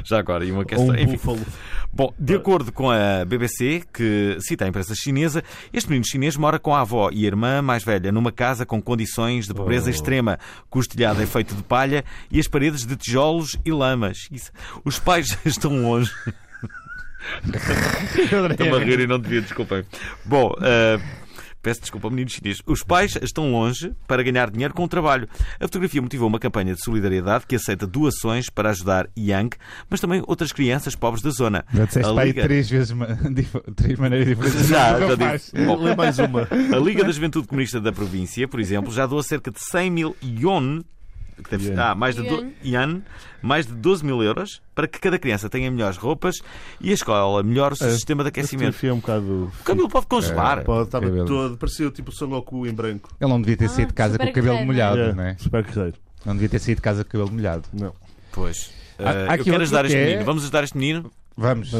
[SPEAKER 1] Já agora, e uma
[SPEAKER 4] Ou
[SPEAKER 1] questão.
[SPEAKER 4] um
[SPEAKER 1] Enfim,
[SPEAKER 4] búfalo.
[SPEAKER 1] Bom, de acordo com a BBC, que cita a imprensa chinesa, este menino chinês mora com a avó e a irmã mais velha numa casa com condições de pobreza extrema, cujo telhado é feito de palha e as paredes de tijolos e lamas. Isso. Os pais estão longe. Estou-me a
[SPEAKER 2] Tipo,
[SPEAKER 1] rir e não devia, desculpem. Bom, ah, peço desculpa ao menino chinês. Os pais estão longe para ganhar dinheiro com o trabalho. A fotografia motivou uma campanha de solidariedade que aceita doações para ajudar Yang, mas também outras crianças pobres da zona.
[SPEAKER 2] Já disseste
[SPEAKER 1] A
[SPEAKER 2] para aí
[SPEAKER 1] Liga-
[SPEAKER 2] três vezes ma- dif- três maneiras diferentes.
[SPEAKER 1] Já,
[SPEAKER 2] do
[SPEAKER 1] já
[SPEAKER 2] rapaz.
[SPEAKER 1] disse. Bom,
[SPEAKER 4] Lê mais uma.
[SPEAKER 1] a Liga da Juventude Comunista da Província, por exemplo, já doou cerca de 100 mil yuan, que deve ser,
[SPEAKER 4] Yuan.
[SPEAKER 1] ah, mais, de do,
[SPEAKER 5] Yuan.
[SPEAKER 1] yuan, mais de 12 mil euros, para que cada criança tenha melhores roupas e a escola melhore o seu
[SPEAKER 4] É,
[SPEAKER 1] sistema de
[SPEAKER 4] A
[SPEAKER 2] tipo
[SPEAKER 1] aquecimento.
[SPEAKER 4] fotografia é um bocado.
[SPEAKER 1] O cabelo pode
[SPEAKER 2] É.
[SPEAKER 1] congelar.
[SPEAKER 4] Pá, Estava
[SPEAKER 2] Cabelo.
[SPEAKER 4] todo. Parecia tipo Son Goku em branco.
[SPEAKER 2] Ele não devia ter
[SPEAKER 5] Ah,
[SPEAKER 2] saído de casa com o
[SPEAKER 5] super
[SPEAKER 2] cabelo
[SPEAKER 5] guerreiro.
[SPEAKER 2] molhado,
[SPEAKER 4] É,
[SPEAKER 2] não é?
[SPEAKER 4] Super guerreiro.
[SPEAKER 2] Não devia ter saído de casa com o cabelo molhado.
[SPEAKER 4] Não.
[SPEAKER 1] Pois.
[SPEAKER 2] Há-
[SPEAKER 1] Eh, eu
[SPEAKER 2] há aqui
[SPEAKER 1] quero
[SPEAKER 2] outro
[SPEAKER 1] ajudar
[SPEAKER 2] que
[SPEAKER 1] este
[SPEAKER 2] é-
[SPEAKER 1] menino. Vamos ajudar este menino?
[SPEAKER 2] Vamos.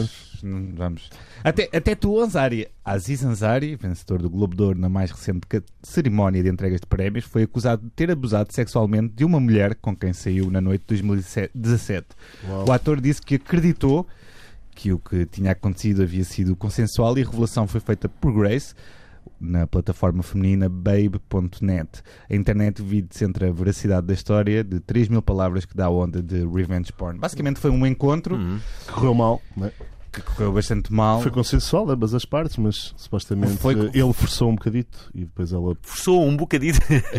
[SPEAKER 2] Hum, Vamos. Até, até tu, Ansari. Aziz Ansari, vencedor do Globo de Ouro na mais recente ca- cerimónia de entregas de prémios, foi acusado de ter abusado sexualmente de uma mulher com quem saiu na noite de 2017.
[SPEAKER 4] Uau.
[SPEAKER 2] O ator disse que acreditou que o que tinha acontecido havia sido consensual e a revelação foi feita por Grace na plataforma feminina babe.net. A internet divide-se entre a veracidade da história de 3 mil palavras que dá a onda de revenge porn. Basicamente foi um encontro
[SPEAKER 4] Correu mal. não é?
[SPEAKER 2] que correu bastante mal.
[SPEAKER 4] Foi consensual ambas as partes, mas supostamente
[SPEAKER 2] Foi-
[SPEAKER 4] eh, ele forçou um bocadito e depois ela.
[SPEAKER 1] Forçou um bocadinho.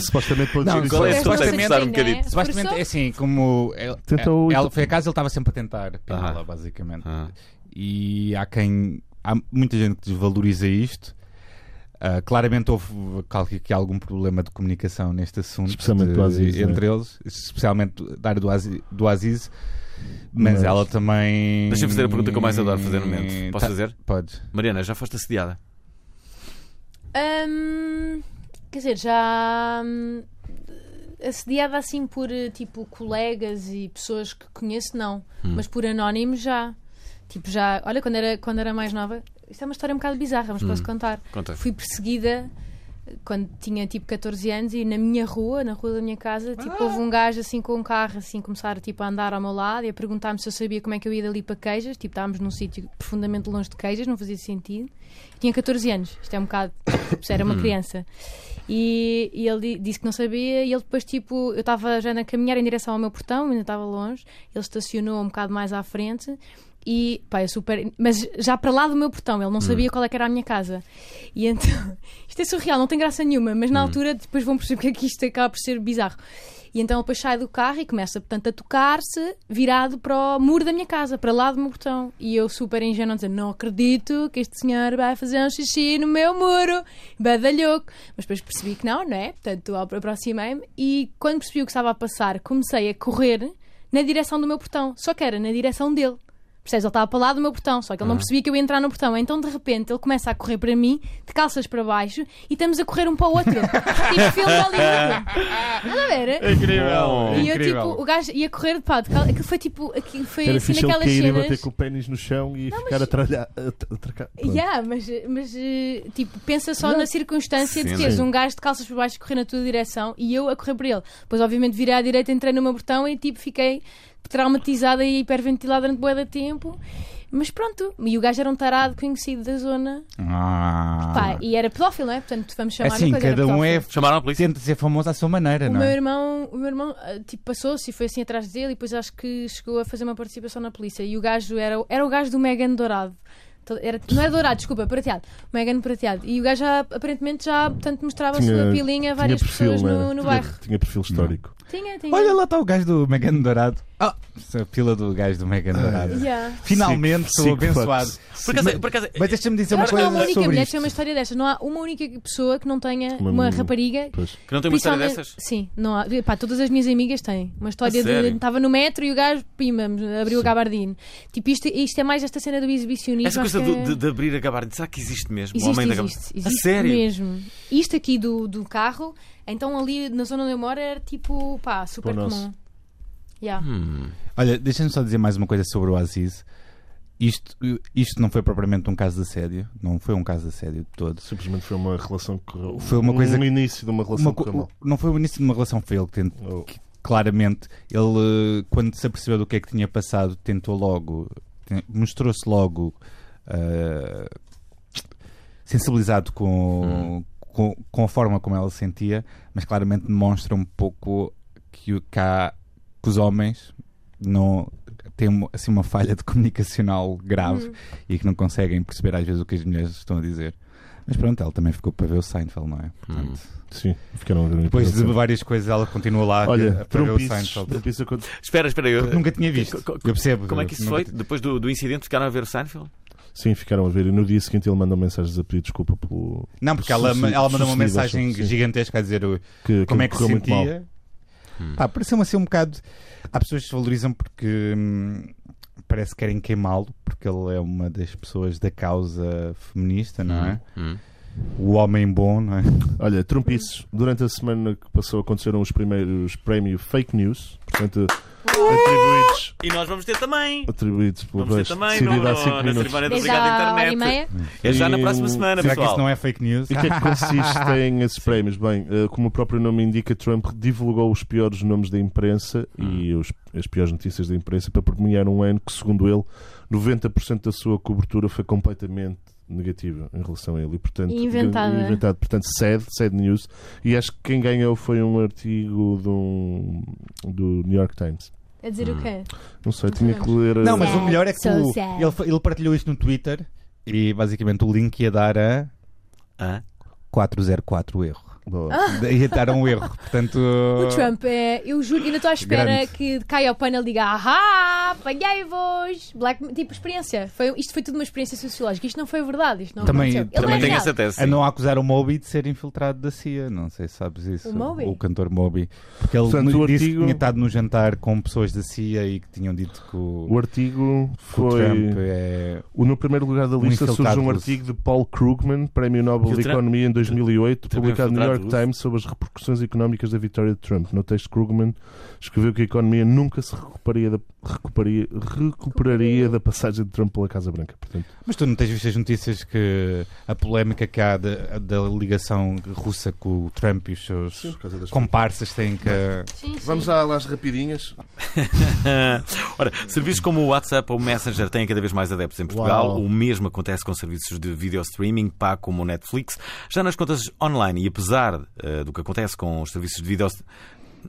[SPEAKER 4] Supostamente pela
[SPEAKER 2] Não,
[SPEAKER 1] Qual é a
[SPEAKER 2] Sim,
[SPEAKER 1] sua
[SPEAKER 2] supostamente-
[SPEAKER 1] forçar um
[SPEAKER 5] né?
[SPEAKER 1] bocadinho?
[SPEAKER 2] Supostamente é assim, como ele,
[SPEAKER 4] Tentou-
[SPEAKER 2] ela foi a casa, ele estava sempre a tentar piná-la,
[SPEAKER 1] Ah.
[SPEAKER 2] basicamente.
[SPEAKER 1] Ah.
[SPEAKER 2] E há quem. Há muita gente que desvaloriza isto. Ah, claramente houve calco aqui algum problema de comunicação neste assunto.
[SPEAKER 4] Especialmente
[SPEAKER 2] de-
[SPEAKER 4] do Aziz,
[SPEAKER 1] é?
[SPEAKER 2] Entre eles, especialmente da área do Aziz. Do Aziz mas,
[SPEAKER 4] Mas-
[SPEAKER 2] ela também.
[SPEAKER 1] Deixa-me fazer a pergunta que eu mais adoro fazer no momento. Posso
[SPEAKER 2] Tá-
[SPEAKER 1] fazer?
[SPEAKER 2] Podes.
[SPEAKER 1] Mariana, já foste assediada?
[SPEAKER 5] Hum, quer dizer, já hum, assediada assim por eh, tipo colegas e pessoas que conheço, não, mas por anónimo já. Tipo, já, olha, quando era, quando era mais nova, isto é uma história um bocado bizarra, mas posso contar.
[SPEAKER 1] Conta.
[SPEAKER 5] Fui perseguida eh, quando tinha tipo 14 anos e na minha rua, na rua da minha casa, tipo, houve um gajo assim com um carro, assim, começar tipo, a andar ao meu lado e a perguntar-me se eu sabia como é que eu ia dali para queijas. Tipo, estávamos num sítio profundamente longe de queijas, não fazia sentido. Tinha 14 anos, isto é um bocado, tipo, se era uma criança. E, e ele di- disse que não sabia, e ele depois, tipo, eu estava já a caminhar em direção ao meu portão, ainda estava longe, ele estacionou um bocado mais à frente. E, pá, eu super. Mas já para lá do meu portão, ele não sabia qual é que era a minha casa. E então, isto é surreal, não tem graça nenhuma, mas na altura depois vão perceber porque é que isto acaba por ser bizarro. E então ele depois sai do carro e começa, portanto, a tocar-se virado para o muro da minha casa, para lá do meu portão. E eu super ingênua a dizer, não acredito que este senhor vai fazer um xixi no meu muro, badalhoco. Mas depois percebi que não, não é? Portanto, apro- aproximei-me e quando percebi o que estava a passar, comecei a correr na direção do meu portão, só que era na direção dele. Percebes? Ele estava para lá do meu portão, só que
[SPEAKER 4] Ah.
[SPEAKER 5] ele não percebia que eu ia entrar no portão. Então, de repente, ele começa a correr para mim, de calças para baixo, e estamos a correr um para o outro. tipo, filme Hollywood. Nada a
[SPEAKER 4] É
[SPEAKER 5] ver?
[SPEAKER 2] Incrível!
[SPEAKER 5] E eu, tipo, o gajo ia correr de pá, de cal... aquilo foi tipo, aquilo foi
[SPEAKER 4] Era
[SPEAKER 5] assim
[SPEAKER 4] fixe ele
[SPEAKER 5] naquelas
[SPEAKER 4] cair e
[SPEAKER 5] cenas.
[SPEAKER 4] bater com o pênis no chão e ficar
[SPEAKER 5] mas-
[SPEAKER 4] atralha- at- atraca- Pronto.
[SPEAKER 5] Yeah, mas, mas eh, tipo, pensa só na circunstância
[SPEAKER 1] Sim,
[SPEAKER 5] de teres
[SPEAKER 4] sim.
[SPEAKER 5] um gajo de calças por baixo a correr na tua direção e eu a correr por ele. Depois, obviamente, virei à direita, entrei no meu portão e tipo, fiquei traumatizada e hiperventilada durante boa de tempo. Mas pronto, e o gajo era um tarado conhecido da zona.
[SPEAKER 2] Ah.
[SPEAKER 5] Pá, e era pedófilo, não é? Portanto, vamos chamar
[SPEAKER 2] assim,
[SPEAKER 5] coisa era
[SPEAKER 2] cada um é.
[SPEAKER 5] pedófilo.
[SPEAKER 1] Chamaram a polícia?
[SPEAKER 2] Tenta ser famoso à sua maneira,
[SPEAKER 5] O
[SPEAKER 2] não
[SPEAKER 5] meu
[SPEAKER 2] é?
[SPEAKER 5] irmão, o meu irmão ah, tipo, passou-se e foi assim atrás dele e depois acho que chegou a fazer uma participação na polícia. E o gajo era, era o gajo do Megan Dourado. Então, Era, não era dourado, desculpa, prateado. Megan prateado. E o gajo já, aparentemente já portanto, mostrava a sua pilinha a várias
[SPEAKER 4] tinha perfil,
[SPEAKER 5] pessoas
[SPEAKER 4] não
[SPEAKER 5] no,
[SPEAKER 4] era?
[SPEAKER 5] no
[SPEAKER 4] tinha,
[SPEAKER 5] bairro.
[SPEAKER 4] tinha perfil histórico.
[SPEAKER 5] Tinha, tinha.
[SPEAKER 2] é? Olha lá está o gajo do Megan Dourado. Ah, a pila do gajo do Megan Dourado.
[SPEAKER 5] Ah, Yeah.
[SPEAKER 2] Finalmente sou
[SPEAKER 4] Sick fucks.
[SPEAKER 2] abençoado.
[SPEAKER 1] Por acaso, por acaso,
[SPEAKER 2] Mas deixa-me dizer
[SPEAKER 5] Eu
[SPEAKER 2] é uma
[SPEAKER 5] acho que não há
[SPEAKER 2] coisa
[SPEAKER 5] uma única
[SPEAKER 2] sobre
[SPEAKER 5] mulher que
[SPEAKER 2] isto.
[SPEAKER 5] tem uma história destas. Não há uma única pessoa que não tenha
[SPEAKER 4] Uma
[SPEAKER 5] uma,
[SPEAKER 4] menina.
[SPEAKER 5] rapariga
[SPEAKER 4] Pois.
[SPEAKER 1] que não tem uma história
[SPEAKER 5] Principalmente-
[SPEAKER 1] dessas?
[SPEAKER 5] Sim, não há. Pá, todas as minhas amigas têm. Uma história de.
[SPEAKER 1] sério?
[SPEAKER 5] Estava no metro e o gajo, pima, abriu o gabardino. Tipo, isto, isto é mais esta cena do exibicionismo.
[SPEAKER 1] Essa
[SPEAKER 5] acho
[SPEAKER 1] coisa
[SPEAKER 5] que
[SPEAKER 1] do-
[SPEAKER 5] é-
[SPEAKER 1] de, de abrir a gabardina, será que existe mesmo? o
[SPEAKER 5] Existe,
[SPEAKER 1] homem da
[SPEAKER 5] existe,
[SPEAKER 1] gabardina.
[SPEAKER 5] existe
[SPEAKER 1] a sério?
[SPEAKER 5] mesmo. Isto aqui do, do carro, então ali na zona onde eu moro era tipo, pá, super
[SPEAKER 4] Pão nosso.
[SPEAKER 5] comum. Yeah.
[SPEAKER 1] Hum.
[SPEAKER 2] Olha, deixa-me só dizer mais uma coisa sobre o Aziz. Isto, isto não foi propriamente um caso de assédio. Não foi um caso de assédio de todo.
[SPEAKER 4] Simplesmente foi uma relação que correu.
[SPEAKER 2] Foi uma coisa
[SPEAKER 4] Um
[SPEAKER 2] que-
[SPEAKER 4] início de uma relação
[SPEAKER 2] Uma
[SPEAKER 4] que
[SPEAKER 2] co-
[SPEAKER 4] correu Oh, mal.
[SPEAKER 2] não foi o início de uma relação, foi ele que tentou.
[SPEAKER 4] Ou-
[SPEAKER 2] que claramente ele eh, quando se apercebeu do que é que tinha passado tentou logo te- mostrou-se logo ah, sensibilizado com, com com a forma como ela se sentia mas claramente demonstra um pouco que o que há- que os homens não têm uma- assim uma falha de comunicacional grave e que não conseguem perceber às vezes o que as mulheres estão a dizer mas pronto, ela também ficou para ver o Seinfeld, não é? Portanto,
[SPEAKER 4] Sim, ficaram a ver um
[SPEAKER 2] Depois de
[SPEAKER 4] episódio.
[SPEAKER 2] várias coisas, ela continua lá
[SPEAKER 4] Olha, um
[SPEAKER 2] a- para ver o
[SPEAKER 4] trompices.
[SPEAKER 2] Seinfeld.
[SPEAKER 4] trompices quando-
[SPEAKER 1] Espera, espera. Eu,
[SPEAKER 2] Porque nunca tinha visto.
[SPEAKER 1] Co- co-
[SPEAKER 2] Eu percebo.
[SPEAKER 1] Como é que isso
[SPEAKER 2] Nunca
[SPEAKER 1] foi?
[SPEAKER 2] tinha-
[SPEAKER 1] Depois do, do incidente ficaram a ver o Seinfeld?
[SPEAKER 4] Sim, ficaram a ver. E no dia seguinte ele mandou mensagens a pedir desculpa pelo.
[SPEAKER 2] Não, porque ela,
[SPEAKER 4] Suicídio,
[SPEAKER 2] ela mandou uma
[SPEAKER 4] suicídio,
[SPEAKER 2] mensagem
[SPEAKER 4] acho que sim.
[SPEAKER 2] gigantesca a dizer o-
[SPEAKER 4] Que, aquilo
[SPEAKER 2] como é que se
[SPEAKER 4] correu muito mal.
[SPEAKER 2] sentia. Pá, pareceu-me assim um bocado. Há pessoas que se valorizam porque hum, parece que querem queimá-lo, porque ele é uma das pessoas da causa feminista, não é? O homem bom, não é?
[SPEAKER 4] Olha, trompices. Durante a semana que passou aconteceram os primeiros prémios Fake News. Portanto, atribuídos,
[SPEAKER 1] E nós vamos ter também.
[SPEAKER 4] atribuídos pelo
[SPEAKER 1] Vamos ter
[SPEAKER 4] resto.
[SPEAKER 1] também
[SPEAKER 4] Decidido
[SPEAKER 1] no,
[SPEAKER 4] há
[SPEAKER 1] no,
[SPEAKER 4] cinco
[SPEAKER 1] na
[SPEAKER 4] minutos.
[SPEAKER 1] cerimónia do
[SPEAKER 5] Desde
[SPEAKER 1] Obrigado
[SPEAKER 5] à hora
[SPEAKER 1] É Internet.
[SPEAKER 5] e meia.
[SPEAKER 1] É já na
[SPEAKER 4] E
[SPEAKER 1] próxima
[SPEAKER 4] o-
[SPEAKER 1] semana,
[SPEAKER 2] Será que
[SPEAKER 1] pessoal.
[SPEAKER 2] isso não é fake news?
[SPEAKER 4] E o que é que consistem esses prémios? Bem, eh, como o próprio nome indica, Trump divulgou os piores nomes da imprensa e
[SPEAKER 5] Hum.
[SPEAKER 4] os- as piores notícias da imprensa para premiar um ano que, segundo ele, 90% da sua cobertura foi completamente negativa em relação a ele. E, portanto,
[SPEAKER 5] E inventada.
[SPEAKER 4] e inventado. Portanto, sad, sad news. E acho que quem ganhou foi um artigo de um- do New York Times.
[SPEAKER 5] A É dizer o quê?
[SPEAKER 4] Não sei, tinha que ler. a-
[SPEAKER 2] Não, mas o
[SPEAKER 5] Uhum. Sad,
[SPEAKER 2] melhor é que
[SPEAKER 5] so
[SPEAKER 2] o-
[SPEAKER 5] sad.
[SPEAKER 2] ele, fa- ele partilhou isto no Twitter e basicamente o link ia dar a é
[SPEAKER 1] Hã?
[SPEAKER 2] 404 erro.
[SPEAKER 4] Boa.
[SPEAKER 2] Ia dar a um erro. Portanto.
[SPEAKER 5] O Trump, é, eu juro, ainda estou à espera
[SPEAKER 2] Ah. Grande.
[SPEAKER 5] que caia ao painel e diga ahá, apanhei-vos. Black- Tipo, experiência. Foi, isto foi tudo uma experiência sociológica. Isto não foi verdade. Isto não
[SPEAKER 2] Também-
[SPEAKER 5] aconteceu. Ele
[SPEAKER 2] também
[SPEAKER 5] não é
[SPEAKER 1] Também tenho
[SPEAKER 5] real.
[SPEAKER 1] essa tese.
[SPEAKER 2] A não acusar o Moby de ser infiltrado da CIA, não sei se sabes isso.
[SPEAKER 5] O Moby?
[SPEAKER 2] cantor Moby. Porque ele
[SPEAKER 4] Portanto, o
[SPEAKER 2] disse
[SPEAKER 4] artigo-
[SPEAKER 2] que tinha estado num jantar com pessoas da CIA e que tinham dito que o,
[SPEAKER 4] O artigo
[SPEAKER 2] que o Trump
[SPEAKER 4] foi.
[SPEAKER 2] é.
[SPEAKER 4] O, no primeiro lugar da
[SPEAKER 2] Um
[SPEAKER 4] lista surge
[SPEAKER 2] infiltrado
[SPEAKER 4] um
[SPEAKER 2] russo.
[SPEAKER 4] artigo de Paul Krugman, Prémio Nobel de
[SPEAKER 1] Filtra-
[SPEAKER 4] Economia em 2008,
[SPEAKER 1] Também
[SPEAKER 4] publicado no New York
[SPEAKER 1] infiltrado russo.
[SPEAKER 4] Times, sobre as repercussões económicas da vitória de Trump. No texto, Krugman escreveu que a economia nunca se recuperaria da, recuperaria- recuperaria da passagem de Trump pela Casa Branca. Portanto,
[SPEAKER 2] Mas tu não tens visto as notícias que a polémica que há da, da ligação russa com o Trump e os seus comparsas têm que.
[SPEAKER 5] Sim, sim.
[SPEAKER 6] Vamos lá às rapidinhas.
[SPEAKER 1] Ah, Ora, serviços como o WhatsApp ou o Messenger têm cada vez mais adeptos em Portugal.
[SPEAKER 4] Uau.
[SPEAKER 1] O mesmo acontece com serviços de video streaming, pá, como o Netflix. Já nas contas online, e apesar eh, do que acontece com os serviços de video.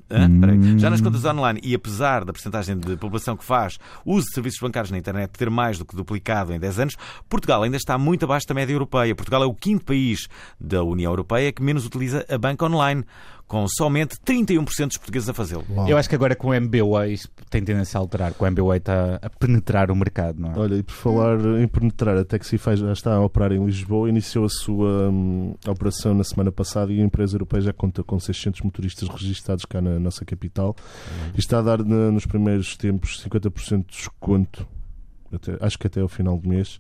[SPEAKER 1] Hã? Espera aí. Já nas contas online, e apesar da porcentagem de população que faz uso de serviços bancários na internet ter mais do que duplicado em 10 anos, Portugal ainda está muito abaixo da média europeia. Portugal é o quinto país da União Europeia que menos utiliza a banca online, com somente 31% dos portugueses a fazê-lo.
[SPEAKER 2] Eu acho que agora com o MBWay isto tem tendência a alterar, que o MBWay está a penetrar o mercado,
[SPEAKER 1] Ah.
[SPEAKER 2] não é?
[SPEAKER 4] olha, e por falar em penetrar, a Taxify já está a operar em Lisboa, iniciou a sua hum, operação na semana passada e a empresa europeia já conta com 600 motoristas registados cá na nossa capital
[SPEAKER 1] Uhum.
[SPEAKER 4] e está a dar na- nos primeiros tempos 50% de desconto. até- acho que até ao final do mês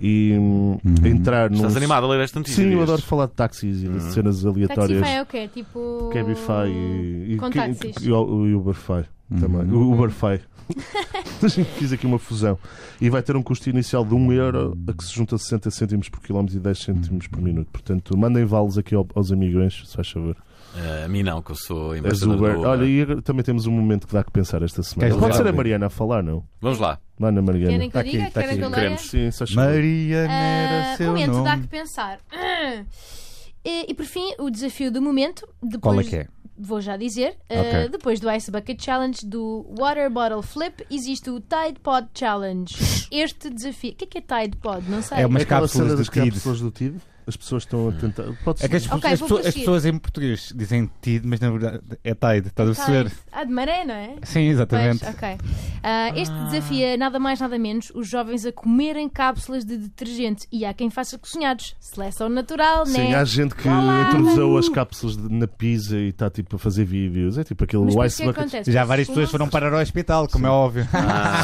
[SPEAKER 4] e hum, entrar no.
[SPEAKER 1] Uhum. Estás animado a ler esta notícia?
[SPEAKER 4] Sim, eu
[SPEAKER 1] Inês?
[SPEAKER 4] adoro falar de táxis e de
[SPEAKER 1] Uhum.
[SPEAKER 4] cenas aleatórias.
[SPEAKER 5] Taxify é o quê? Tipo.
[SPEAKER 4] Cabify e, e,
[SPEAKER 5] Com
[SPEAKER 4] que-
[SPEAKER 5] táxis.
[SPEAKER 4] e o e o Uberfy também.
[SPEAKER 2] Uhum.
[SPEAKER 4] O Uberfy. Fiz aqui uma fusão. E vai ter um custo inicial de 1 euro a que se junta 60 cêntimos por quilómetro e 10 cêntimos por minuto. Portanto, mandem valos aqui ao- aos amigões, se faz favor.
[SPEAKER 1] Ah, a mim não, que eu sou
[SPEAKER 4] As
[SPEAKER 1] embaixador
[SPEAKER 4] Uber.
[SPEAKER 1] do Uber.
[SPEAKER 4] Olha, e agora também temos um momento que dá que pensar esta semana.
[SPEAKER 2] Queres
[SPEAKER 4] Pode
[SPEAKER 2] ler?
[SPEAKER 4] ser a Mariana a falar, não?
[SPEAKER 1] Vamos lá.
[SPEAKER 4] Lá na
[SPEAKER 5] Querem
[SPEAKER 4] Mariana.
[SPEAKER 5] que eu
[SPEAKER 2] Tá aqui,
[SPEAKER 5] diga?
[SPEAKER 2] tá
[SPEAKER 5] Querem
[SPEAKER 2] aqui.
[SPEAKER 5] que eu leia?
[SPEAKER 1] Queremos.
[SPEAKER 4] Sim, se faz favor.
[SPEAKER 2] Maria
[SPEAKER 5] Ah,
[SPEAKER 2] Nera, seu
[SPEAKER 5] momento dá que
[SPEAKER 2] nome.
[SPEAKER 5] pensar. Ah. E, e por fim, o desafio do momento. Depois,
[SPEAKER 2] Qual é que é?
[SPEAKER 5] Vou já dizer. Ah,
[SPEAKER 2] Ok.
[SPEAKER 5] depois do Ice Bucket Challenge, do Water Bottle Flip, existe o Tide Pod Challenge. Este desafio. O que é que é Tide Pod? Não sei.
[SPEAKER 2] É uma-
[SPEAKER 4] É aquela
[SPEAKER 2] As cápsulas
[SPEAKER 4] cena
[SPEAKER 2] do
[SPEAKER 4] das
[SPEAKER 2] Tid.
[SPEAKER 4] cápsulas do TID? As pessoas estão a tentar. Pode ser.
[SPEAKER 2] É que as,
[SPEAKER 5] Ok,
[SPEAKER 2] pessoas- as
[SPEAKER 5] vou
[SPEAKER 2] pessoas, as
[SPEAKER 5] prosseguir.
[SPEAKER 2] pessoas em português dizem tido, mas na verdade é tide, estás a perceber?
[SPEAKER 5] Tide. Ah, de maré, não é?
[SPEAKER 2] Sim, exatamente.
[SPEAKER 5] Pois, ok. Ah, este desafia nada mais nada menos os jovens a comerem cápsulas de detergente e há quem faça cozinhados. Seleção natural,
[SPEAKER 4] Sim,
[SPEAKER 5] né?
[SPEAKER 4] há gente que
[SPEAKER 5] Olá,
[SPEAKER 4] introduziu as cápsulas de- na pizza e está tipo a fazer vídeos. É tipo aquele
[SPEAKER 5] Mas por isso
[SPEAKER 4] ice
[SPEAKER 5] que
[SPEAKER 4] bucket.
[SPEAKER 5] acontece?
[SPEAKER 2] Já várias pessoas foram parar ao hospital, como é óbvio.
[SPEAKER 4] Ah.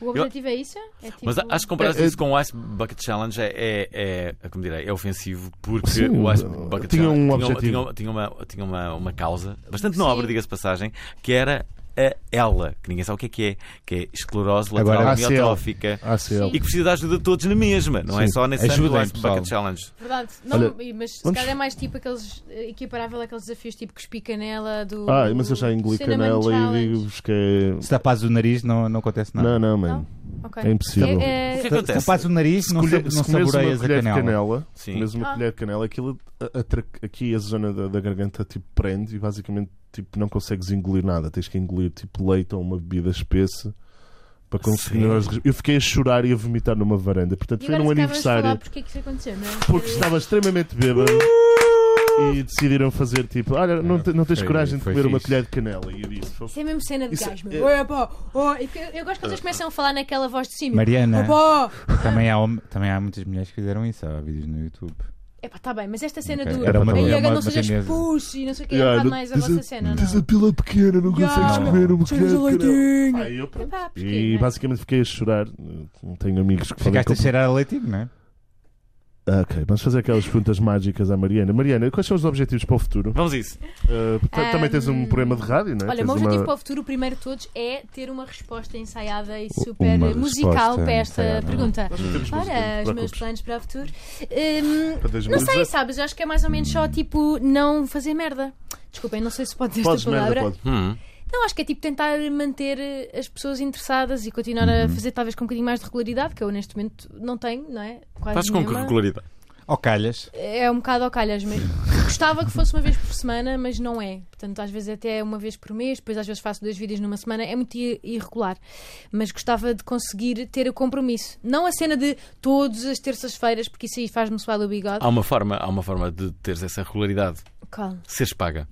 [SPEAKER 5] O objetivo é isso? É tipo...
[SPEAKER 1] Mas acho que comparar
[SPEAKER 4] É, é-
[SPEAKER 1] isso com o Ice Bucket Challenge é, é, é como direi, é ofensivo porque
[SPEAKER 4] Sim,
[SPEAKER 1] o Ice Bucket
[SPEAKER 4] tinha
[SPEAKER 1] Challenge
[SPEAKER 4] um
[SPEAKER 1] tinha,
[SPEAKER 4] objetivo.
[SPEAKER 1] tinha, tinha uma, tinha uma, uma causa bastante nobre, diga-se de passagem, que era a ela, que ninguém sabe o que é que é, que é esclerose lateral
[SPEAKER 2] Agora,
[SPEAKER 4] ACL.
[SPEAKER 1] amiotrófica
[SPEAKER 4] ACL.
[SPEAKER 5] Sim.
[SPEAKER 1] e que precisa da ajuda de todos na mesma, não é
[SPEAKER 4] Sim.
[SPEAKER 1] só nesse ano do
[SPEAKER 2] Ajudem,
[SPEAKER 1] Ice
[SPEAKER 2] pessoal.
[SPEAKER 1] Bucket Challenge.
[SPEAKER 5] Verdade. Não,
[SPEAKER 4] Olha,
[SPEAKER 5] e- mas se
[SPEAKER 4] vamos-
[SPEAKER 5] calhar é mais tipo aqueles eh, equiparável àqueles desafios tipo que espica nela do.
[SPEAKER 4] Ah, mas eu já engoli
[SPEAKER 5] Cinnamon
[SPEAKER 4] canela e
[SPEAKER 5] Challenge.
[SPEAKER 4] digo-vos que é.
[SPEAKER 2] Se tapas o nariz, não, não acontece nada.
[SPEAKER 4] Não, não, mano.
[SPEAKER 5] Ok.
[SPEAKER 4] É impossível.
[SPEAKER 5] É, é,
[SPEAKER 1] O que
[SPEAKER 2] Se
[SPEAKER 1] acontece?
[SPEAKER 2] tapas o nariz, não,
[SPEAKER 4] colher-
[SPEAKER 2] sab-
[SPEAKER 4] se
[SPEAKER 2] não
[SPEAKER 4] comeres
[SPEAKER 2] saboreias
[SPEAKER 4] uma
[SPEAKER 2] a
[SPEAKER 4] colher de
[SPEAKER 2] canela.
[SPEAKER 4] canela,
[SPEAKER 1] Sim.
[SPEAKER 4] comeres uma
[SPEAKER 5] Ah.
[SPEAKER 4] colher de canela, aquilo a- atra- aqui a zona da, da garganta tipo prende e basicamente tipo, não consegues engolir nada. Tens que engolir tipo leite ou uma bebida espessa para conseguir.
[SPEAKER 1] Sim.
[SPEAKER 4] Eu fiquei a chorar e a vomitar numa varanda. Portanto,
[SPEAKER 5] E
[SPEAKER 4] foi
[SPEAKER 5] agora
[SPEAKER 4] num
[SPEAKER 5] se calhar vamos falar
[SPEAKER 4] aniversário.
[SPEAKER 5] porque é que isso aconteceu, não é?
[SPEAKER 4] porque estava extremamente bêbado
[SPEAKER 5] Uh!
[SPEAKER 4] e decidiram fazer tipo: Olha, não, te- não tens
[SPEAKER 2] Foi-
[SPEAKER 4] coragem de
[SPEAKER 2] foi
[SPEAKER 4] comer uma
[SPEAKER 2] fixe.
[SPEAKER 4] colher de canela. E eu disse: "Pô,
[SPEAKER 5] Isso é mesmo cena de
[SPEAKER 4] Isso
[SPEAKER 5] gás,
[SPEAKER 4] é-
[SPEAKER 5] meu. Ué, pá, ó, e que- Eu gosto quando eles começam a falar naquela voz de cima.
[SPEAKER 2] Mariana,
[SPEAKER 5] Opa!
[SPEAKER 2] também há, hom- também há muitas mulheres que fizeram isso. Há vídeos no YouTube.
[SPEAKER 5] Epá, tá bem, mas esta cena
[SPEAKER 2] Ok.
[SPEAKER 5] do.
[SPEAKER 2] Era
[SPEAKER 4] uma-
[SPEAKER 5] Ei,
[SPEAKER 4] era
[SPEAKER 5] Iaga,
[SPEAKER 2] uma-
[SPEAKER 5] não
[SPEAKER 2] uma
[SPEAKER 5] sejas
[SPEAKER 2] chinesa.
[SPEAKER 5] puxo e não sei o que.
[SPEAKER 4] Yeah,
[SPEAKER 5] É um bocado
[SPEAKER 4] não-
[SPEAKER 5] mais a
[SPEAKER 4] diz a-
[SPEAKER 5] vossa cena, não?
[SPEAKER 4] a pila pequena, não um
[SPEAKER 5] Yeah.
[SPEAKER 2] Não.
[SPEAKER 4] uma colher de canela.
[SPEAKER 5] leitinho.
[SPEAKER 4] Ah, eu, pronto.
[SPEAKER 5] Epá, porquê,
[SPEAKER 4] E
[SPEAKER 5] não é?
[SPEAKER 4] basicamente fiquei né? a chorar. Não Tenho amigos que
[SPEAKER 2] Ficaste a
[SPEAKER 4] podem...
[SPEAKER 2] cheirar a leitinho, não é?
[SPEAKER 4] Ah, ok, vamos fazer aquelas perguntas mágicas à Mariana. Mariana, quais são os objetivos para o futuro?
[SPEAKER 1] Vamos a isso.
[SPEAKER 4] Ah, t- também tens um programa de rádio, não é?
[SPEAKER 5] Olha,
[SPEAKER 4] Tens
[SPEAKER 5] o meu objetivo
[SPEAKER 4] uma-
[SPEAKER 5] para o futuro, o primeiro de todos, é ter uma resposta ensaiada e super
[SPEAKER 2] uma
[SPEAKER 5] musical
[SPEAKER 2] resposta
[SPEAKER 5] para esta
[SPEAKER 2] ensaiada.
[SPEAKER 5] pergunta.
[SPEAKER 4] Nós não temos música,
[SPEAKER 5] Ora, os
[SPEAKER 4] não te
[SPEAKER 5] meus
[SPEAKER 4] preocupes.
[SPEAKER 5] planos para o futuro. Hum,
[SPEAKER 4] Para dois
[SPEAKER 5] não
[SPEAKER 4] meses, é?
[SPEAKER 5] sei, sabes? Eu acho que é mais ou menos só tipo não fazer merda. Desculpem, não sei se pode ter esta
[SPEAKER 4] Podes, merda,
[SPEAKER 5] palavra.
[SPEAKER 4] pode.
[SPEAKER 1] Hum.
[SPEAKER 5] Não, acho que é tipo tentar manter eh, as pessoas interessadas e
[SPEAKER 1] Uhum.
[SPEAKER 5] continuar a fazer talvez com um bocadinho mais de regularidade, que eu neste momento não tenho, não é? Quase
[SPEAKER 1] Fazes com que
[SPEAKER 5] nenhuma.
[SPEAKER 1] regularidade?
[SPEAKER 2] Ou calhas.
[SPEAKER 5] É um bocado ao calhas mesmo. Gostava que fosse uma vez por semana, mas não é. Portanto, às vezes até uma vez por mês, depois às vezes faço dois vídeos numa semana, é muito i- irregular. Mas gostava de conseguir ter o compromisso. Não a cena de todas as terças-feiras, porque isso aí faz-me suar o bigode.
[SPEAKER 1] Há uma forma, há uma forma de teres essa regularidade.
[SPEAKER 5] Calma.
[SPEAKER 1] Seres paga.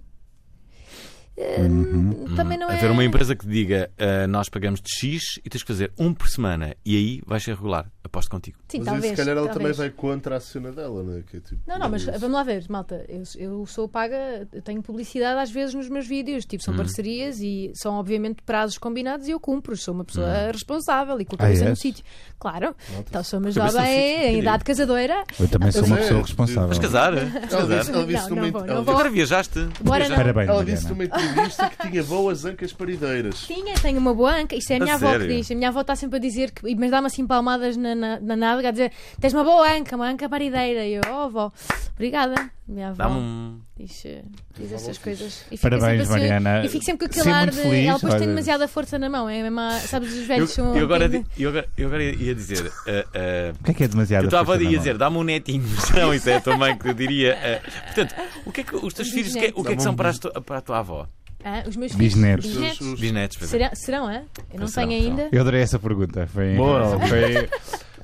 [SPEAKER 5] Também não é.
[SPEAKER 1] Hum. Haver uma empresa que diga "Ah, nós pagamos de X e tens que fazer um por semana e aí vais ser regular. Aposto contigo.
[SPEAKER 5] Sim,
[SPEAKER 4] mas
[SPEAKER 5] talvez.
[SPEAKER 4] aí, se calhar ela
[SPEAKER 5] talvez.
[SPEAKER 4] também vai contra a cena dela, não é? Que é tipo,
[SPEAKER 5] Não, não, mas
[SPEAKER 4] isso.
[SPEAKER 5] vamos lá ver, malta. Eu, eu sou paga, eu tenho publicidade às vezes nos meus vídeos, tipo,
[SPEAKER 1] Uhum.
[SPEAKER 5] são parcerias e são obviamente prazos combinados e eu cumpro. Sou uma pessoa
[SPEAKER 1] Uhum.
[SPEAKER 5] responsável e com a cabeça
[SPEAKER 2] Ah,
[SPEAKER 5] no
[SPEAKER 2] és?
[SPEAKER 5] sítio. Claro, então sou uma
[SPEAKER 1] Cabeça no
[SPEAKER 5] jovem
[SPEAKER 1] sítio,
[SPEAKER 5] em
[SPEAKER 1] querido.
[SPEAKER 5] idade casadoira.
[SPEAKER 2] Eu também sou uma
[SPEAKER 4] Mas é,
[SPEAKER 2] pessoa responsável.
[SPEAKER 4] mas
[SPEAKER 1] Casar? Vais
[SPEAKER 4] Ela
[SPEAKER 1] Casar?
[SPEAKER 4] disse, ela disse
[SPEAKER 5] Não,
[SPEAKER 4] numa
[SPEAKER 5] não
[SPEAKER 4] ent-
[SPEAKER 5] vou, não
[SPEAKER 4] ela
[SPEAKER 5] vou.
[SPEAKER 4] disse-
[SPEAKER 1] Agora viajaste.
[SPEAKER 5] Bora
[SPEAKER 1] Viajaste.
[SPEAKER 5] não.
[SPEAKER 2] Parabéns,
[SPEAKER 4] ela disse
[SPEAKER 2] Mariana.
[SPEAKER 4] numa entrevista que tinha boas ancas parideiras.
[SPEAKER 5] Tinha, tenho uma boa anca. Isso é a minha
[SPEAKER 1] A
[SPEAKER 5] avó que
[SPEAKER 1] sério?
[SPEAKER 5] diz. A minha avó está sempre a dizer, que, mas dá-me assim palmadas na, na, na nádega a dizer: tens uma boa anca, uma anca parideira. E eu, oh avó, obrigada. Minha avó.
[SPEAKER 1] Dá-me um.
[SPEAKER 5] Diz, eh, diz estas coisas. E fica
[SPEAKER 2] Parabéns,
[SPEAKER 5] sempre assim-
[SPEAKER 2] Mariana.
[SPEAKER 5] E fico sempre com
[SPEAKER 2] Sim,
[SPEAKER 5] aquele ar
[SPEAKER 2] Ah, muito
[SPEAKER 5] de.
[SPEAKER 2] feliz,
[SPEAKER 5] ela depois tem
[SPEAKER 2] olha.
[SPEAKER 5] demasiada força na mão. É mesmo a- sabes, os velhos são. tipo,
[SPEAKER 1] Eu, eu agora, di- eu, agora, eu agora ia dizer. ah, ah,
[SPEAKER 2] O que é que é demasiado?
[SPEAKER 1] Eu estava a
[SPEAKER 2] força na mão?
[SPEAKER 1] dizer, dá-me um netinho, mas não, isso é a tua mãe que eu diria. eh, portanto, o que é que os teus filhos, o que é- o que é que são para, as tu- para a tua avó?
[SPEAKER 5] Ah, os meus filhos.
[SPEAKER 2] Bisnetos.
[SPEAKER 5] os netos.
[SPEAKER 1] Bisnetos, pois é.
[SPEAKER 5] Serão, serão, hã? Eu não
[SPEAKER 1] Pois serão,
[SPEAKER 5] tenho
[SPEAKER 1] serão.
[SPEAKER 5] ainda.
[SPEAKER 2] Eu adorei essa pergunta. Foi.
[SPEAKER 4] Boa.
[SPEAKER 2] Foi.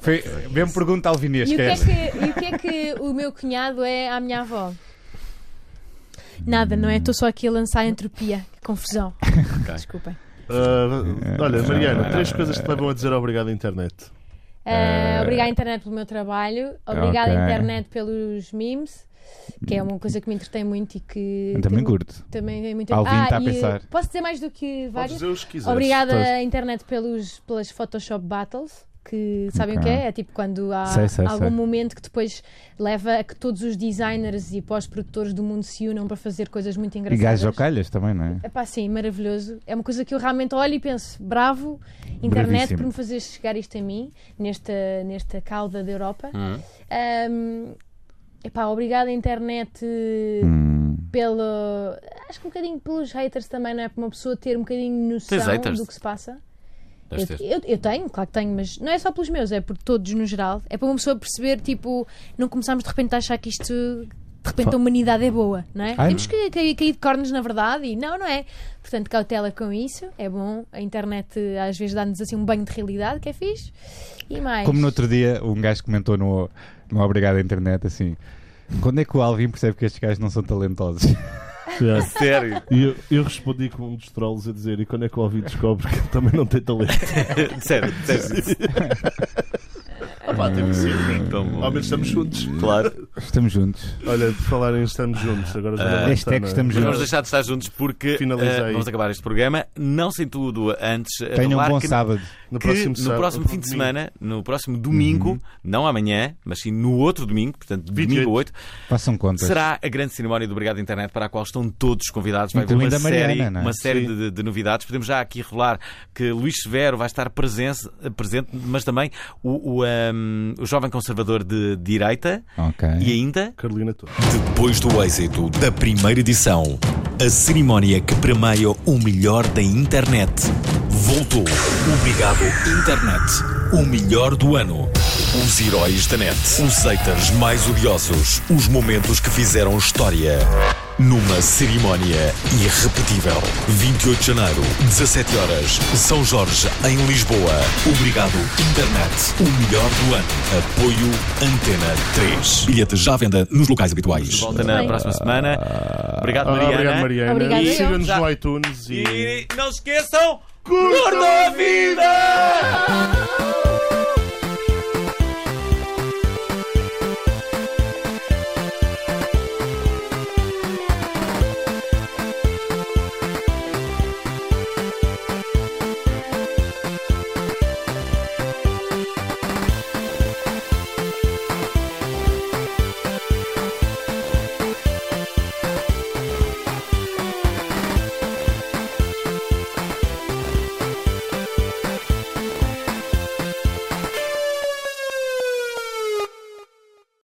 [SPEAKER 2] Foi. Mesmo pergunta
[SPEAKER 5] E o, que
[SPEAKER 2] alvinesca.
[SPEAKER 5] é
[SPEAKER 2] essa.
[SPEAKER 5] que, e o que é que o meu cunhado é à minha avó? Nada, não é? Estou só aqui a lançar entropia. Que confusão. Desculpem.
[SPEAKER 4] Ah, olha, Mariana, três coisas que te levam a dizer obrigado à internet.
[SPEAKER 5] Ah,
[SPEAKER 2] Eh,
[SPEAKER 5] Obrigada, internet, pelo meu trabalho. Obrigada,
[SPEAKER 2] ok.
[SPEAKER 5] internet, pelos memes, que é uma coisa que me entretém muito e que.
[SPEAKER 2] Eu também
[SPEAKER 5] tem-
[SPEAKER 2] curto.
[SPEAKER 5] Também é muito
[SPEAKER 2] Alguém
[SPEAKER 5] ah,
[SPEAKER 2] está a
[SPEAKER 5] e
[SPEAKER 2] pensar.
[SPEAKER 5] Posso dizer mais do que
[SPEAKER 4] Podes
[SPEAKER 5] vários?
[SPEAKER 4] dizer os que quiseres.
[SPEAKER 5] Obrigada,
[SPEAKER 4] Podes.
[SPEAKER 5] internet, pelos, pelas Photoshop Battles. Que sabem
[SPEAKER 2] Ok.
[SPEAKER 5] o que é? É tipo quando há
[SPEAKER 2] Sei, sei,
[SPEAKER 5] algum
[SPEAKER 2] sei.
[SPEAKER 5] momento que depois leva a que todos os designers e pós-produtores do mundo se unam para fazer coisas muito
[SPEAKER 2] E
[SPEAKER 5] engraçadas.
[SPEAKER 2] gajos ou calhas também, não é?
[SPEAKER 5] É pá, sim, maravilhoso. É uma coisa que eu realmente olho e penso: bravo, internet,
[SPEAKER 2] Bravíssimo.
[SPEAKER 5] por me fazer chegar isto a mim, nesta, nesta cauda da Europa.
[SPEAKER 1] Hum.
[SPEAKER 5] Um, epá, obrigada, internet, pelo. Acho que um bocadinho pelos haters também, não é? Para uma pessoa ter um bocadinho noção
[SPEAKER 1] Tens haters?
[SPEAKER 5] do que se passa.
[SPEAKER 1] Deves
[SPEAKER 5] Eu,
[SPEAKER 1] ter.
[SPEAKER 5] eu- eu tenho, claro que tenho, mas não é só pelos meus, é por todos no geral. É para uma pessoa perceber, tipo, não começarmos de repente a achar que isto. De repente a humanidade é boa, não é?
[SPEAKER 2] Ai,
[SPEAKER 5] Temos que cair, cair de cornos na verdade e não, não é? Portanto, cautela com isso, é bom. A internet às vezes dá-nos assim um banho de realidade que é fixe. E mais.
[SPEAKER 2] Como no outro dia, um gajo comentou no, no Obrigado à Internet assim: quando é que o Alvin percebe que estes gajos não são talentosos?
[SPEAKER 1] Sério?
[SPEAKER 4] E eu, eu respondi com um dos trolls a dizer: E quando é que o Alvin descobre que ele também não tem talento?
[SPEAKER 1] Sério, sério. Ah, pá, tem que ser, então, bom.
[SPEAKER 4] Ao menos estamos juntos.
[SPEAKER 1] Claro.
[SPEAKER 2] Estamos juntos.
[SPEAKER 4] Olha, por falarem, estamos juntos. Agora já não é?
[SPEAKER 2] Hashtag
[SPEAKER 4] basta,
[SPEAKER 2] estamos
[SPEAKER 1] Mas
[SPEAKER 2] juntos.
[SPEAKER 1] vamos deixar de estar juntos porque
[SPEAKER 4] Finaliza
[SPEAKER 1] ah,
[SPEAKER 4] aí.
[SPEAKER 1] vamos acabar este programa. Não sem tudo antes.
[SPEAKER 2] Tenham um
[SPEAKER 1] revelar
[SPEAKER 2] bom
[SPEAKER 1] que-
[SPEAKER 2] sábado.
[SPEAKER 4] No
[SPEAKER 1] que
[SPEAKER 4] próximo,
[SPEAKER 1] no
[SPEAKER 4] sábado-
[SPEAKER 1] próximo fim de
[SPEAKER 4] domingo.
[SPEAKER 1] semana, no próximo domingo, não amanhã, mas sim no outro domingo, portanto, domingo
[SPEAKER 4] 28.
[SPEAKER 1] 8,
[SPEAKER 2] Façam contas.
[SPEAKER 1] Será a grande cerimónia do Obrigado Internet para a qual estão todos convidados. Vai haver
[SPEAKER 2] Incluindo
[SPEAKER 1] uma
[SPEAKER 2] a Mariana,
[SPEAKER 1] série,
[SPEAKER 2] não é?
[SPEAKER 1] uma série de, de- de novidades. Podemos já aqui revelar que Luís Severo vai estar presente, presente mas também o, o, ahm, o jovem conservador de direita
[SPEAKER 2] Ok.
[SPEAKER 1] e ainda
[SPEAKER 4] Carolina Torres.
[SPEAKER 6] Depois do êxito da primeira edição, a cerimónia que premia o melhor da internet voltou. Obrigado, internet. O melhor do ano. Os heróis da net. Os haters mais odiosos. Os momentos que fizeram história. Numa cerimónia irrepetível. 28 de janeiro, 17 horas, São Jorge, em Lisboa. Obrigado, Internet. O melhor do ano. Apoio Antena 3. Bilhetes já à venda nos locais habituais.
[SPEAKER 1] de volta na
[SPEAKER 5] bem.
[SPEAKER 1] próxima semana. Obrigado,
[SPEAKER 4] Ah,
[SPEAKER 1] Mariana.
[SPEAKER 4] obrigado, Mariana.
[SPEAKER 5] Obrigada eu.
[SPEAKER 4] Siga-nos
[SPEAKER 1] Já-
[SPEAKER 4] no iTunes e...
[SPEAKER 1] E não se esqueçam, curtam a vida!